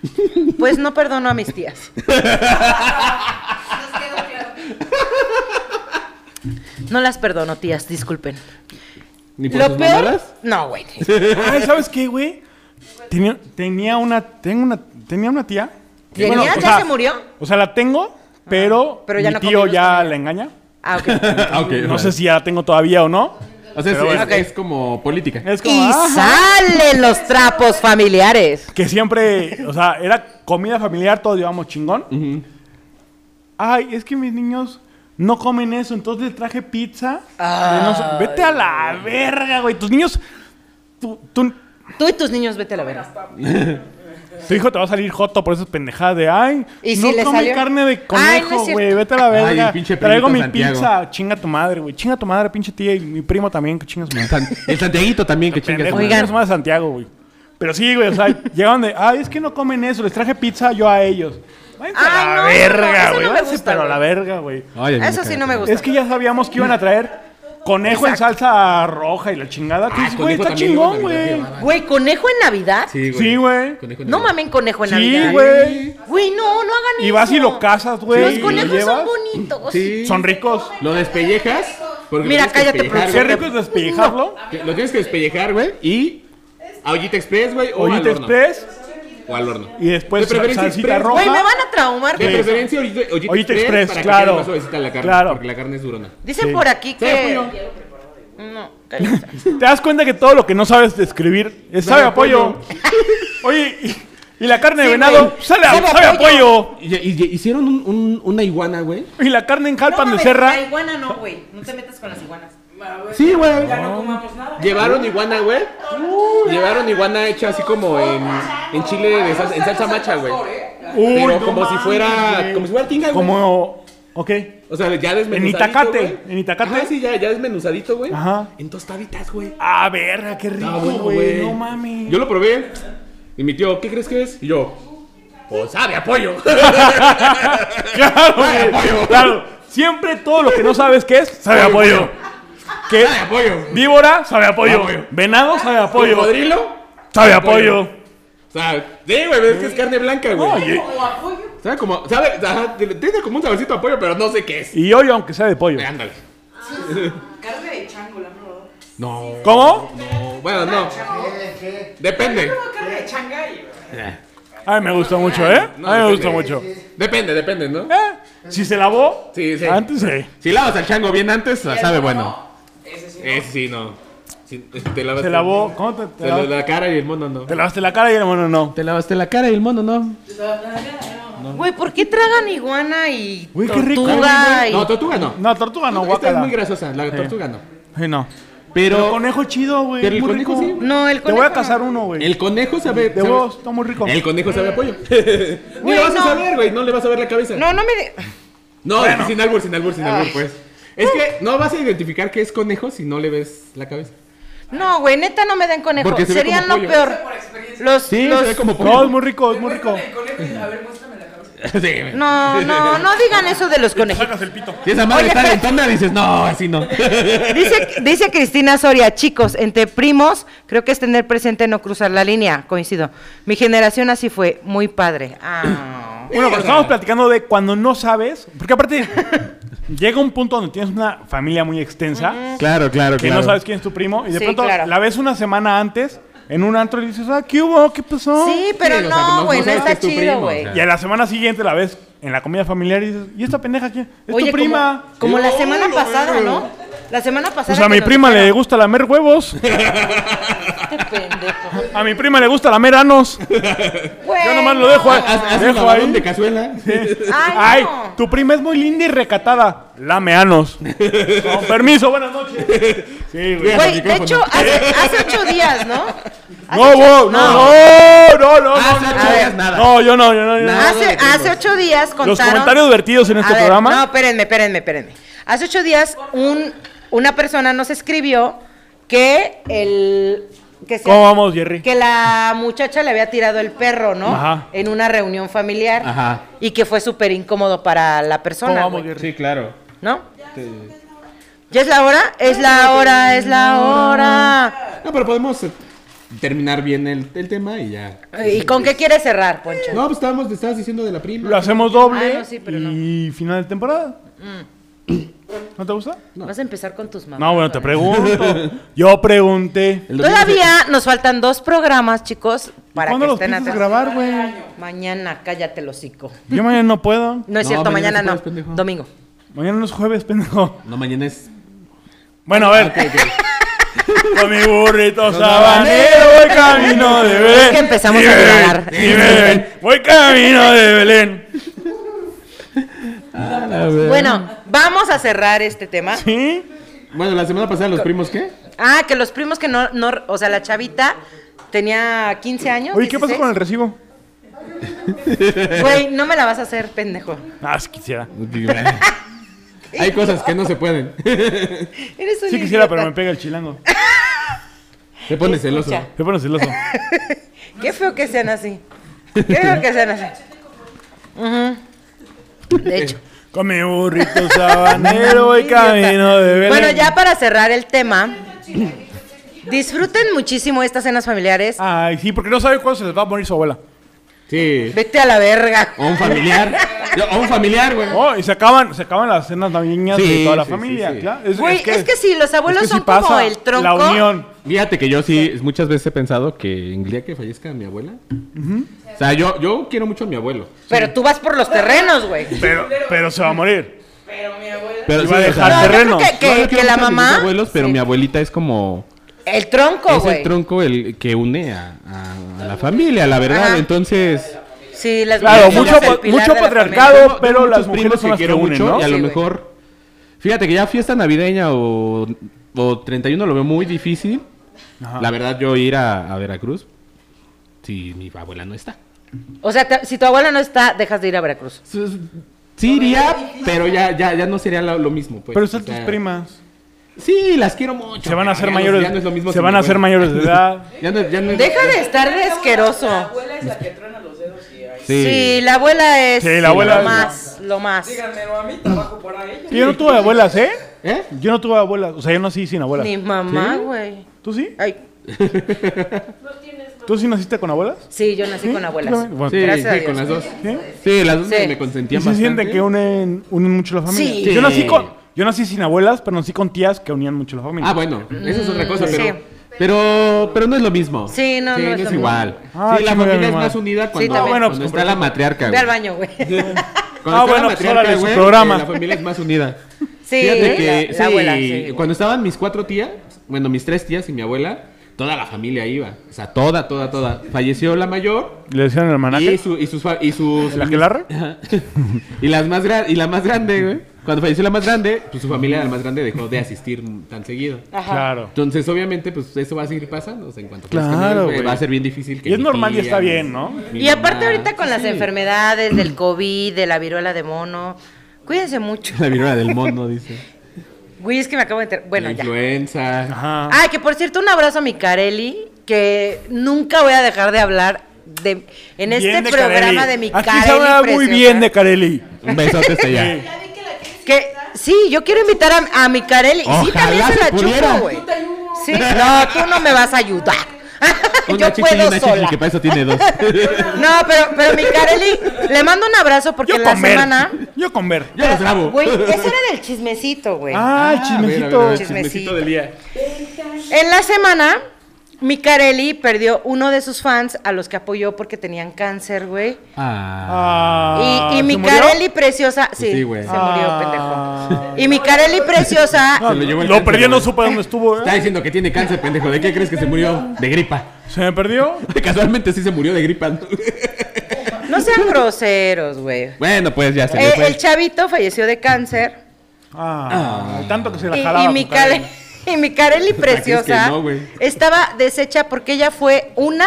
B: Sí.
D: pues no perdono a mis tías. No las perdono, tías, disculpen.
C: ¿Ni por
D: Lo
C: sus
D: peor.
C: mamadas? [LAUGHS]
D: No, güey.
B: Ay, ¿sabes qué, güey? Tenía, tenía una, tengo una, tenía una tía.
D: ¿Tenía?
B: Bueno, o
D: ¿Ya
B: sea,
D: se murió? Ah,
B: O sea, la tengo, pero,
D: Pero ya
B: mi
D: no
B: tío
D: convives
B: ya
D: con ella.
B: la engaña.
D: Ah, ok.
C: Ah, ok,
B: No
C: ok.
B: sé si ya la tengo todavía o no.
C: O sea, es,
B: Pero
C: es-
B: bueno.
C: es como política.
B: Es como,
D: Y
B: ajá.
D: salen los
B: [LAUGHS]
D: trapos familiares.
B: que siempre, o sea, era comida familiar, todos llevamos chingón. Ay, es que mis niños no comen eso, entonces le traje pizza. de no sé- Vete a la verga, güey. Tus niños. tú- tú-
D: Tú y tus niños, vete a la verga.
B: tu hijo te va a salir joto por esas pendejadas de ay.
D: ¿Y
B: no
D: si le
B: come
D: salió?
B: carne de
D: Ay, no es
B: conejo,
D: cierto.
B: güey. Vete a la
C: Ay, el
B: verga.
C: pinche
B: Traigo mi
C: primito Santiago.
B: pizza. Chinga tu madre, güey. Chinga tu madre, pinche tía. Y mi primo también, que chingas madre.
C: San- el Santiaguito también, que chingas.
B: Pendejo,
C: madre.
D: Oigan.
B: es más de Santiago, güey. Pero sí, güey, o
D: [LAUGHS]
B: sea, llegaron de, ay, es que no comen eso, les traje pizza yo a ellos. Váyanse
D: Ay,
B: a la
D: no, no,
B: verga,
D: eso no
B: güey.
D: me
B: váyanse,
D: gusta,
B: pero a
D: güey.
B: la verga, güey.
C: Ay, a mí
D: Eso sí
C: caga.
D: no me gusta.
B: Es que ya sabíamos que iban a traer conejo en salsa roja y la chingada. Tú dices, güey,
C: conejo
B: está
C: también,
B: chingón,
C: ¿no?
B: güey.
D: Güey, ¿conejo en Navidad?
C: Sí, güey.
B: Sí, güey.
C: Conejo en
D: No
C: el-
D: mamen conejo en Navidad.
B: Sí, güey.
D: Güey, no, no hagan eso.
B: Y vas y lo cazas, güey.
D: Los
B: y lo
D: conejos
B: llevas.
D: son bonitos.
C: Sí.
B: Son ricos.
C: Lo despellejas. porque
D: Mira,
C: lo tienes
D: cállate,
C: que
B: Qué
C: despellejar, güey.
D: producción.
B: rico es despellejarlo.
C: Que- Lo tienes que despellejar, güey. Y. A Ollita Express, güey. O
B: Ollita
C: al horno.
B: Express
C: O al horno.
B: y después
C: De preferencia
B: salsita
C: express,
B: roja.
D: Güey, me van a traumar.
C: De
D: con eso.
C: preferencia, Ollita, Ollita
B: Ollita
C: Express.
B: Express,
C: para
B: claro.
C: Que quede más suavecita la carne.
B: Claro.
C: Porque la carne es durona.
D: Dicen
B: Sí.
D: por aquí que...
C: pollo.
D: No, cállate.
B: [LAUGHS] Te das cuenta que todo lo que no sabes describir es sabe
C: Sabe a
B: a pollo. [LAUGHS]
C: pollo.
B: Oye, y, y la carne de
D: Sí,
B: venado
D: güey.
B: sale a,
D: Sabe a
B: sabe a
D: pollo.
B: pollo.
C: Y, y- hicieron un- un- una iguana, güey.
B: Y la carne en jalpan de
D: mames,
B: serra.
D: La iguana no, güey. No te metas con las iguanas.
C: Sí, güey.
G: Ya no comamos nada.
C: Llevaron iguana, güey. Llevaron iguana hecha así como en, en chile, de salsa, en salsa macha, güey.
B: Uy,
C: Pero
B: no
C: como si
B: mames,
C: fuera,
B: güey.
C: como si fuera tinga, güey.
B: Como. Ok.
C: O sea, ya desmenuzadito,
B: Itacate,
C: güey.
B: en Itacate.
C: Ajá, sí, ya, ya desmenuzadito, güey.
B: Ajá.
C: En tostaditas, güey.
B: Ah, verga, qué rico,
C: Está
B: güey.
C: bueno, güey.
B: no mames.
C: Yo lo probé. Y mi tío, ¿qué crees que es? Y yo, pues sabe a pollo.
B: [LAUGHS]
C: [LAUGHS]
B: Claro, güey, claro. Siempre todo lo que no sabes qué es, sabe a pollo. ¿Qué?
C: sabe a pollo.
B: Víbora, sabe a pollo.
C: pollo.
B: Venado, sabe a pollo.
C: Ah, ¿Cocodrilo?
B: Sabe a
C: pollo.
B: pollo.
C: O sea, sí, eh. güey, pero es que es carne blanca, güey.
B: Oye,
C: Sabe como, sabe, ajá, tiene como un saborcito a pollo, pero no sé qué es.
B: Y hoy, aunque sea de pollo.
C: Eh, Ándale.
G: Carne de chango, la verdad.
C: No.
B: ¿Cómo?
C: No, bueno, no. Depende.
G: Carne de changay.
C: Eh.
B: Ay, me gustó mucho, ¿eh?
C: No,
B: Ay, me
C: depende.
B: gustó mucho.
C: Depende, depende, ¿no?
B: ¿Eh? Si se lavó,
C: Sí, sí.
B: antes sí.
C: Si lavas al chango bien antes, la sabe bueno.
G: Ese sí.
C: Ese sí, no. Si te lavas
B: Se lavó. ¿Cómo te, te
C: te la,
B: lavas?
C: la cara y el mono no.
B: Te lavaste la cara y el mono no.
C: Te lavaste la cara y el mono no.
D: Güey, ¿por qué tragan iguana y
B: Güey, qué rico.
D: tortuga? y-
C: No, tortuga no.
B: No, tortuga no,
C: Esta Este es
B: guacala.
C: muy grasosa, la tortuga no.
B: Sí, no. Pero
C: Pero
B: conejo chido, güey.
C: Pero el
B: muy
C: conejo
B: rico.
C: sí.
D: No, el
B: Te voy a
D: conejo
B: cazar
D: no.
B: uno, güey.
C: el conejo sabe.
B: De
C: sabe-
B: vos, está muy rico.
C: El conejo sabe a [LAUGHS] pollo. No
D: Güey,
C: le vas
D: no.
C: a saber, güey. No le vas a ver la cabeza.
D: No, no me... de-
C: No, sin albur, sin albur, sin albur, pues. Es que no vas a identificar que es conejo si no le ves la cabeza.
D: No, güey, neta no me den conejo.
C: Porque se ve
D: Serían
C: como pollo.
D: lo peor. Los,
C: Sí,
D: los-
C: se ve como
B: No, es
C: pollo.
B: muy rico, es muy rico.
G: El conejo, a ver, muéstrame la
C: [LAUGHS]
G: cabeza.
C: Sí, güey.
D: No, no, no digan eso de los conejos.
B: Sacas el pito.
C: [LAUGHS] Si esa madre
D: Oye,
C: está
D: pero-
C: lentona, dices, no, así
D: [LAUGHS]
C: no.
D: Dice, dice Cristina Soria, chicos, entre primos, creo que es tener presente no cruzar la línea, coincido. Mi generación así fue, muy padre. Ah.
B: Bueno, pero estamos platicando de cuando no sabes, porque aparte [LAUGHS] llega un punto donde tienes una familia muy extensa
C: Claro, claro,
B: que no sabes quién es tu primo y de
D: Sí,
B: pronto
D: claro.
B: la ves una semana antes en un antro y dices, ah, ¿qué hubo? ¿Qué pasó?
D: Sí, pero
C: Sí, o sea, no-
D: no,
C: no
D: güey, no,
C: sabes que
D: está
C: es tu
D: chido,
C: primo,
D: güey.
C: o sea.
B: Y a la semana siguiente la ves en la comida familiar y dices, ¿y esta pendeja quién? Es
D: Oye,
B: tu
D: como-
B: prima.
D: Como, la semana pasada, ¿no? La semana pasada.
B: Pues a
D: que
B: mi
D: nos
B: prima le
D: dijeron,
B: gusta lamer huevos.
D: "Este pendejo".
B: A mi prima le gusta lamer anos.
D: Güey,
B: Yo nomás lo dejo ahí.
D: no.
C: Haz, haz un
B: Dejo
C: lavadón
B: ahí.
C: de cazuela.
D: [LAUGHS]
C: [LAUGHS]
D: Ay,
B: Ay,
D: no.
B: tu prima es muy linda y recatada. Lame
D: [LAUGHS]
B: anos. Con permiso, buenas noches. Sí, güey.
D: Güey, de hecho, hace, hace ocho
B: [LAUGHS]
D: días, ¿no? Hace
B: Ah, No,
D: ocho-
B: wow, no, no, no, no,
C: Ah,
B: no,
C: se
B: no.
C: ocho días, nada.
B: No, yo no, yo no, yo no.
C: Nada.
D: Hace,
C: de primos.
D: hace ocho días contaron.
B: Los comentarios vertidos en este
D: A ver,
B: programa.
D: No, espérenme, espérenme, espérenme. Hace ocho días un, una persona nos escribió que el que se-
B: ¿Cómo vamos, Jerry?
D: que la muchacha le había tirado el perro, ¿no?
B: Ajá.
D: En una reunión familiar
C: Ajá.
D: y que fue súper incómodo para la persona,
B: ¿Cómo vamos,
D: güey,
B: Jerry?
C: Sí, claro.
D: ¿no? ¿Ya es la hora? Es la hora, es la hora.
C: No, pero podemos eh, terminar bien el, el tema y ya.
D: ¿Y con qué quieres cerrar, Poncho?
C: No, pues estábamos, te estabas diciendo de la prima.
B: Lo hacemos doble
D: Ah, no, Mm. sí, pero
B: y final de temporada. ¿No te gusta?
D: Vas a empezar con tus mamás.
B: No, bueno, te pregunto. Yo pregunté.
C: El domingo
D: Todavía nos faltan dos programas, chicos, para
B: ¿Cuándo
D: que
B: los
D: estén
B: piensas
D: atentos.
B: grabar, güey?
D: Mañana, cállate el hocico.
B: Yo mañana no puedo.
D: No es
C: No,
D: cierto,
C: mañana
D: mañana,
C: es jueves,
D: no.
C: pendejo.
D: Domingo.
B: Mañana no es jueves, pendejo.
C: se- No, mañana [LAUGHS] es.
B: Bueno, a ver. Con mi burrito sabanero voy camino de Belén.
D: Es que empezamos
B: Sí,
D: a
B: Belén,
D: llorar.
B: sí, Belén. Voy camino de Belén.
C: Ah, Eh.
D: Bueno, vamos a cerrar este tema.
B: ¿Sí?
C: Bueno, la semana pasada los primos, [LAUGHS] ¿qué?
D: Ah, que los primos que no, no, o sea, la chavita tenía 15 años.
B: Oye, ¿qué pasó con el recibo?
D: el... Güey, no me la vas a hacer, pendejo.
B: Ah, sí quisiera.
C: Hay cosas que no se pueden.
D: Eres un
B: Sí quisiera,
D: idiota.
B: pero me pega el chilango.
C: Te pones celoso.
D: Escucha.
B: Te pones celoso.
D: Qué feo que sean así. Qué feo que sean
C: [LAUGHS]
D: así. Ujú. De hecho.
B: Come burrito sabanero
D: [LAUGHS]
B: y
D: Idiota.
B: camino de Belén.
D: Bueno, ya para cerrar el tema, disfruten muchísimo estas cenas familiares.
B: Ay, sí, porque no sabe cuándo se les va a morir su abuela.
C: Sí.
D: Vete a la verga.
C: O un
D: [LAUGHS]
C: familiar. O un familiar, güey.
B: Oh, y se acaban, se acaban las cenas navideñas de
C: Sí,
B: toda la
C: sí,
B: familia.
C: sí, sí.
B: claro.
D: Güey, es que sí, los abuelos
B: es que sí
D: son como
B: pasa
D: el tronco.
B: La unión.
C: Fíjate que yo sí, muchas veces he pensado que en el día que fallezca mi abuela. O sea, yo, yo quiero mucho a mi abuelo.
D: Pero tú vas por los terrenos, güey.
B: Pero, pero se va a morir.
G: Pero mi abuela.
C: Pero
B: Y va a
C: o sea,
B: dejar
C: no,
D: No, yo creo
B: terrenos.
D: que, que-
C: yo quiero
D: que
C: mucho
D: la
C: a mis dos
D: mamá.
C: abuelos, pero mi abuelita es como.
D: El tronco,
C: es el
D: güey.
C: tronco el que une a, a- a la familia, la verdad.
D: Ajá.
C: Entonces.
D: Sí, las
B: Claro,
D: mujeres
B: mucho,
D: son el
B: pa-
D: pilar
B: mucho
D: de la
B: patriarcado,
D: familia.
C: Tengo-
B: pero
C: tengo
B: las
C: muchos
B: mujeres son las que, unen, ¿no?
C: y a
D: Sí,
C: lo
D: güey.
C: mejor. Fíjate que ya fiesta navideña o, o 31 lo veo muy difícil. La verdad, yo ir a, a Veracruz si mi abuela no está.
D: O sea, te- si tu abuela no está, dejas de ir a Veracruz.
C: Sí iría, pero ya, ya, ya no sería lo, lo mismo. Pues.
B: Pero están
C: O sea,
B: tus primas.
C: Sí, las quiero mucho.
B: Se van a
C: pero
B: hacer
C: ya no-
B: mayores.
C: ya no es lo mismo
B: se
C: sin
B: van
C: mi
B: a hacer
C: abuela.
B: mayores de edad.
C: [LAUGHS] Ya no- ya no es-
D: Deja de estar de
G: La
D: asqueroso.
G: abuela es la que truena los dedos y ahí.
C: Sí.
D: Sí, la abuela es
B: Sí, la abuela
D: lo
B: es-
D: más, lo más.
G: Díganme, ¿no? a mí trabajo para ella.
B: Yo no tuve abuelas, ¿eh?
C: ¿Eh?
B: Yo no tuve abuelas. O sea, yo nací sin abuelas.
D: Mi mamá, güey.
B: ¿Tú sí?
D: Ay,
B: ¿Tú sí naciste con abuelas?
D: sí, yo nací
B: ¿Sí?
D: con
B: ¿Tú
D: abuelas.
B: también? ¿Eh? Bueno,
C: Sí,
D: Gracias a
C: sí, con
D: Dios.
C: las dos.
B: ¿sí?
C: Sí, las dos
D: Sí.
C: me- me
B: ¿Y
C: consentían
B: se
C: bastante.
B: siente que unen, unen mucho la familia?
D: Sí.
B: Yo, nací
C: Sí.
B: con, yo nací sin abuelas, pero nací con tías que unían mucho la familia.
C: Ah, bueno, eso es otra cosa,
D: Mm,
C: pero,
D: sí.
C: pero, pero no es lo mismo.
D: Sí, no, no es lo mismo.
C: igual.
B: Ah,
C: sí,
B: chinga,
C: la
B: mi
C: familia es
B: madre.
C: más unida cuando,
D: también.
B: Bueno,
C: cuando
B: pues,
C: está la matriarca.
D: Ve al
C: güey.
D: baño, güey.
C: Cuando
B: Ah,
C: está
B: bueno,
C: la
B: pues,
C: matriarca,
B: órale, su
C: güey,
B: programa.
C: eh, La familia es más unida.
D: [LAUGHS] Sí,
C: Fíjate que
D: la,
C: sí,
D: la abuela, sí.
C: cuando estaban mis cuatro tías, bueno, mis tres tías y mi abuela, toda la familia iba. O sea, toda, toda, toda. Falleció la mayor
B: ¿Le decían el hermanaje?
C: y, su- y sus fa- y sus
B: ¿El aquelarre?
C: Ajá. [LAUGHS] y las más gra- y la más grande, güey. Cuando falleció la más grande, pues su familia la más grande dejó de asistir tan seguido.
D: Ajá.
B: Claro.
C: Entonces, obviamente, pues eso va a seguir pasando. O sea, en cuanto
B: Claro,
C: crezcan ellos, güey,
B: güey.
C: va a ser bien difícil que
B: Y es
C: mi
B: normal y
C: tía,
B: está
C: mi-
B: bien, ¿no?
C: mi
D: Y aparte
C: mamá- pues,
D: ahorita con
C: Sí,
D: las
C: sí.
D: enfermedades del COVID, de la viruela de mono,
B: [LAUGHS]
D: cuídense mucho.
C: La viruela del mono, dice.
D: Güey, es que me acabo de enterar. [LAUGHS] Bueno,
C: la
D: ya.
C: influenza.
B: Ajá.
D: Ah, que por cierto, un abrazo a mi Carelli, que nunca voy a dejar de hablar de, en este
B: Bien de
D: programa
B: Carelli.
D: de mi
B: Aquí
D: Carelli.
B: se habla muy
D: preciosa.
B: bien de Eh, Carelli.
C: Un besote hasta allá.
G: Ya vi que la tienes.
D: Que sí, yo quiero invitar a, a mi Carelli. Y sí,
C: Ojalá
D: también se
C: se
D: la
C: pudiera.
D: chupo, güey. Sí, no, tú no me vas a ayudar.
C: Una
D: [LAUGHS] yo
C: chichi y
D: puedo
C: una
D: sola.
C: chichi, que para eso tiene
D: [LAUGHS]
C: dos.
D: No, pero, pero mi Carelli, le mando un abrazo porque
B: Yo
D: la
B: con ver.
D: semana.
B: Yo con ver.
C: Yo los grabo.
D: Güey, eso era del chismecito, güey.
B: Ah, el
C: A ver, a ver, a ver,
B: chismecito.
C: el chismecito del día.
D: En la semana, Micarelli perdió uno de sus fans a los que apoyó porque tenían cáncer, güey.
C: Ah.
B: Ah,
D: y y
B: ¿se
D: Micarelli preciosa. Sí,
C: Pues Sí, güey.
D: se
B: Ah.
D: murió, pendejo. Y Micarelli
B: [LAUGHS]
D: preciosa.
C: Se lo
B: murió?
C: llevó el
B: Lo
C: cáncer,
B: perdí, no
C: güey.
B: supe dónde estuvo.
C: Está
B: ¿eh?
C: diciendo que tiene cáncer, pendejo. ¿De qué crees que se murió? De gripa. [LAUGHS]
B: ¿Se me perdió?
C: Casualmente sí se murió de gripa. ¿no? [LAUGHS]
D: No sean groseros, güey.
C: bueno, pues ya se le
D: Eh,
C: fue.
D: el chavito falleció de cáncer.
B: Ah, tanto que se la
D: Y,
B: jalaba.
D: y
B: con
D: mi
B: Carelli.
D: Care- [LAUGHS] y mi
B: [LAUGHS]
D: Carelli preciosa
C: no, güey.
D: estaba deshecha porque ella fue una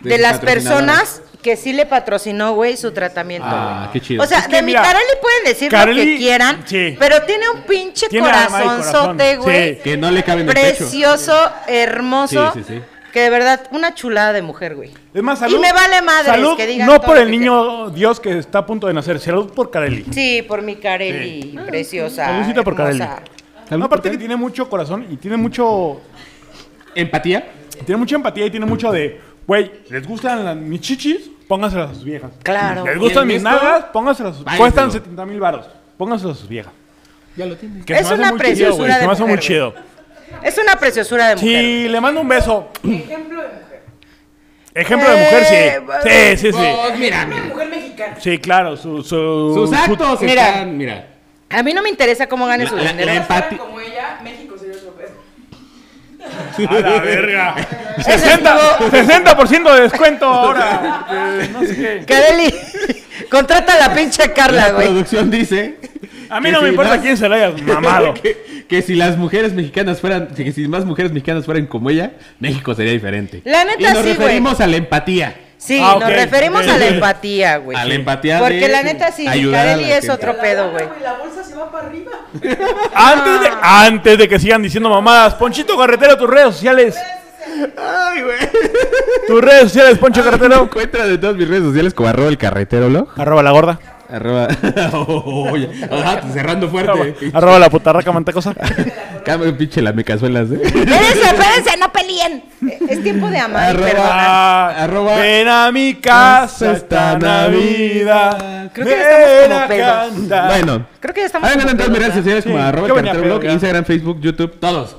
D: de,
C: De sus
D: las
C: patrocinadoras.
D: personas que sí le patrocinó, güey, su tratamiento.
C: Ah,
D: güey.
C: qué chido.
D: O sea,
B: Es que
D: de mi
B: mira,
D: Carelli pueden decir lo que
B: Carelli,
D: quieran,
B: sí.
D: pero tiene un pinche
B: Tiene alma y
D: corazonzote,
B: corazón,
D: güey.
B: sí.
C: Que no le cabe en el pecho.
D: Precioso, hermoso.
C: Sí, sí, sí.
D: Que de verdad, una chulada de mujer, güey.
B: Es más, salud.
D: Y me vale madres
B: Salud,
D: que digan
B: no
D: todo
B: por
D: lo
B: el
D: que
B: niño Dios que está a punto de nacer. Salud por Carelli.
D: Sí, por mi Carelli, preciosa.
B: Saludcita por Carelli.
D: hermosa.
C: Salud,
B: Aparte
C: ¿por
B: que
C: qué?
B: tiene mucho corazón y tiene mucho
C: Empatía.
B: Tiene mucha empatía y tiene mucho de, güey, ¿les gustan las- mis chichis? Póngaselas a sus viejas.
D: Claro.
B: ¿Les gustan
C: ¿Y
B: mis
C: el resto?
B: nalgas? Póngaselas a sus
C: Váyanse.
B: Cuestan 70 mil baros. Póngaselas a sus viejas.
C: Ya lo tiene.
B: Que
D: Es
B: se me hace
D: una
B: muy chido, güey,
D: preciosura
B: Se
D: de
B: me hace muy
D: mujer,
B: chido.
D: Es una preciosura de mujer.
B: Sí, le mando un beso.
G: Ejemplo de mujer.
B: Ejemplo
D: Eh,
B: de mujer,
D: bueno.
B: sí. Sí, sí, sí.
C: Pues mira, mira.
G: Mujer mexicana.
B: Sí, claro, su, su-
C: Sus
B: su-
C: actos
D: Mira.
C: están, mira.
D: A mí no me interesa cómo gane su
C: La- la-
D: dinero.
C: la
G: Si fuera
C: empati-
G: como ella, México sería otro país.
B: A la verga.
D: [LAUGHS]
B: 60, 60% de descuento ahora. Eh, no sé qué.
D: Carelli, [LAUGHS] Contrata a la pinche Carla,
C: La
D: güey.
C: producción dice.
B: A mí
C: que
B: no me
C: si
B: importa
C: las-
B: quién se la
C: [LAUGHS]
B: hayas mamado.
C: que, que si las mujeres mexicanas fueran, que si más mujeres mexicanas fueran como ella, México sería diferente.
D: La neta,
C: y nos
D: sí, güey.
C: referimos a la empatía.
D: Sí,
B: Ah, ok.
D: nos referimos a la
B: Sí.
D: empatía, güey.
C: A la empatía
D: Porque
C: de
D: la neta, sí,
C: ayudar a la
D: Carelli es
C: gente.
D: otro pedo, güey.
G: La bolsa se va para arriba.
B: Antes de, antes de que sigan diciendo mamadas, Ponchito Carretero, tus redes sociales.
C: Ay, [LAUGHS] güey.
B: Tus redes sociales, Poncho
C: Me
B: Carretero.
C: encuentran en todas mis redes sociales como arroba el carretero log.
B: Arroba la gorda.
C: Arroba. [LAUGHS] oh, Oye, ajá, Ah, pues cerrando
B: Ah,
C: fuerte.
B: Arroba la putarraca mantacosa.
C: [LAUGHS] Cámara, pinche la mecazuelas, eh.
B: [LAUGHS]
D: Espérense, espérense, no peleen. Eh, Es tiempo de amar y
C: Arroba-
D: perdonar.
B: Ah,
C: Arroba-
B: Ven a mi casa esta Navidad.
D: Creo que ya estamos como
B: Ven a
D: pedos.
B: cantar.
C: Bueno.
D: Creo que ya estamos. ¿eh?
C: Ahí me
D: como
C: en todas mis
D: pedos,
C: redes sociales como
B: Sí,
C: arroba
B: yo
C: el
B: venía
C: carretero log,
B: pedo, ya.
C: Instagram, Facebook, YouTube, todos.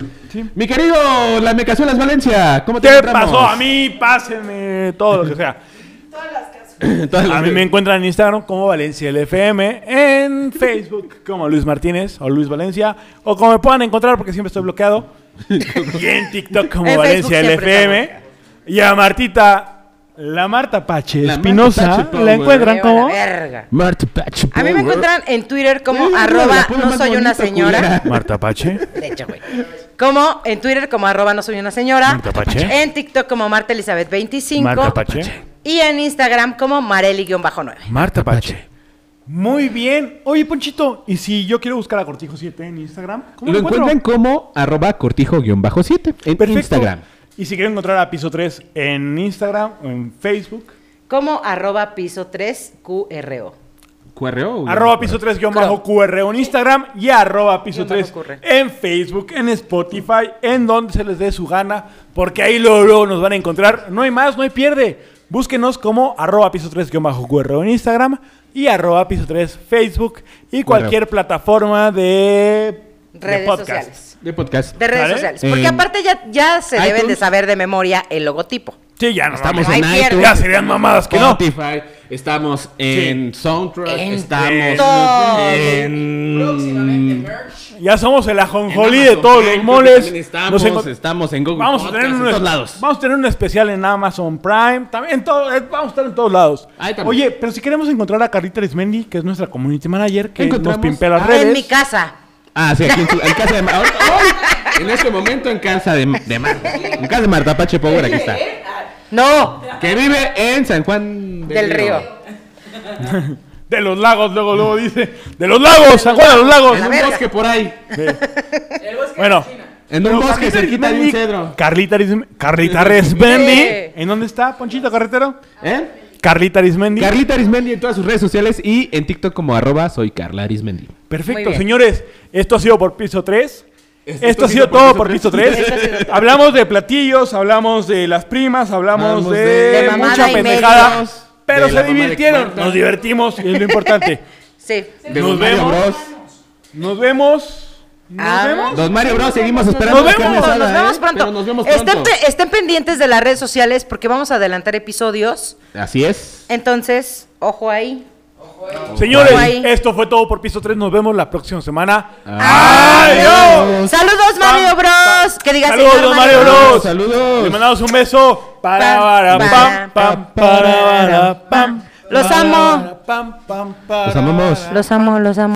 C: Mi querido, la mecazuelas Valencia, ¿cómo te
B: ¿Qué
C: encontramos?
B: pasó? A mí, pásenme todo lo que
D: [LAUGHS]
B: sea.
C: Todas las-
B: A mí me encuentran en Instagram como Valencia LFM, en
D: [LAUGHS]
B: Facebook como Luis Martínez o Luis Valencia, o como me puedan encontrar porque siempre estoy
D: [LAUGHS]
B: bloqueado, y en TikTok como
D: En Facebook
B: Valencia
D: siempre
B: LFM,
D: está
B: y a Martita, la Marta Pache
C: La Marta Pache
B: Espinosa,
C: Power.
B: la encuentran
D: Me lleva
B: como
D: la verga.
C: Marta Patch
D: A mí me
C: Power.
D: encuentran en Twitter como
C: Sí,
D: arroba
C: la pone
D: no
C: más
D: soy una
C: bonita,
D: señora.
C: culera.
B: Marta Pache.
D: De hecho, güey. Como en Twitter como arroba no soy una señora.
B: Marta Pache.
D: En TikTok como Marta Elizabeth 25.
B: Marta Pache.
D: Y en Instagram como Mareli-9.
B: Marta Pache. Muy bien. Oye, Ponchito, ¿y si yo quiero buscar a Cortijo 7 en Instagram? ¿Cómo
C: Lo encuentran como arroba cortijo-7 en
B: Perfecto.
C: Instagram.
B: Y si quieren encontrar a Piso 3 en Instagram o en Facebook,
D: Como arroba piso 3 QRO.
C: ¿Cuarreo?
B: Arroba piso 3 guión bajo QR en Instagram y arroba piso
D: Guión bajo
B: 3
D: QR.
B: en Facebook, en Spotify, en donde se les dé su gana, porque ahí luego, luego nos van a encontrar. No hay más, no hay pierde. Búsquenos como arroba piso 3 guión bajo QR en Instagram y arroba piso 3 Facebook y cualquier plataforma de, de
D: Redes
B: podcast.
D: sociales.
C: De podcast.
D: De redes
B: ¿Vale?
D: sociales. Porque
C: Eh,
D: aparte ya, ya se deben de
C: iTunes.
D: saber de memoria el logotipo.
B: Sí, ya no
C: Estamos
D: Ay,
C: en
D: pierde.
C: iTunes.
B: Ya serían mamadas que no.
C: Spotify, estamos en Soundtrack,
D: En
C: estamos
D: todo.
C: en...
B: Ya somos el ajonjolí
C: en
B: de
C: Amazon
B: todos
C: Prime,
B: los moles.
C: también
B: Nos
C: Estamos,
B: encont-
C: estamos en Google
B: Vamos a, tener
C: Podcast,
B: un,
C: en todos lados.
B: vamos a tener un especial en Amazon Prime. También en todo- eh, vamos a estar en todos lados.
C: Ahí también.
B: Oye, pero si queremos encontrar a Carlita Arismendi, que es nuestra community manager, que nos
C: Encontramos-
B: pimpea las
C: Ah,
B: redes.
D: En mi casa.
C: Ah, sí, aquí en, su- en casa de [LAUGHS] Marta. En este momento en casa de, de Marta. En casa de Marta Pache Power, aquí está.
D: No,
C: Que vive en San Juan
D: del río.
B: De los lagos, luego, luego dice. ¡De los lagos! ¡San Juan de los lagos!
C: En un
D: verga.
C: bosque por ahí.
G: El bosque
B: Bueno.
G: de la China.
C: En un
B: Pero
C: bosque
B: Carlita
C: cerquita de un
B: Arismendi-
C: cedro.
B: Carlita, Arism- Carlita Arismendi.
D: Sí.
B: ¿En dónde está, Ponchito Carretero?
C: ¿Eh?
B: Carlita Arismendi.
C: Carlita Arismendi en todas sus redes sociales y en TikTok como arroba soy Carla Arismendi.
D: Muy
B: Perfecto,
D: bien.
B: señores. Esto ha sido por piso 3. Esto, ha sido todo por piso 3.
D: Esto ha sido todo.
B: hablamos de platillos, hablamos de las primas, hablamos
C: Hablamos
B: de,
C: de-
D: De mamada
B: mucha
D: y medio.
B: pendejada. Pero
C: De
B: se
C: la mamá de
B: divirtieron,
C: Cuarta.
B: nos divertimos y es lo importante.
D: Sí.
C: De
B: Nos
C: Don Mario
B: vemos.
C: Bros.
B: Nos vemos. Nos
D: Ah,
B: vemos.
C: Don Mario Bros. Seguimos esperando
B: Nos
C: la carne
B: vemos,
D: Nos
C: asada,
D: vemos
C: ¿eh?
D: pronto. Este
C: Pero nos vemos
D: Estén,
C: pronto.
D: pe- estén pendientes de las redes sociales porque vamos a adelantar episodios.
C: Así es.
D: Entonces, ojo ahí.
B: Señores,
D: Bye.
B: esto fue todo por piso 3. Nos vemos la próxima semana.
C: Adiós.
D: Saludos Mario Bros. Que digas
B: Saludos,
D: señor
B: Mario Bros.
C: Saludos.
B: Le mandamos un beso. Para, para, pam, pam, para, para, pam.
D: Los amo.
B: Para, pam, pam, para,
C: Los amamos.
D: Los amo, los amo.